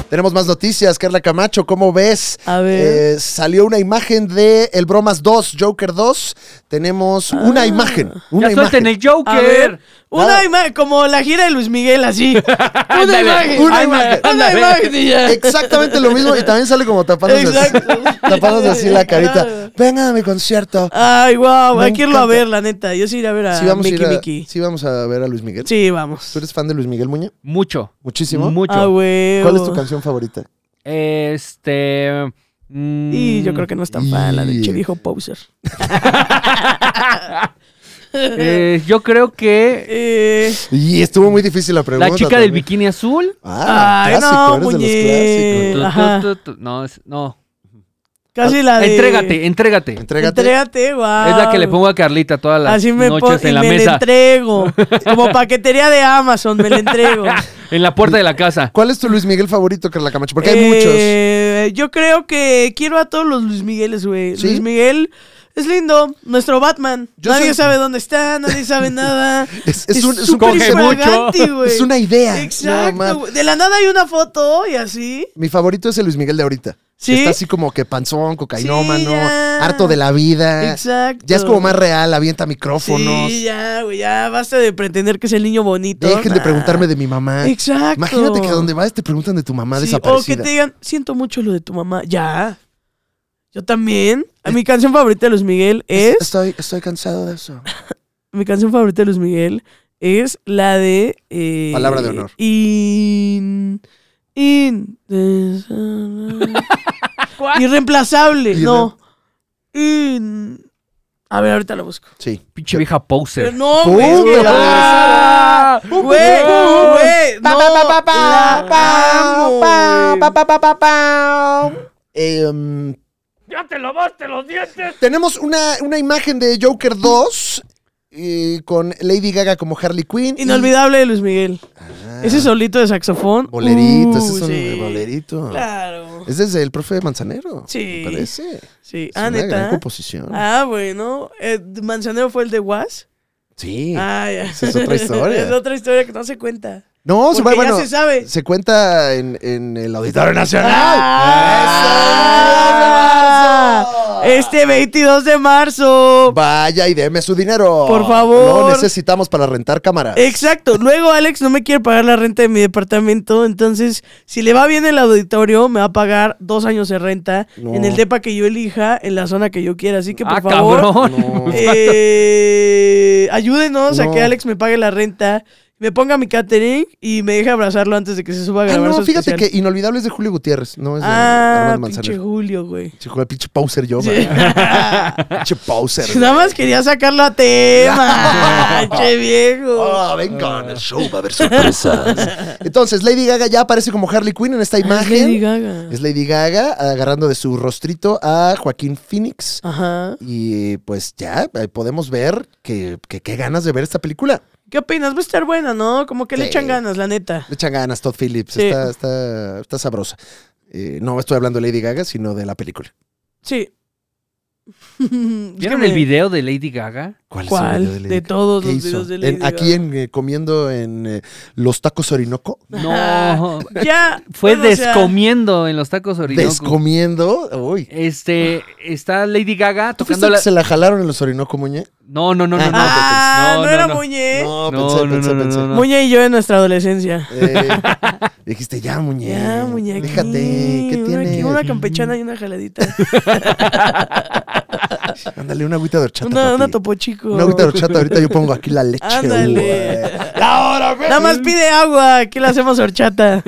[SPEAKER 1] Tenemos más noticias, Carla Camacho, ¿cómo ves?
[SPEAKER 2] A ver.
[SPEAKER 1] Eh, salió una imagen de El Bromas 2, Joker 2. Tenemos
[SPEAKER 2] Ah.
[SPEAKER 1] una imagen. Una
[SPEAKER 5] Ya
[SPEAKER 1] imagen.
[SPEAKER 5] suelten el
[SPEAKER 2] A ver,
[SPEAKER 5] Joker.
[SPEAKER 2] una
[SPEAKER 1] Nada.
[SPEAKER 2] imagen, como la gira de Luis Miguel, así. Una
[SPEAKER 5] Ándale,
[SPEAKER 2] imagen.
[SPEAKER 1] una
[SPEAKER 2] Ándale,
[SPEAKER 1] imagen.
[SPEAKER 2] Una
[SPEAKER 5] Ándale.
[SPEAKER 2] imagen y ya.
[SPEAKER 1] Exactamente lo mismo y también sale como tapándose así,
[SPEAKER 2] Exacto. Ah.
[SPEAKER 1] tapándose así la carita.
[SPEAKER 2] Claro.
[SPEAKER 1] Vengan a mi concierto.
[SPEAKER 2] Ay, wow,
[SPEAKER 1] Me
[SPEAKER 2] hay que irlo a
[SPEAKER 1] encanta.
[SPEAKER 2] ver, la neta. Yo sí iré a ver a
[SPEAKER 1] Sí vamos, a ir
[SPEAKER 2] Mickey
[SPEAKER 1] a-
[SPEAKER 2] Ah, Mickey.
[SPEAKER 1] sí vamos a ver a Luis Miguel.
[SPEAKER 2] Sí, vamos.
[SPEAKER 1] ¿Tú eres fan de Luis Miguel Muña?
[SPEAKER 5] Mucho.
[SPEAKER 1] Muchísimo.
[SPEAKER 5] Mucho.
[SPEAKER 2] Ah, güey.
[SPEAKER 1] ¿Cuál es tu canción favorita?
[SPEAKER 5] Este. mm,
[SPEAKER 2] Y yo creo que no es tan fan la de
[SPEAKER 1] Y-
[SPEAKER 2] Chirijo Poser.
[SPEAKER 5] eh, yo creo que.
[SPEAKER 2] Eh,
[SPEAKER 1] Y estuvo muy difícil la pregunta.
[SPEAKER 5] La chica del
[SPEAKER 1] también.
[SPEAKER 5] bikini azul.
[SPEAKER 1] Ah,
[SPEAKER 2] Ay,
[SPEAKER 1] clásico,
[SPEAKER 2] no,
[SPEAKER 1] eres de los
[SPEAKER 2] Muñe.
[SPEAKER 1] clásicos.
[SPEAKER 5] Tu, tu,
[SPEAKER 2] Eh, Ajá.
[SPEAKER 5] tu, tu. No, es- no.
[SPEAKER 2] casi la de.
[SPEAKER 5] Entrégate, entrégate.
[SPEAKER 1] Entrégate.
[SPEAKER 2] Entrégate, wow.
[SPEAKER 5] Es la que le pongo a Carlita todas las
[SPEAKER 2] Así me pon-
[SPEAKER 5] noches
[SPEAKER 2] y
[SPEAKER 5] en la
[SPEAKER 2] me la
[SPEAKER 5] mesa.
[SPEAKER 2] entrego. Como paquetería de Amazon, me la entrego.
[SPEAKER 5] En la puerta de la casa.
[SPEAKER 1] ¿Cuál es tu Luis Miguel favorito, Carla Camacho? Porque hay muchos.
[SPEAKER 2] Eh, Yo creo que quiero a todos los Luis Migueles, güey.
[SPEAKER 1] ¿Sí?
[SPEAKER 2] Luis Miguel es lindo, nuestro Batman.
[SPEAKER 1] Yo
[SPEAKER 2] nadie
[SPEAKER 1] soy-
[SPEAKER 2] sabe dónde está, nadie sabe nada.
[SPEAKER 1] Es- es un- es un
[SPEAKER 2] súper
[SPEAKER 5] coge
[SPEAKER 2] infragante,
[SPEAKER 5] mucho.
[SPEAKER 2] güey.
[SPEAKER 1] Es una idea. No,
[SPEAKER 2] Exacto,
[SPEAKER 1] man.
[SPEAKER 2] güey. de la nada hay una foto y así.
[SPEAKER 1] Mi favorito es el Luis Miguel de ahorita.
[SPEAKER 2] ¿Sí?
[SPEAKER 1] Está así como que panzón, cocainómano,
[SPEAKER 2] Sí, ya.
[SPEAKER 1] harto de la vida.
[SPEAKER 2] Exacto.
[SPEAKER 1] Ah, Ya es como más real, avienta micrófonos.
[SPEAKER 2] Sí, ya, güey, ya basta de pretender que es el niño bonito.
[SPEAKER 1] Dejen de
[SPEAKER 2] Nah.
[SPEAKER 1] preguntarme de mi mamá.
[SPEAKER 2] Exacto.
[SPEAKER 1] Imagínate que a donde vas te preguntan de tu mamá
[SPEAKER 2] Sí, O que
[SPEAKER 1] desaparecida.
[SPEAKER 2] te digan, siento mucho lo de tu mamá. Ya. Yo también. A Mi canción favorita de Luis Miguel es.
[SPEAKER 1] Estoy, estoy cansado de eso.
[SPEAKER 2] Mi canción favorita de Luis Miguel es la de. eh,
[SPEAKER 1] Palabra de honor.
[SPEAKER 2] In. In. Irreemplazable. No. In. A ver, ahorita la busco.
[SPEAKER 1] Sí.
[SPEAKER 5] Pinche vieja
[SPEAKER 2] Pero
[SPEAKER 5] poser.
[SPEAKER 2] no, güey. es que-
[SPEAKER 1] Puta,
[SPEAKER 2] ¡Ah! Güey, güey. No, la amo, güey.
[SPEAKER 1] Eh, mm, Tenemos una, una imagen de Joker 2 eh, con Lady Gaga como Harley Quinn. Ah,
[SPEAKER 2] Inolvidable de Luis Miguel. Ese solito de saxofón.
[SPEAKER 1] Bolerito, ese es
[SPEAKER 2] Uh,
[SPEAKER 1] un
[SPEAKER 2] sí.
[SPEAKER 1] bolerito.
[SPEAKER 2] Claro.
[SPEAKER 1] Ese es el profe Manzanero.
[SPEAKER 2] Sí.
[SPEAKER 1] Me parece. Es
[SPEAKER 2] Sí. Ah,
[SPEAKER 1] una gran
[SPEAKER 2] neta.
[SPEAKER 1] composición.
[SPEAKER 2] Ah, bueno. Eh, Manzanero fue el de Was.
[SPEAKER 1] Sí.
[SPEAKER 2] Ah, ya.
[SPEAKER 1] Esa es otra historia.
[SPEAKER 2] es otra historia que no se cuenta.
[SPEAKER 1] no, se,
[SPEAKER 2] porque ya
[SPEAKER 1] bueno,
[SPEAKER 2] se sabe.
[SPEAKER 1] se cuenta en, en el Auditorio Nacional.
[SPEAKER 2] Ah,
[SPEAKER 1] ¡Eso! ¡Eso!
[SPEAKER 2] Este 22 de marzo.
[SPEAKER 1] Vaya y deme su dinero.
[SPEAKER 2] Por favor.
[SPEAKER 1] Lo necesitamos para rentar cámaras.
[SPEAKER 2] Exacto. Luego Alex no me quiere pagar la renta de mi departamento. Entonces, si le va bien el auditorio, me va a pagar dos años de renta
[SPEAKER 1] No.
[SPEAKER 2] en el depa que yo elija, en la zona que yo quiera. Así que, por
[SPEAKER 5] Ah,
[SPEAKER 2] favor,
[SPEAKER 5] cabrón.
[SPEAKER 2] Eh, ayúdenos a que
[SPEAKER 1] No.
[SPEAKER 2] Alex me pague la renta, me ponga mi catering y me deje abrazarlo antes de que se suba a
[SPEAKER 1] Ah,
[SPEAKER 2] grabar
[SPEAKER 1] no,
[SPEAKER 2] su
[SPEAKER 1] fíjate
[SPEAKER 2] especial.
[SPEAKER 1] que Inolvidable es de Julio Gutiérrez, no es de
[SPEAKER 2] Ah,
[SPEAKER 1] Armando
[SPEAKER 2] pinche
[SPEAKER 1] Manzanero.
[SPEAKER 2] Julio, güey.
[SPEAKER 1] Pinche, Julio, pinche poser yo,
[SPEAKER 2] Sí.
[SPEAKER 1] man. Pinche poser.
[SPEAKER 2] Nada más quería sacarlo a tema, che viejo.
[SPEAKER 1] Oh, ven con el show, va a haber sorpresas. Entonces, Lady Gaga ya aparece como Harley Quinn en esta imagen.
[SPEAKER 2] Lady Gaga.
[SPEAKER 1] Es Lady Gaga agarrando de su rostrito a Joaquín Phoenix.
[SPEAKER 2] Ajá.
[SPEAKER 1] Y pues ya eh, podemos ver que, que- qué ganas de ver esta película.
[SPEAKER 2] ¿Qué opinas? Va a estar buena, ¿no? Como que le
[SPEAKER 1] Sí.
[SPEAKER 2] echan ganas, la neta.
[SPEAKER 1] Le echan ganas, Todd Phillips.
[SPEAKER 2] Sí.
[SPEAKER 1] Está, está, está sabrosa. Eh, no estoy hablando de Lady Gaga, sino de la película.
[SPEAKER 2] Sí.
[SPEAKER 5] ¿Vieron
[SPEAKER 2] que
[SPEAKER 5] el
[SPEAKER 2] me-
[SPEAKER 5] video de Lady Gaga?
[SPEAKER 1] ¿Cuál? es el
[SPEAKER 2] ¿Cuál?
[SPEAKER 1] video Lady
[SPEAKER 2] De
[SPEAKER 1] Gaga?
[SPEAKER 2] todos
[SPEAKER 1] ¿Qué
[SPEAKER 2] los
[SPEAKER 1] hizo?
[SPEAKER 2] videos de
[SPEAKER 1] En-
[SPEAKER 2] Lady
[SPEAKER 1] Aquí en, eh, comiendo en eh, los tacos Orinoco.
[SPEAKER 5] No.
[SPEAKER 2] Gaga. Ya.
[SPEAKER 5] Fue
[SPEAKER 2] bueno, o sea,
[SPEAKER 5] descomiendo en los tacos Orinoco.
[SPEAKER 1] Descomiendo. Uy.
[SPEAKER 5] Este, está Lady Gaga
[SPEAKER 1] ¿Tú fuiste
[SPEAKER 5] tocando
[SPEAKER 1] el
[SPEAKER 5] la...
[SPEAKER 1] que se la jalaron en los Orinoco, Muñe?
[SPEAKER 5] No, no, no, no, no.
[SPEAKER 2] Ah, no,
[SPEAKER 5] no,
[SPEAKER 2] era
[SPEAKER 5] no.
[SPEAKER 2] Muñe.
[SPEAKER 1] No,
[SPEAKER 5] No,
[SPEAKER 1] pensé,
[SPEAKER 5] no,
[SPEAKER 1] pensé,
[SPEAKER 5] no, no,
[SPEAKER 1] pensé.
[SPEAKER 5] no, no.
[SPEAKER 2] Muñe y yo en nuestra adolescencia.
[SPEAKER 1] Eh, dijiste, ya, Muñe.
[SPEAKER 2] Ya, Muñe. aquí,
[SPEAKER 1] Déjate, ¿qué
[SPEAKER 2] una aquí,
[SPEAKER 1] tiene?
[SPEAKER 2] Una campechana y una jaladita.
[SPEAKER 1] Ándale, una agüita de horchata.
[SPEAKER 2] una, una
[SPEAKER 1] papi.
[SPEAKER 2] topo chico.
[SPEAKER 1] Una agüita de horchata, ahorita yo pongo aquí la leche.
[SPEAKER 2] Ándale.
[SPEAKER 1] güey. ¡Ahora, güey!
[SPEAKER 2] Nada más pide agua, aquí la hacemos horchata.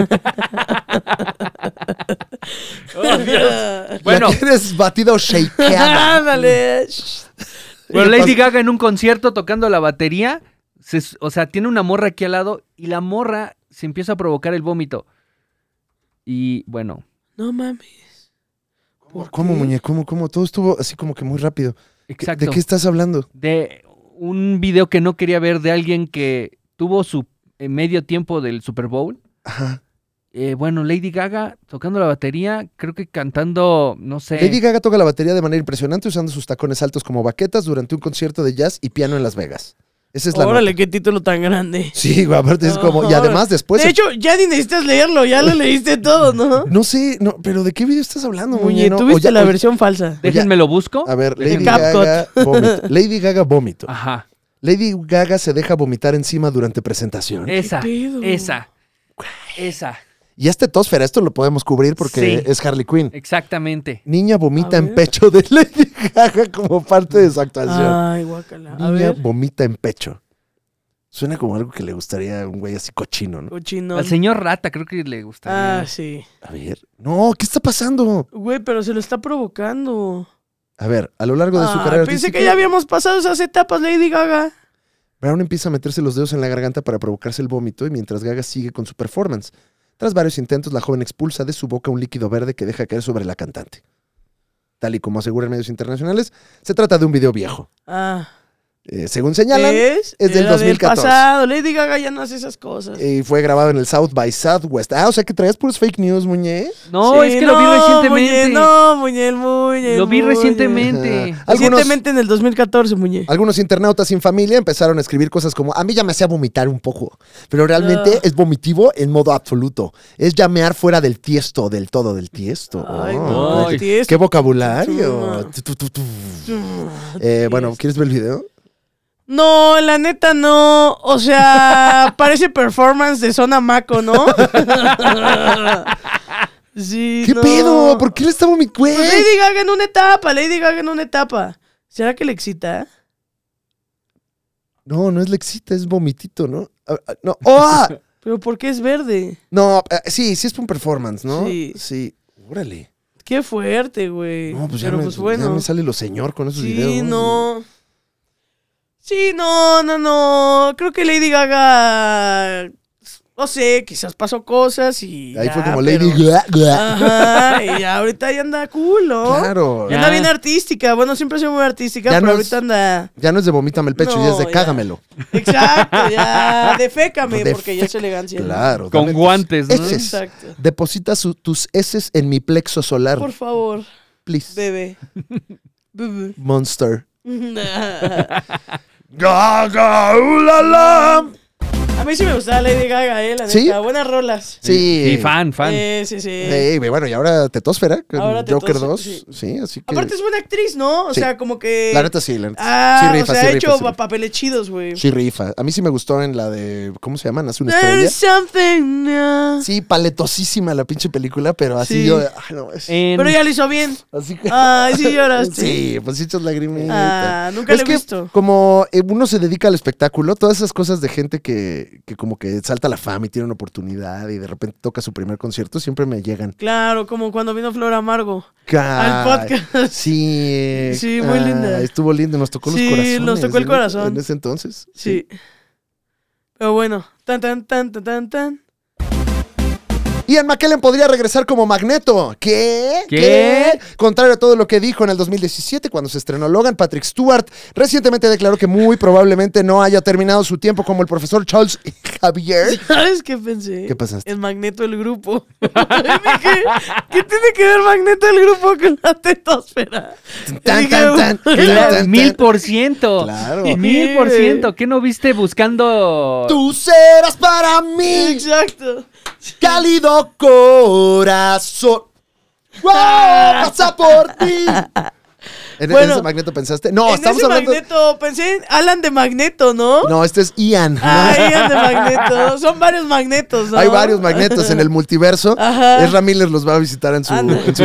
[SPEAKER 2] Oh,
[SPEAKER 5] Bueno,
[SPEAKER 1] ¿La quieres batida o shakeada?
[SPEAKER 2] Ándale.
[SPEAKER 5] pero Lady Gaga en un concierto tocando la batería, se s- o sea, tiene una morra aquí al lado y la morra se empieza a provocar el vómito. Y bueno,
[SPEAKER 2] No mames. ¿Por
[SPEAKER 1] ¿Cómo,
[SPEAKER 2] qué?
[SPEAKER 1] Muñe? ¿Cómo, cómo? Todo estuvo así como que muy rápido. ¿Qué-
[SPEAKER 5] exacto.
[SPEAKER 1] ¿De qué estás hablando?
[SPEAKER 5] de un video que no quería ver de alguien que tuvo su eh, medio tiempo del Super Bowl.
[SPEAKER 1] Ajá.
[SPEAKER 5] Eh, bueno, Lady Gaga tocando la batería, creo que cantando, no sé.
[SPEAKER 1] Lady Gaga toca la batería de manera impresionante usando sus tacones altos como baquetas durante un concierto de jazz y piano en Las Vegas. Esa es la
[SPEAKER 2] Órale,
[SPEAKER 1] nota.
[SPEAKER 2] qué título tan grande.
[SPEAKER 1] Sí, güey, aparte es como... Y además después...
[SPEAKER 2] de hecho, ya ni necesitas leerlo, ya lo leíste todo, ¿no?
[SPEAKER 1] no sé, no, pero ¿de qué video estás hablando, Muñe?
[SPEAKER 2] Muñe,
[SPEAKER 1] No, o
[SPEAKER 2] tuviste
[SPEAKER 1] ya-
[SPEAKER 2] la
[SPEAKER 1] o-
[SPEAKER 2] versión falsa.
[SPEAKER 5] Déjenme lo busco.
[SPEAKER 1] pues A ver, Lady
[SPEAKER 5] Déjenme-
[SPEAKER 1] Gaga, vómito. Lady Gaga
[SPEAKER 2] Ah.
[SPEAKER 1] vómito.
[SPEAKER 5] Ajá.
[SPEAKER 1] Lady Gaga se deja vomitar encima durante presentación.
[SPEAKER 2] Eh.
[SPEAKER 5] Esa.
[SPEAKER 2] pedo?
[SPEAKER 5] Esa. Esa.
[SPEAKER 1] Y este tosfera, esto lo podemos cubrir porque
[SPEAKER 5] Sí.
[SPEAKER 1] es Harley Quinn.
[SPEAKER 5] Exactamente.
[SPEAKER 1] Niña vomita
[SPEAKER 2] A
[SPEAKER 1] en
[SPEAKER 2] ver.
[SPEAKER 1] pecho de Lady Gaga como parte de su actuación.
[SPEAKER 2] Ay, guácala. A
[SPEAKER 1] Niña
[SPEAKER 2] ver,
[SPEAKER 1] vomita en pecho. Suena como algo que le gustaría a un güey así cochino, ¿no?
[SPEAKER 2] cochino.
[SPEAKER 5] Al señor Rata creo que le gusta.
[SPEAKER 2] Ah, sí.
[SPEAKER 1] A ver. No, ¿qué está pasando?
[SPEAKER 2] Güey, pero se lo está provocando.
[SPEAKER 1] A ver, a lo largo de su
[SPEAKER 2] Ah,
[SPEAKER 1] carrera
[SPEAKER 2] pensé
[SPEAKER 1] artística,
[SPEAKER 2] que ya habíamos pasado esas etapas, Lady Gaga.
[SPEAKER 1] Brown empieza a meterse los dedos en la garganta para provocarse el vómito y mientras Gaga sigue con su performance. Tras varios intentos, la joven expulsa de su boca un líquido verde que deja caer sobre la cantante. Tal y como aseguran medios internacionales, se trata de un video viejo.
[SPEAKER 2] Ah,
[SPEAKER 1] Eh, según señalan,
[SPEAKER 2] ¿ves?
[SPEAKER 1] es del
[SPEAKER 2] Era
[SPEAKER 1] 2014.
[SPEAKER 2] pasado. Lady Gaga ya no hace esas cosas.
[SPEAKER 1] y eh, fue grabado en el South by Southwest. Ah, o sea que traes puros fake news, muñe.
[SPEAKER 5] No,
[SPEAKER 2] Sí,
[SPEAKER 5] es que lo vi
[SPEAKER 2] no,
[SPEAKER 5] recientemente.
[SPEAKER 2] Muñe, no, Muñe, el Muñe.
[SPEAKER 5] Lo vi
[SPEAKER 2] Muñe.
[SPEAKER 5] recientemente.
[SPEAKER 1] Ajá. Algunos,
[SPEAKER 2] Recientemente en el 2014, Muñe.
[SPEAKER 1] algunos internautas sin familia empezaron a escribir cosas como: A mí ya me hacía vomitar un poco, pero realmente
[SPEAKER 2] Ah.
[SPEAKER 1] es vomitivo en modo absoluto. Es llamear fuera del tiesto, del todo del tiesto.
[SPEAKER 2] Ay,
[SPEAKER 1] Oh,
[SPEAKER 2] no,
[SPEAKER 5] Ay,
[SPEAKER 2] el tiesto.
[SPEAKER 1] ¡Qué vocabulario!
[SPEAKER 2] Chuma.
[SPEAKER 1] Tu, tu, tu, tu. Eh,
[SPEAKER 2] Tiesto.
[SPEAKER 1] bueno, ¿quieres ver el video?
[SPEAKER 2] No, la neta no. O sea, parece performance de Zona Maco, ¿no? sí.
[SPEAKER 1] ¿Qué
[SPEAKER 2] no.
[SPEAKER 1] pedo? ¿Por qué le está vomitando?
[SPEAKER 2] Pues Lady Gaga en una etapa, Lady Gaga en una etapa. ¿Será que le excita?
[SPEAKER 1] No, no es lexita, es vomitito, ¿no? Ah, ah, No. ¡Oh!
[SPEAKER 2] Pero ¿por qué es verde?
[SPEAKER 1] No, eh, sí, sí es por un performance, ¿no?
[SPEAKER 2] Sí.
[SPEAKER 1] Sí. Órale.
[SPEAKER 2] Qué fuerte, güey.
[SPEAKER 1] No, pues ya,
[SPEAKER 2] Pero
[SPEAKER 1] me,
[SPEAKER 2] pues
[SPEAKER 1] ya
[SPEAKER 2] bueno.
[SPEAKER 1] me sale lo señor con esos
[SPEAKER 2] sí,
[SPEAKER 1] videos.
[SPEAKER 2] no. Sí, no, no, no. Creo que Lady Gaga. No sé, quizás pasó cosas y.
[SPEAKER 1] Ahí
[SPEAKER 2] ya,
[SPEAKER 1] fue como
[SPEAKER 2] pero-
[SPEAKER 1] Lady Gla- Gla.
[SPEAKER 2] Ajá, y ya ahorita ya anda cool, ¿no?
[SPEAKER 1] Claro.
[SPEAKER 2] Ya
[SPEAKER 1] Ya.
[SPEAKER 2] anda bien artística. Bueno, siempre soy muy artística,
[SPEAKER 1] Ya
[SPEAKER 2] pero
[SPEAKER 1] no es-
[SPEAKER 2] ahorita anda.
[SPEAKER 1] no es de vomítame el pecho, ya es
[SPEAKER 2] No,
[SPEAKER 1] de
[SPEAKER 2] ya.
[SPEAKER 1] cágamelo.
[SPEAKER 2] Exacto, ya. Defécame,
[SPEAKER 1] De
[SPEAKER 2] porque ya es
[SPEAKER 1] fe-
[SPEAKER 2] elegancia. ¿no?
[SPEAKER 1] Claro.
[SPEAKER 5] Con
[SPEAKER 1] dame tus
[SPEAKER 5] guantes, ¿no?
[SPEAKER 1] heces.
[SPEAKER 2] Exacto.
[SPEAKER 1] Deposita su- tus heces en mi plexo solar,
[SPEAKER 2] Por favor,
[SPEAKER 1] please.
[SPEAKER 2] bebé. Bebé.
[SPEAKER 1] Monster.
[SPEAKER 2] A
[SPEAKER 1] Gaga, ulala.
[SPEAKER 2] mí sí me gustaba Lady Gaga, eh, la
[SPEAKER 1] ¿Sí?
[SPEAKER 2] neta. Buenas rolas.
[SPEAKER 1] Sí.
[SPEAKER 5] Y fan, fan.
[SPEAKER 2] Eh, sí, sí.
[SPEAKER 1] Sí, güey, bueno, y ahora Tetósfera con
[SPEAKER 2] Ahora
[SPEAKER 1] Joker
[SPEAKER 2] Tetos-
[SPEAKER 1] 2. Sí.
[SPEAKER 2] sí.
[SPEAKER 1] así que.
[SPEAKER 2] Aparte es buena actriz, ¿no? O
[SPEAKER 1] Sí.
[SPEAKER 2] sea, como que.
[SPEAKER 1] La neta sí, la neta.
[SPEAKER 2] Ah,
[SPEAKER 1] sí, rifa,
[SPEAKER 2] o sea,
[SPEAKER 1] sí,
[SPEAKER 2] ha
[SPEAKER 1] rifa,
[SPEAKER 2] hecho
[SPEAKER 1] sí, rifa.
[SPEAKER 2] papeles chidos, güey.
[SPEAKER 1] Sí, rifa. A mí sí me gustó en la de. ¿Cómo se llama? Nace una estrella.
[SPEAKER 2] There's something new.
[SPEAKER 1] Sí, paletosísima la pinche película, pero así
[SPEAKER 2] Sí.
[SPEAKER 1] yo. ay, no, es-
[SPEAKER 5] En-
[SPEAKER 2] Pero ya lo hizo bien.
[SPEAKER 1] así que.
[SPEAKER 2] Ay, sí lloraste.
[SPEAKER 1] Sí, pues sí, echas lagrimitas.
[SPEAKER 2] Ah, nunca
[SPEAKER 1] Es
[SPEAKER 2] lo he
[SPEAKER 1] que
[SPEAKER 2] visto.
[SPEAKER 1] Como eh, uno se dedica al espectáculo, todas esas cosas de gente que, que como que salta a la fama y tiene una oportunidad y de repente toca su primer concierto, siempre me llegan.
[SPEAKER 2] Claro, como cuando vino Flor Amargo.
[SPEAKER 1] Ay,
[SPEAKER 2] podcast.
[SPEAKER 1] Sí.
[SPEAKER 2] Sí, muy
[SPEAKER 1] ah,
[SPEAKER 2] linda.
[SPEAKER 1] Estuvo lindo, nos tocó los
[SPEAKER 2] Sí,
[SPEAKER 1] corazones.
[SPEAKER 2] nos tocó el
[SPEAKER 1] en-
[SPEAKER 2] corazón.
[SPEAKER 1] En ese entonces.
[SPEAKER 2] Sí. Pero bueno, tan tan tan tan tan tan.
[SPEAKER 1] Ian McKellen podría regresar como Magneto. ¿Qué?
[SPEAKER 5] ¿Qué?
[SPEAKER 1] Contrario a todo lo que dijo en el 2017 cuando se estrenó Logan, Patrick Stewart recientemente declaró que muy probablemente no haya terminado su tiempo como el profesor Charles Javier.
[SPEAKER 2] ¿Sabes qué pensé?
[SPEAKER 1] ¿Qué pensaste?
[SPEAKER 2] En Magneto el grupo. Y dije, ¿Qué tiene que ver Magneto el grupo con la tetosfera?
[SPEAKER 1] Tan, tan, tan,
[SPEAKER 5] Claro,
[SPEAKER 1] tan, tan,
[SPEAKER 5] Mil
[SPEAKER 1] tan.
[SPEAKER 5] por ciento.
[SPEAKER 1] Claro.
[SPEAKER 5] Mil por ciento. ¿Qué no viste buscando?
[SPEAKER 1] Tú serás para mí
[SPEAKER 2] Exacto.
[SPEAKER 1] cálido corazón. ¡Wow! Pasa por ti. ¿En, en
[SPEAKER 2] Bueno,
[SPEAKER 1] ese magneto pensaste? No,
[SPEAKER 2] en
[SPEAKER 1] estamos
[SPEAKER 2] ese
[SPEAKER 1] hablando.
[SPEAKER 2] Magneto, pensé en Alan de Magneto, ¿no?
[SPEAKER 1] No, este es Ian.
[SPEAKER 2] Ah, Ian de Magneto. Son varios magnetos, ¿no?
[SPEAKER 1] Hay varios magnetos en el multiverso.
[SPEAKER 2] Ajá.
[SPEAKER 1] Es Ramírez los va a visitar en su,
[SPEAKER 2] Anda.
[SPEAKER 1] en su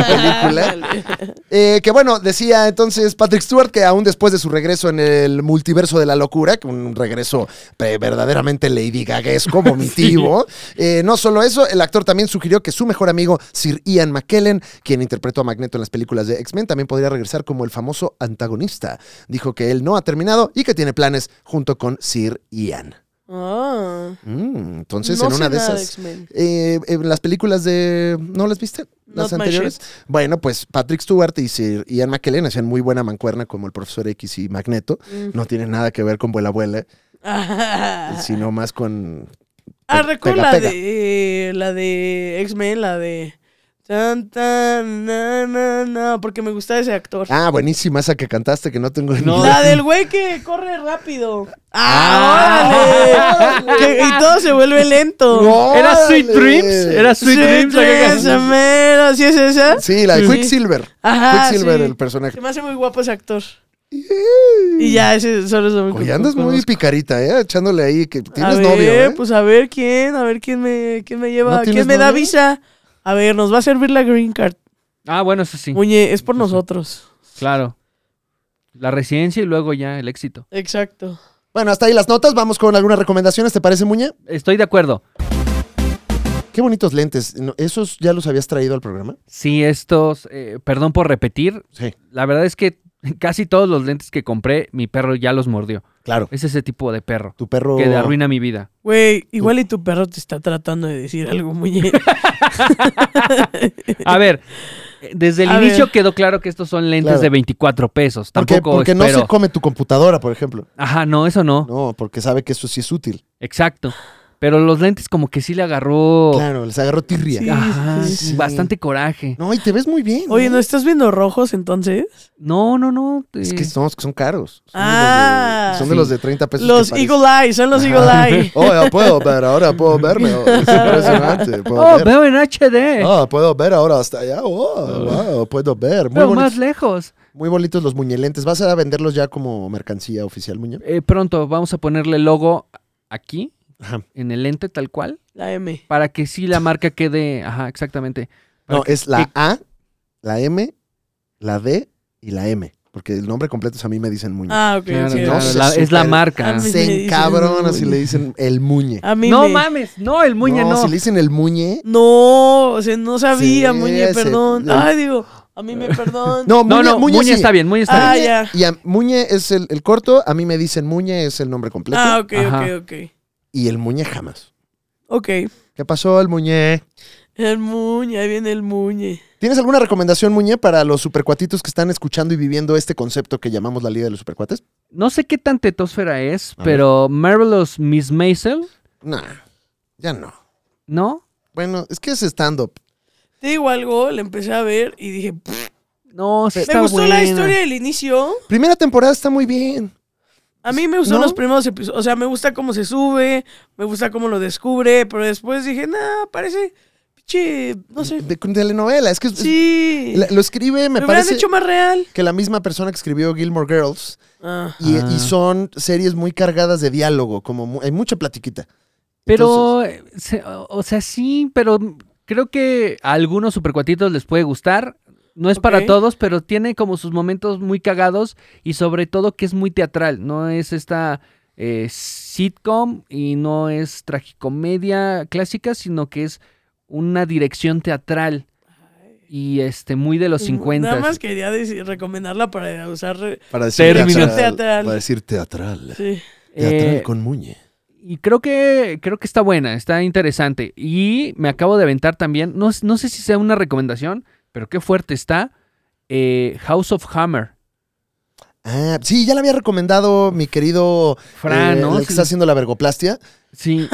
[SPEAKER 1] película.
[SPEAKER 2] Ándale.
[SPEAKER 1] Eh, que bueno, decía entonces Patrick Stewart que aún después de su regreso en el multiverso de la locura, que un regreso eh, verdaderamente Lady Gaguesco, vomitivo, eh, no solo eso, el actor también sugirió que su mejor amigo Sir Ian McKellen, quien interpretó a Magneto en las películas de X-Men, también podría regresar como el famoso antagonista. Dijo que él no ha terminado y que tiene planes junto con Sir Ian.
[SPEAKER 2] Ah.
[SPEAKER 1] Mm, entonces,
[SPEAKER 2] No
[SPEAKER 1] en una
[SPEAKER 2] sé
[SPEAKER 1] de
[SPEAKER 2] nada de
[SPEAKER 1] esas.
[SPEAKER 2] X-Men.
[SPEAKER 1] eh, en las películas de. ¿No las viste?
[SPEAKER 2] Not
[SPEAKER 1] Las
[SPEAKER 2] my
[SPEAKER 1] anteriores. Bueno, pues Patrick Stewart y Sir Ian McKellen hacían muy buena mancuerna como el profesor X y Magneto. No tiene nada que ver con Vuela Abuela,
[SPEAKER 2] Mm. Ah,
[SPEAKER 1] sino más con.
[SPEAKER 2] ah
[SPEAKER 1] pe-
[SPEAKER 2] recuerda
[SPEAKER 1] pega,
[SPEAKER 2] la
[SPEAKER 1] pega.
[SPEAKER 2] de, eh, la de X-Men, la de... Tan, tan, na, na, na, porque me gusta ese actor.
[SPEAKER 1] Ah, buenísima esa que cantaste que no tengo ni
[SPEAKER 5] No.
[SPEAKER 1] idea.
[SPEAKER 2] La del güey que corre rápido.
[SPEAKER 5] Ah.
[SPEAKER 2] ¡Ah, órale! Que- y todo se vuelve lento.
[SPEAKER 5] Era Sweet
[SPEAKER 1] ¡Órale!
[SPEAKER 5] Dreams. Era Sweet Dreams.
[SPEAKER 2] Dreams, amero, ¿sí es esa?
[SPEAKER 1] Sí, la de
[SPEAKER 2] Sí.
[SPEAKER 1] Quicksilver.
[SPEAKER 2] Ajá,
[SPEAKER 1] Quicksilver,
[SPEAKER 2] sí.
[SPEAKER 1] el personaje.
[SPEAKER 2] Se me hace muy guapo ese actor. Y ya, ese solo es lo único
[SPEAKER 1] Oye,
[SPEAKER 2] que
[SPEAKER 1] andas muy
[SPEAKER 2] conozco.
[SPEAKER 1] picarita, ¿eh? Echándole ahí que tienes
[SPEAKER 2] a ver,
[SPEAKER 1] novio. ¿eh?
[SPEAKER 2] pues a ver quién, a ver quién me, quién me
[SPEAKER 1] ¿No
[SPEAKER 2] lleva,
[SPEAKER 1] tienes
[SPEAKER 2] quién me da
[SPEAKER 1] novio?
[SPEAKER 2] visa. A ver, nos va a servir la green card.
[SPEAKER 5] Ah, bueno, eso sí.
[SPEAKER 2] Muñe, es por nosotros.
[SPEAKER 5] Claro. La residencia y luego ya el éxito.
[SPEAKER 2] Exacto.
[SPEAKER 1] Bueno, hasta ahí las notas. Vamos con algunas recomendaciones, ¿te parece, Muñe?
[SPEAKER 5] Estoy de acuerdo.
[SPEAKER 1] Qué bonitos lentes. No, ¿Esos ya los habías traído al programa?
[SPEAKER 5] Sí, estos. eh, perdón por repetir.
[SPEAKER 1] Sí.
[SPEAKER 5] La verdad es que casi todos los lentes que compré, mi perro ya los mordió.
[SPEAKER 1] Claro.
[SPEAKER 5] Es ese tipo de perro
[SPEAKER 1] Tu perro.
[SPEAKER 5] que arruina mi vida.
[SPEAKER 2] Güey, igual y tu perro te está tratando de decir algo, Muñe.
[SPEAKER 5] A ver, desde el
[SPEAKER 2] A
[SPEAKER 5] inicio
[SPEAKER 2] ver.
[SPEAKER 5] quedó claro que estos son lentes
[SPEAKER 1] Claro.
[SPEAKER 5] de 24 pesos.
[SPEAKER 1] Porque,
[SPEAKER 5] Tampoco
[SPEAKER 1] porque no
[SPEAKER 5] espero-
[SPEAKER 1] se come tu computadora, por ejemplo.
[SPEAKER 5] Ajá, no, eso no.
[SPEAKER 1] No, porque sabe que eso sí es útil.
[SPEAKER 5] Exacto. Pero los lentes como que sí le agarró
[SPEAKER 1] Claro, les agarró tirria.
[SPEAKER 2] Sí.
[SPEAKER 5] Ajá,
[SPEAKER 2] sí,
[SPEAKER 1] sí.
[SPEAKER 5] bastante coraje.
[SPEAKER 1] No, y te ves muy bien.
[SPEAKER 2] Oye, ¿no estás viendo rojos entonces?
[SPEAKER 5] No, no, no. eh,
[SPEAKER 1] Es que son, son caros. Son, de, los
[SPEAKER 2] Ah.
[SPEAKER 1] de, son de los de 30
[SPEAKER 5] Pues
[SPEAKER 1] pesos.
[SPEAKER 2] Los
[SPEAKER 1] que parecen-
[SPEAKER 2] Eagle Eye, son los Eagle Eye.
[SPEAKER 1] Oh, ya puedo ver, ahora puedo verme. oh, es impresionante. Puedo
[SPEAKER 5] Oh,
[SPEAKER 1] ver.
[SPEAKER 5] veo en HD.
[SPEAKER 1] Ah, puedo ver ahora hasta allá. Oh, wow, puedo ver. Muy
[SPEAKER 5] veo
[SPEAKER 1] bonitos,
[SPEAKER 5] más lejos.
[SPEAKER 1] muy bonitos los muñelentes. ¿Vas a venderlos ya como mercancía oficial, Muñe?
[SPEAKER 5] Eh, pronto vamos a ponerle el logo aquí,
[SPEAKER 1] Ajá.
[SPEAKER 5] en el lente tal cual,
[SPEAKER 2] La M.
[SPEAKER 5] para que sí la marca quede. Ajá, exactamente. Para
[SPEAKER 1] No,
[SPEAKER 5] que-
[SPEAKER 1] es la
[SPEAKER 5] que-
[SPEAKER 1] A, la M, la D y la M. Porque el nombre completo es a mí me dicen Muñe.
[SPEAKER 2] Ah, ok.
[SPEAKER 5] Mm. Claro,
[SPEAKER 2] ok,
[SPEAKER 5] claro,
[SPEAKER 2] ok.
[SPEAKER 1] se
[SPEAKER 5] la- es la
[SPEAKER 1] super-
[SPEAKER 5] marca.
[SPEAKER 2] A mí- me
[SPEAKER 1] Se
[SPEAKER 2] dicen
[SPEAKER 1] encabrón,
[SPEAKER 2] Muñe. Ah,
[SPEAKER 1] así le dicen el Muñe.
[SPEAKER 2] A mí
[SPEAKER 5] No
[SPEAKER 2] me-
[SPEAKER 5] mames, no, el muñe no.
[SPEAKER 1] si le dicen el Muñe.
[SPEAKER 2] No, o sea, no sabía,
[SPEAKER 1] Sí,
[SPEAKER 2] Muñe,
[SPEAKER 1] ese-
[SPEAKER 2] perdón.
[SPEAKER 1] el-
[SPEAKER 2] Ay, digo, a mí me perdón.
[SPEAKER 1] No, Muñe,
[SPEAKER 5] No, no, muñe,
[SPEAKER 1] sí.
[SPEAKER 5] está bien, muñe está
[SPEAKER 2] Ah,
[SPEAKER 5] bien.
[SPEAKER 1] Muñe-
[SPEAKER 2] ya.
[SPEAKER 1] Y a- Muñe es el, el corto, a mí me dicen Muñe es el nombre completo.
[SPEAKER 2] Ah, ok,
[SPEAKER 5] Ajá.
[SPEAKER 2] ok, ok.
[SPEAKER 1] Y el Muñe jamás.
[SPEAKER 2] Ok.
[SPEAKER 1] ¿Qué pasó, el Muñe?
[SPEAKER 2] El Muñe, ahí viene el Muñe.
[SPEAKER 1] ¿Tienes alguna recomendación, Muñe, para los supercuatitos que están escuchando y viviendo este concepto que llamamos la Liga de los Supercuates?
[SPEAKER 5] No sé qué tan tetosfera es,
[SPEAKER 1] A ver.
[SPEAKER 5] pero Marvelous Miss Maisel,
[SPEAKER 1] Nah, ya no.
[SPEAKER 5] ¿no?
[SPEAKER 1] Bueno, es que es stand-up.
[SPEAKER 2] Te digo algo, la empecé a ver y dije, "Pff,
[SPEAKER 5] No, sí
[SPEAKER 1] Me
[SPEAKER 5] está
[SPEAKER 2] me gustó
[SPEAKER 5] buena.
[SPEAKER 2] la historia del inicio.
[SPEAKER 1] Primera temporada está muy bien.
[SPEAKER 2] A mí me gustan
[SPEAKER 1] ¿No?
[SPEAKER 2] los primeros episodios. O sea, me gusta cómo se sube, me gusta cómo lo descubre, pero después dije, nah, parece, pinche, no sé.
[SPEAKER 1] De, de telenovela, es que es-
[SPEAKER 2] Sí.
[SPEAKER 1] la- lo escribe, me
[SPEAKER 2] me hubieran
[SPEAKER 1] parece,
[SPEAKER 2] hecho más real.
[SPEAKER 1] que la misma persona que escribió Gilmore Girls.
[SPEAKER 2] Ah,
[SPEAKER 1] Y,
[SPEAKER 5] Ah.
[SPEAKER 1] y son series muy cargadas de diálogo, como mu- hay mucha platiquita.
[SPEAKER 5] Pero, eh, se- o o sea, sí, pero mm, creo que a algunos supercuatitos les puede gustar. No es para
[SPEAKER 2] Ok.
[SPEAKER 5] todos, pero tiene como sus momentos muy cagados y sobre todo que es muy teatral. No es esta eh, sitcom y no es tragicomedia clásica, sino que es una dirección teatral y este muy de los 50.
[SPEAKER 2] Nada más quería decir- recomendarla para usar. re-
[SPEAKER 1] Para
[SPEAKER 5] decir Término.
[SPEAKER 2] teatral. Teatral.
[SPEAKER 1] Para decir teatral.
[SPEAKER 2] Sí.
[SPEAKER 1] Teatral
[SPEAKER 5] Eh,
[SPEAKER 1] con Muñe.
[SPEAKER 5] y creo que, creo que está buena, está interesante. Y me acabo de aventar también, no, no sé si sea una recomendación, pero qué fuerte está eh, House of Hammer.
[SPEAKER 1] Ah, sí, ya le había recomendado mi querido
[SPEAKER 5] Fran,
[SPEAKER 1] eh,
[SPEAKER 5] ¿no?
[SPEAKER 1] el que
[SPEAKER 5] Sí.
[SPEAKER 1] está haciendo la vergoplastia.
[SPEAKER 5] Sí,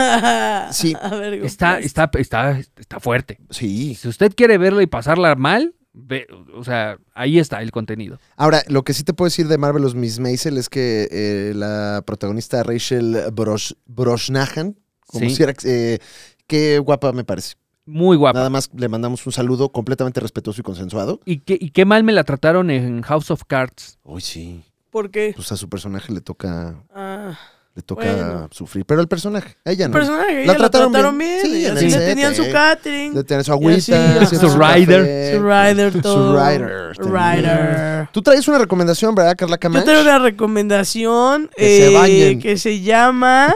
[SPEAKER 1] Sí.
[SPEAKER 2] A ver, güey.
[SPEAKER 5] está, está, está, está fuerte.
[SPEAKER 1] Sí.
[SPEAKER 5] Si usted quiere verla y pasarla mal, ve- o sea, ahí está el contenido.
[SPEAKER 1] Ahora, lo que sí te puedo decir de Marvelous Miss Maisel es que eh, la protagonista Rachel Brosh- Brosnahan, como
[SPEAKER 5] Sí.
[SPEAKER 1] si era, eh, qué guapa me parece.
[SPEAKER 5] Muy
[SPEAKER 2] Ah,
[SPEAKER 5] guapa.
[SPEAKER 1] Nada más le mandamos un saludo completamente respetuoso y consensuado.
[SPEAKER 5] ¿Y qué, y qué mal me la trataron en House of Cards.
[SPEAKER 1] Uy, sí.
[SPEAKER 2] ¿Por qué?
[SPEAKER 1] Pues a su personaje le toca,
[SPEAKER 2] Ah,
[SPEAKER 1] le toca
[SPEAKER 2] Bueno.
[SPEAKER 1] sufrir. Pero al personaje, a ella
[SPEAKER 2] el
[SPEAKER 1] no.
[SPEAKER 2] personaje,
[SPEAKER 1] La
[SPEAKER 2] ella la
[SPEAKER 1] trataron
[SPEAKER 2] trataron
[SPEAKER 1] bien.
[SPEAKER 2] bien.
[SPEAKER 1] Sí,
[SPEAKER 2] y
[SPEAKER 1] en
[SPEAKER 2] así
[SPEAKER 1] el
[SPEAKER 2] le
[SPEAKER 1] set,
[SPEAKER 2] tenían su
[SPEAKER 1] eh.
[SPEAKER 2] catering,
[SPEAKER 1] Le tiene su
[SPEAKER 2] así,
[SPEAKER 1] agüita,
[SPEAKER 2] ajá.
[SPEAKER 1] haciendo
[SPEAKER 5] Su
[SPEAKER 1] café.
[SPEAKER 5] rider.
[SPEAKER 2] su rider, todo.
[SPEAKER 1] rider tenía.
[SPEAKER 2] Rider.
[SPEAKER 1] Tú traes una recomendación, ¿verdad, Carla
[SPEAKER 2] Yo
[SPEAKER 1] Camacho?
[SPEAKER 2] tengo una recomendación
[SPEAKER 1] Que se
[SPEAKER 2] eh,
[SPEAKER 1] bañen.
[SPEAKER 2] que se llama.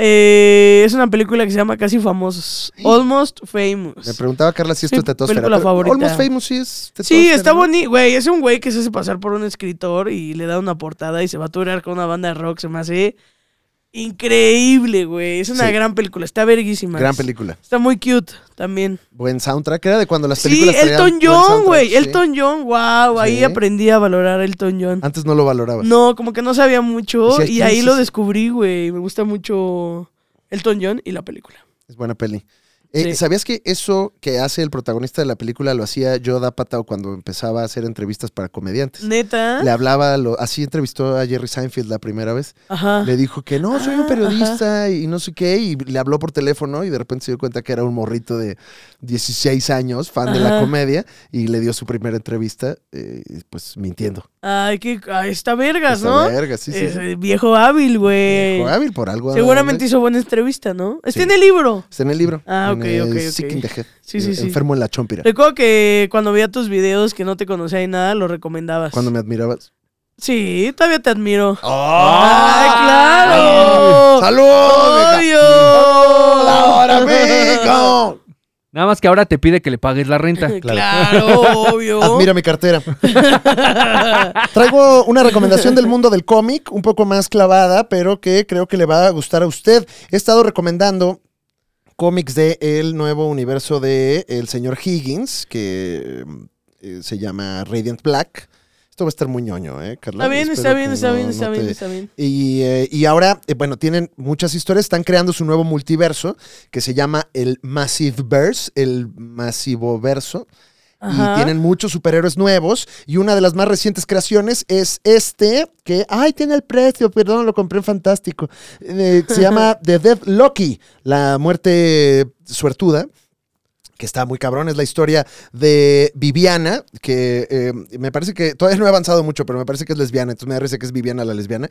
[SPEAKER 2] eh, es una película que se llama Casi Famosos. Almost
[SPEAKER 1] Me
[SPEAKER 2] Famous.
[SPEAKER 1] preguntaba Carla si esto
[SPEAKER 2] Mi
[SPEAKER 1] es tetosfera.
[SPEAKER 2] película
[SPEAKER 1] pero
[SPEAKER 2] favorita.
[SPEAKER 1] Almost Famous sí es
[SPEAKER 2] Sí, está
[SPEAKER 1] bonito.
[SPEAKER 2] bonito, güey. Es un güey que se hace pasar por un escritor y le da una portada y se va a turear con una banda de rock. Se me hace increíble, güey. Es una
[SPEAKER 1] Sí.
[SPEAKER 2] gran película. Está verguísima.
[SPEAKER 1] Gran película.
[SPEAKER 2] Está muy cute también.
[SPEAKER 1] Buen soundtrack. Era de cuando las
[SPEAKER 2] Sí,
[SPEAKER 1] películas traían
[SPEAKER 2] Elton
[SPEAKER 1] buen
[SPEAKER 2] John,
[SPEAKER 1] soundtrack,
[SPEAKER 2] güey.
[SPEAKER 1] sí.
[SPEAKER 2] Elton John, wow. Ahí
[SPEAKER 1] Sí.
[SPEAKER 2] aprendí a valorar a Elton John.
[SPEAKER 1] Antes no lo valorabas.
[SPEAKER 2] No, como que no sabía mucho
[SPEAKER 1] Decías,
[SPEAKER 2] y
[SPEAKER 1] "¿Quién
[SPEAKER 2] ahí
[SPEAKER 1] es
[SPEAKER 2] lo
[SPEAKER 1] ese?".
[SPEAKER 2] descubrí, güey. Me gusta mucho Elton John y la película.
[SPEAKER 1] Es buena peli. Eh,
[SPEAKER 2] Sí.
[SPEAKER 1] ¿Sabías que eso que hace el protagonista de la película lo hacía Yoda Patao cuando empezaba a hacer entrevistas para comediantes?
[SPEAKER 2] Neta.
[SPEAKER 1] Le hablaba, lo- así entrevistó a Jerry Seinfeld la primera vez.
[SPEAKER 2] Ajá.
[SPEAKER 1] Le dijo que no, soy
[SPEAKER 2] Ah,
[SPEAKER 1] un periodista y no sé qué, y le habló por teléfono y de repente se dio cuenta que era un morrito de 16 años, fan de la
[SPEAKER 2] Ajá.
[SPEAKER 1] comedia, y le dio su primera entrevista, eh, pues mintiendo.
[SPEAKER 2] Ay, qué. Ay, está vergas,
[SPEAKER 1] Esta
[SPEAKER 2] ¿no?
[SPEAKER 1] verga, sí, sí,
[SPEAKER 2] Es,
[SPEAKER 1] sí.
[SPEAKER 2] eh, viejo hábil, güey.
[SPEAKER 1] Dijo, "Hábil por algo.
[SPEAKER 2] Seguramente
[SPEAKER 1] ¿eh?".
[SPEAKER 2] hizo buena entrevista, ¿no? Está
[SPEAKER 1] Sí.
[SPEAKER 2] en el libro.
[SPEAKER 1] Está en el libro.
[SPEAKER 2] Ah,
[SPEAKER 1] en
[SPEAKER 2] ok,
[SPEAKER 1] el
[SPEAKER 2] ok, ok.
[SPEAKER 1] Sick in the Head,
[SPEAKER 2] Sí, sí,
[SPEAKER 1] eh,
[SPEAKER 2] sí.
[SPEAKER 1] Enfermo en la chompira.
[SPEAKER 2] Recuerdo que cuando veía tus videos que no te conocía y nada, lo recomendabas.
[SPEAKER 1] Cuando me admirabas.
[SPEAKER 2] Sí, todavía te admiro. ¡Ay,
[SPEAKER 1] ¡Ah!
[SPEAKER 2] claro!
[SPEAKER 1] ¡Salud! vieja! ¡Ahora,
[SPEAKER 2] ¡Obvio!
[SPEAKER 5] Ah.
[SPEAKER 1] amigo!
[SPEAKER 5] Nada más que ahora te pide que le pagues la renta.
[SPEAKER 2] Claro, obvio.
[SPEAKER 1] Admira Ah, mi cartera. Traigo una recomendación del mundo del cómic, un poco más clavada, pero que creo que le va a gustar a usted. He estado recomendando cómics de el nuevo universo de el señor Higgins, que eh, se llama Radiant Black. Esto va a estar muy ñoño, ¿eh, Carla?
[SPEAKER 2] Está bien, está
[SPEAKER 1] Espero
[SPEAKER 2] bien,
[SPEAKER 1] que
[SPEAKER 2] está
[SPEAKER 1] no-
[SPEAKER 2] bien,
[SPEAKER 1] no
[SPEAKER 2] está bien,
[SPEAKER 1] te-
[SPEAKER 2] está bien.
[SPEAKER 1] Y, eh, y ahora, eh, bueno, tienen muchas historias, están creando su nuevo multiverso que se llama el Massive Verse, el Masivo Verso. Y
[SPEAKER 2] Ajá.
[SPEAKER 1] tienen muchos superhéroes nuevos. Y una de las más recientes creaciones es este, que, ay, tiene el precio, perdón, lo compré en Fantástico. Eh, se llama The Death Lucky, la muerte suertuda que está muy cabrón, es la historia de Viviana, que eh, me parece que todavía no he avanzado mucho, pero me parece que es lesbiana, entonces me parece que es Viviana la lesbiana,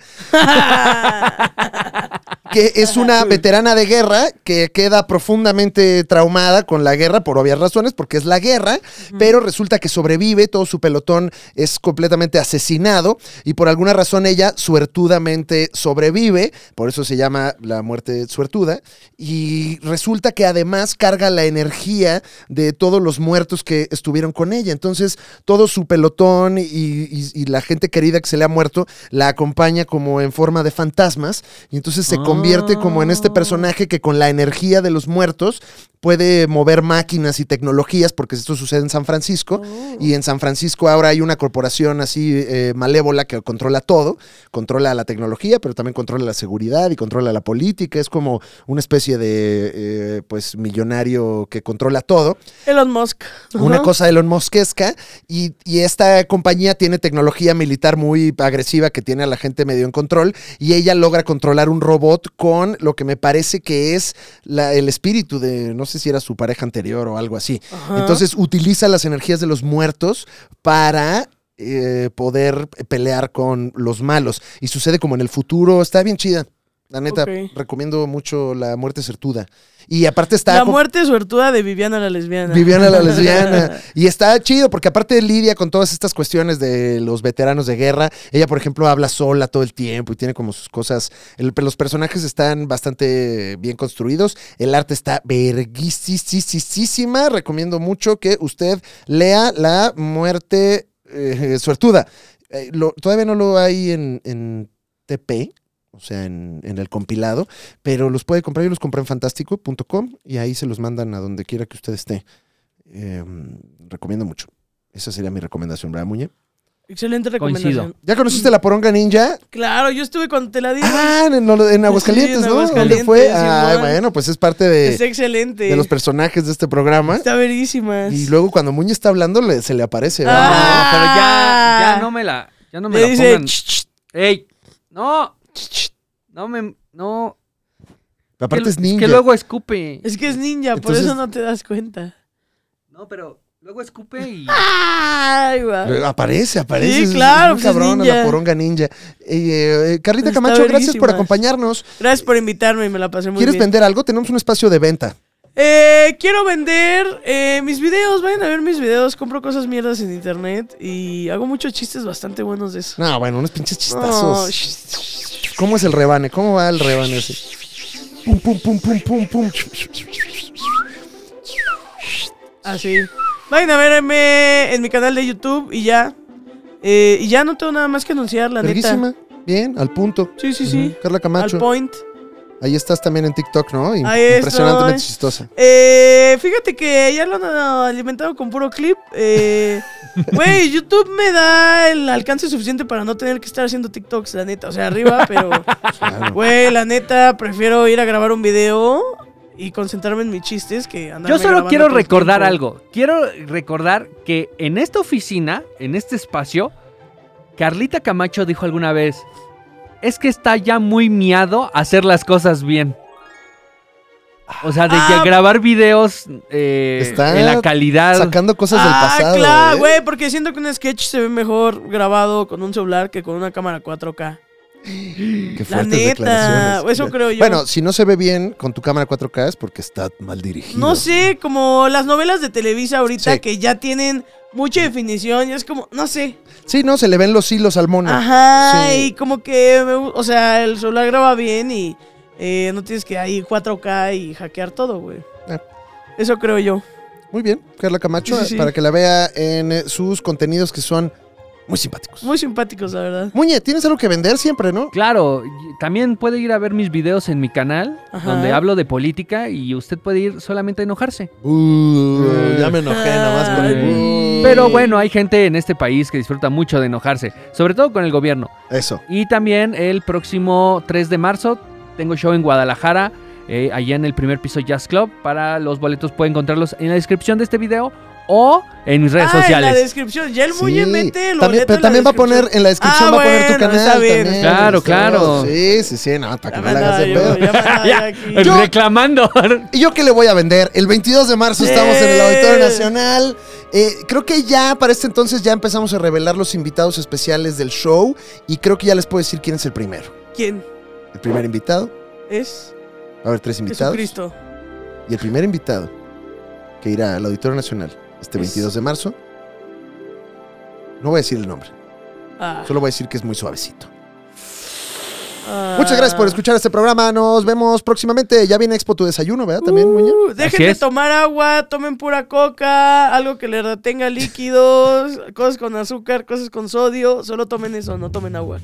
[SPEAKER 1] que es una veterana de guerra que queda profundamente traumada con la guerra por obvias razones, porque es la guerra, pero resulta que sobrevive, todo su pelotón es completamente asesinado y por alguna razón ella suertudamente sobrevive, por eso se llama la muerte suertuda, y resulta que además carga la energía de todos los muertos que estuvieron con ella, entonces todo su pelotón y, y- y la gente querida que se le ha muerto la acompaña como en forma de fantasmas y entonces se convierte como en este
[SPEAKER 5] Ah.
[SPEAKER 1] personaje que con la energía de los muertos puede mover máquinas y tecnologías, porque esto sucede en San Francisco, y en San Francisco ahora hay una corporación así eh, malévola que controla todo, controla la tecnología, pero también controla la seguridad y controla la política, es como una especie de eh, pues millonario que controla todo
[SPEAKER 2] Elon Musk.
[SPEAKER 1] una
[SPEAKER 2] Ajá.
[SPEAKER 1] cosa Elon Muskesca y, y esta compañía tiene tecnología militar muy agresiva que tiene a la gente medio en control y ella logra controlar un robot con lo que me parece que es la- el espíritu de, no sé si era su pareja anterior o algo así.
[SPEAKER 2] Ajá.
[SPEAKER 1] Entonces utiliza las energías de los muertos para... eh, poder pelear con los malos y sucede como en el futuro está bien chida la neta
[SPEAKER 2] Ok.
[SPEAKER 1] recomiendo mucho la muerte certuda y aparte está
[SPEAKER 2] La
[SPEAKER 1] con-
[SPEAKER 2] muerte suertuda de Viviana la lesbiana.
[SPEAKER 1] Viviana la lesbiana. Y está chido porque aparte lidia con todas estas cuestiones de los veteranos de guerra. Ella, por ejemplo, habla sola todo el tiempo y tiene como sus cosas. El- los personajes están bastante bien construidos. El arte está verguisísima. Recomiendo mucho que usted lea La Muerte eh, Suertuda. Eh, lo- todavía no lo hay en, en TP. o sea, en, en el compilado, pero los puede comprar. Yo los compré en fantástico.com y ahí se los mandan a donde quiera que usted esté. Eh, recomiendo mucho. Esa sería mi recomendación, ¿verdad, Muñe?
[SPEAKER 2] Excelente recomendación.
[SPEAKER 5] Coincido.
[SPEAKER 1] ¿Ya conociste la poronga ninja?
[SPEAKER 2] Claro, yo estuve cuando te la di.
[SPEAKER 1] Ah, en, en Aguascalientes,
[SPEAKER 2] Sí, en
[SPEAKER 1] ¿no? ¿Dónde
[SPEAKER 2] Aguascalientes,
[SPEAKER 1] fue?
[SPEAKER 2] Simón.
[SPEAKER 1] Ah, bueno, pues es parte
[SPEAKER 2] Está
[SPEAKER 1] de,
[SPEAKER 2] excelente.
[SPEAKER 1] de los personajes de este programa.
[SPEAKER 2] Está verísima.
[SPEAKER 1] Y luego cuando Muñe está hablando, le- se le aparece. ¿verdad?
[SPEAKER 5] No, pero ya,
[SPEAKER 2] Ah.
[SPEAKER 5] ya no me la, ya no me
[SPEAKER 2] Le
[SPEAKER 5] la
[SPEAKER 2] dice,
[SPEAKER 5] pongan.
[SPEAKER 2] "Ch, ch,
[SPEAKER 5] ¡Ey! ¡No! No me, no.
[SPEAKER 1] Aparte
[SPEAKER 5] que,
[SPEAKER 1] es ninja.
[SPEAKER 5] Que luego escupe.
[SPEAKER 2] es que es ninja,
[SPEAKER 1] Entonces-
[SPEAKER 2] por eso no te das cuenta.
[SPEAKER 5] No, pero luego escupe y...
[SPEAKER 2] Ay, va.
[SPEAKER 1] Ah, Luego Eh, Aparece, aparece.
[SPEAKER 2] Sí,
[SPEAKER 1] es
[SPEAKER 2] claro,
[SPEAKER 1] un
[SPEAKER 2] pues es
[SPEAKER 1] cabrón,
[SPEAKER 2] ninja.
[SPEAKER 1] la poronga ninja. Eh, eh, Carlita
[SPEAKER 2] Está
[SPEAKER 1] Camacho, gracias
[SPEAKER 2] verguísima.
[SPEAKER 1] por acompañarnos.
[SPEAKER 2] Gracias por invitarme, me la pasé muy
[SPEAKER 1] ¿Quieres
[SPEAKER 2] bien.
[SPEAKER 1] vender algo? Tenemos un espacio de venta.
[SPEAKER 2] Eh, quiero vender eh, mis videos, vayan a ver mis videos, compro cosas mierdas en internet y hago muchos chistes bastante buenos de eso.
[SPEAKER 1] No, bueno, unos pinches
[SPEAKER 2] No,
[SPEAKER 1] chistazos.
[SPEAKER 2] sh-
[SPEAKER 1] ¿Cómo es el rebane? ¿Cómo va el rebane ese? Pum, pum, pum, pum, pum, pum. Ah,
[SPEAKER 2] Así. Vayan a verme en mi canal de YouTube y ya. Eh, y ya no tengo nada más que anunciar, la neta.
[SPEAKER 1] Verguísima. Bien, al punto.
[SPEAKER 2] Sí, sí, sí.
[SPEAKER 1] Ujú. Carla
[SPEAKER 2] Al
[SPEAKER 1] Camacho.
[SPEAKER 2] point.
[SPEAKER 1] Ahí estás también en TikTok, ¿no? Im-
[SPEAKER 2] Ahí estoy.
[SPEAKER 1] Impresionantemente chistosa.
[SPEAKER 2] Eh, fíjate que ya lo han alimentado con puro clip. eh, Güey, YouTube me da el alcance suficiente para no tener que estar haciendo TikToks, la neta. O sea, arriba, pero. Güey, la neta, prefiero ir a grabar un video y concentrarme en mis chistes que andar.
[SPEAKER 5] Yo solo quiero recordar algo. Quiero recordar que en esta oficina, en este espacio, Carlita Camacho dijo alguna vez, es que está ya muy miado hacer las cosas bien. O sea, de que
[SPEAKER 2] Ah.
[SPEAKER 5] grabar videos eh,
[SPEAKER 1] Está
[SPEAKER 5] en la calidad.
[SPEAKER 1] Sacando cosas del
[SPEAKER 2] Ah,
[SPEAKER 1] pasado.
[SPEAKER 2] claro,
[SPEAKER 1] ¿eh?
[SPEAKER 2] güey, porque siento que un sketch se ve mejor grabado con un celular que con una cámara 4K.
[SPEAKER 1] Qué
[SPEAKER 2] La
[SPEAKER 1] fuertes
[SPEAKER 2] neta,
[SPEAKER 1] declaraciones.
[SPEAKER 2] eso creo yo.
[SPEAKER 1] Bueno, si no se ve bien con tu cámara 4K es porque está mal dirigido.
[SPEAKER 2] No sé, como las novelas de Televisa ahorita
[SPEAKER 1] Sí.
[SPEAKER 2] que ya tienen mucha definición y es como, no sé.
[SPEAKER 1] Sí, no, se le ven los hilos al mono.
[SPEAKER 2] Ajá,
[SPEAKER 1] Sí.
[SPEAKER 2] y como que, me gu- o sea, el celular graba bien y eh, no tienes que ahí 4K y hackear todo, güey.
[SPEAKER 1] Ah.
[SPEAKER 2] Eso creo yo.
[SPEAKER 1] Muy bien, Carla Camacho,
[SPEAKER 2] Sí, sí, sí.
[SPEAKER 1] para que la vea en eh, sus contenidos que son muy simpáticos.
[SPEAKER 2] Muy simpáticos, la verdad.
[SPEAKER 1] Muñe, tienes algo que vender siempre, ¿no?
[SPEAKER 5] Claro, y también puede ir a ver mis videos en mi canal,
[SPEAKER 2] Ajá.
[SPEAKER 5] donde hablo de política y usted puede ir solamente a enojarse.
[SPEAKER 1] Uh, ya me enojé nomás con el...
[SPEAKER 2] Ay.
[SPEAKER 1] uh.
[SPEAKER 5] Pero bueno, hay gente en este país que disfruta mucho de enojarse, sobre todo con el gobierno.
[SPEAKER 1] Eso.
[SPEAKER 5] Y también el próximo 3 de marzo tengo show en Guadalajara, eh, allá en el primer piso Jazz Club. Para los boletos pueden encontrarlos en la descripción de este video o en mis redes
[SPEAKER 2] Ah, En la
[SPEAKER 5] sociales.
[SPEAKER 2] descripción. Ya el
[SPEAKER 1] Sí.
[SPEAKER 2] Muñe mete el
[SPEAKER 1] También-
[SPEAKER 2] boleto
[SPEAKER 1] pero
[SPEAKER 2] en la
[SPEAKER 1] también va a
[SPEAKER 2] descripción.
[SPEAKER 1] poner en la descripción,
[SPEAKER 2] Ah,
[SPEAKER 1] va a poner tu
[SPEAKER 2] bueno,
[SPEAKER 1] canal.
[SPEAKER 2] está bien,
[SPEAKER 1] también.
[SPEAKER 5] Claro, claro.
[SPEAKER 1] Sí, sí, sí, no, para que
[SPEAKER 2] Ah, Ya
[SPEAKER 1] no
[SPEAKER 2] me
[SPEAKER 1] la hagas
[SPEAKER 2] andaba
[SPEAKER 1] de
[SPEAKER 2] yo,
[SPEAKER 1] pedo.
[SPEAKER 2] ya me andaba yo aquí.
[SPEAKER 5] El reclamando.
[SPEAKER 1] ¿Y yo qué le voy a vender? El 22 de marzo estamos en el Auditorio Nacional. Eh, creo que ya para este entonces ya empezamos a revelar los invitados especiales del show y creo que ya les puedo decir quién es el primero.
[SPEAKER 2] ¿Quién
[SPEAKER 1] El primer invitado,
[SPEAKER 2] es?
[SPEAKER 1] va a haber tres invitados.
[SPEAKER 2] Jesucristo.
[SPEAKER 1] Y el primer invitado que irá al Auditorio Nacional este
[SPEAKER 2] Es-
[SPEAKER 1] 22 de marzo, no voy a decir el nombre,
[SPEAKER 2] Ah,
[SPEAKER 1] solo voy a decir que es muy suavecito.
[SPEAKER 2] ah.
[SPEAKER 1] Muchas gracias por escuchar este programa, nos vemos próximamente. Ya viene Expo tu desayuno, ¿verdad? También, Muñe.
[SPEAKER 2] Uh, dejen
[SPEAKER 5] Así
[SPEAKER 2] de
[SPEAKER 5] es.
[SPEAKER 2] tomar agua, tomen pura coca, algo que les retenga líquidos, cosas con azúcar, cosas con sodio. Solo tomen eso, no tomen agua.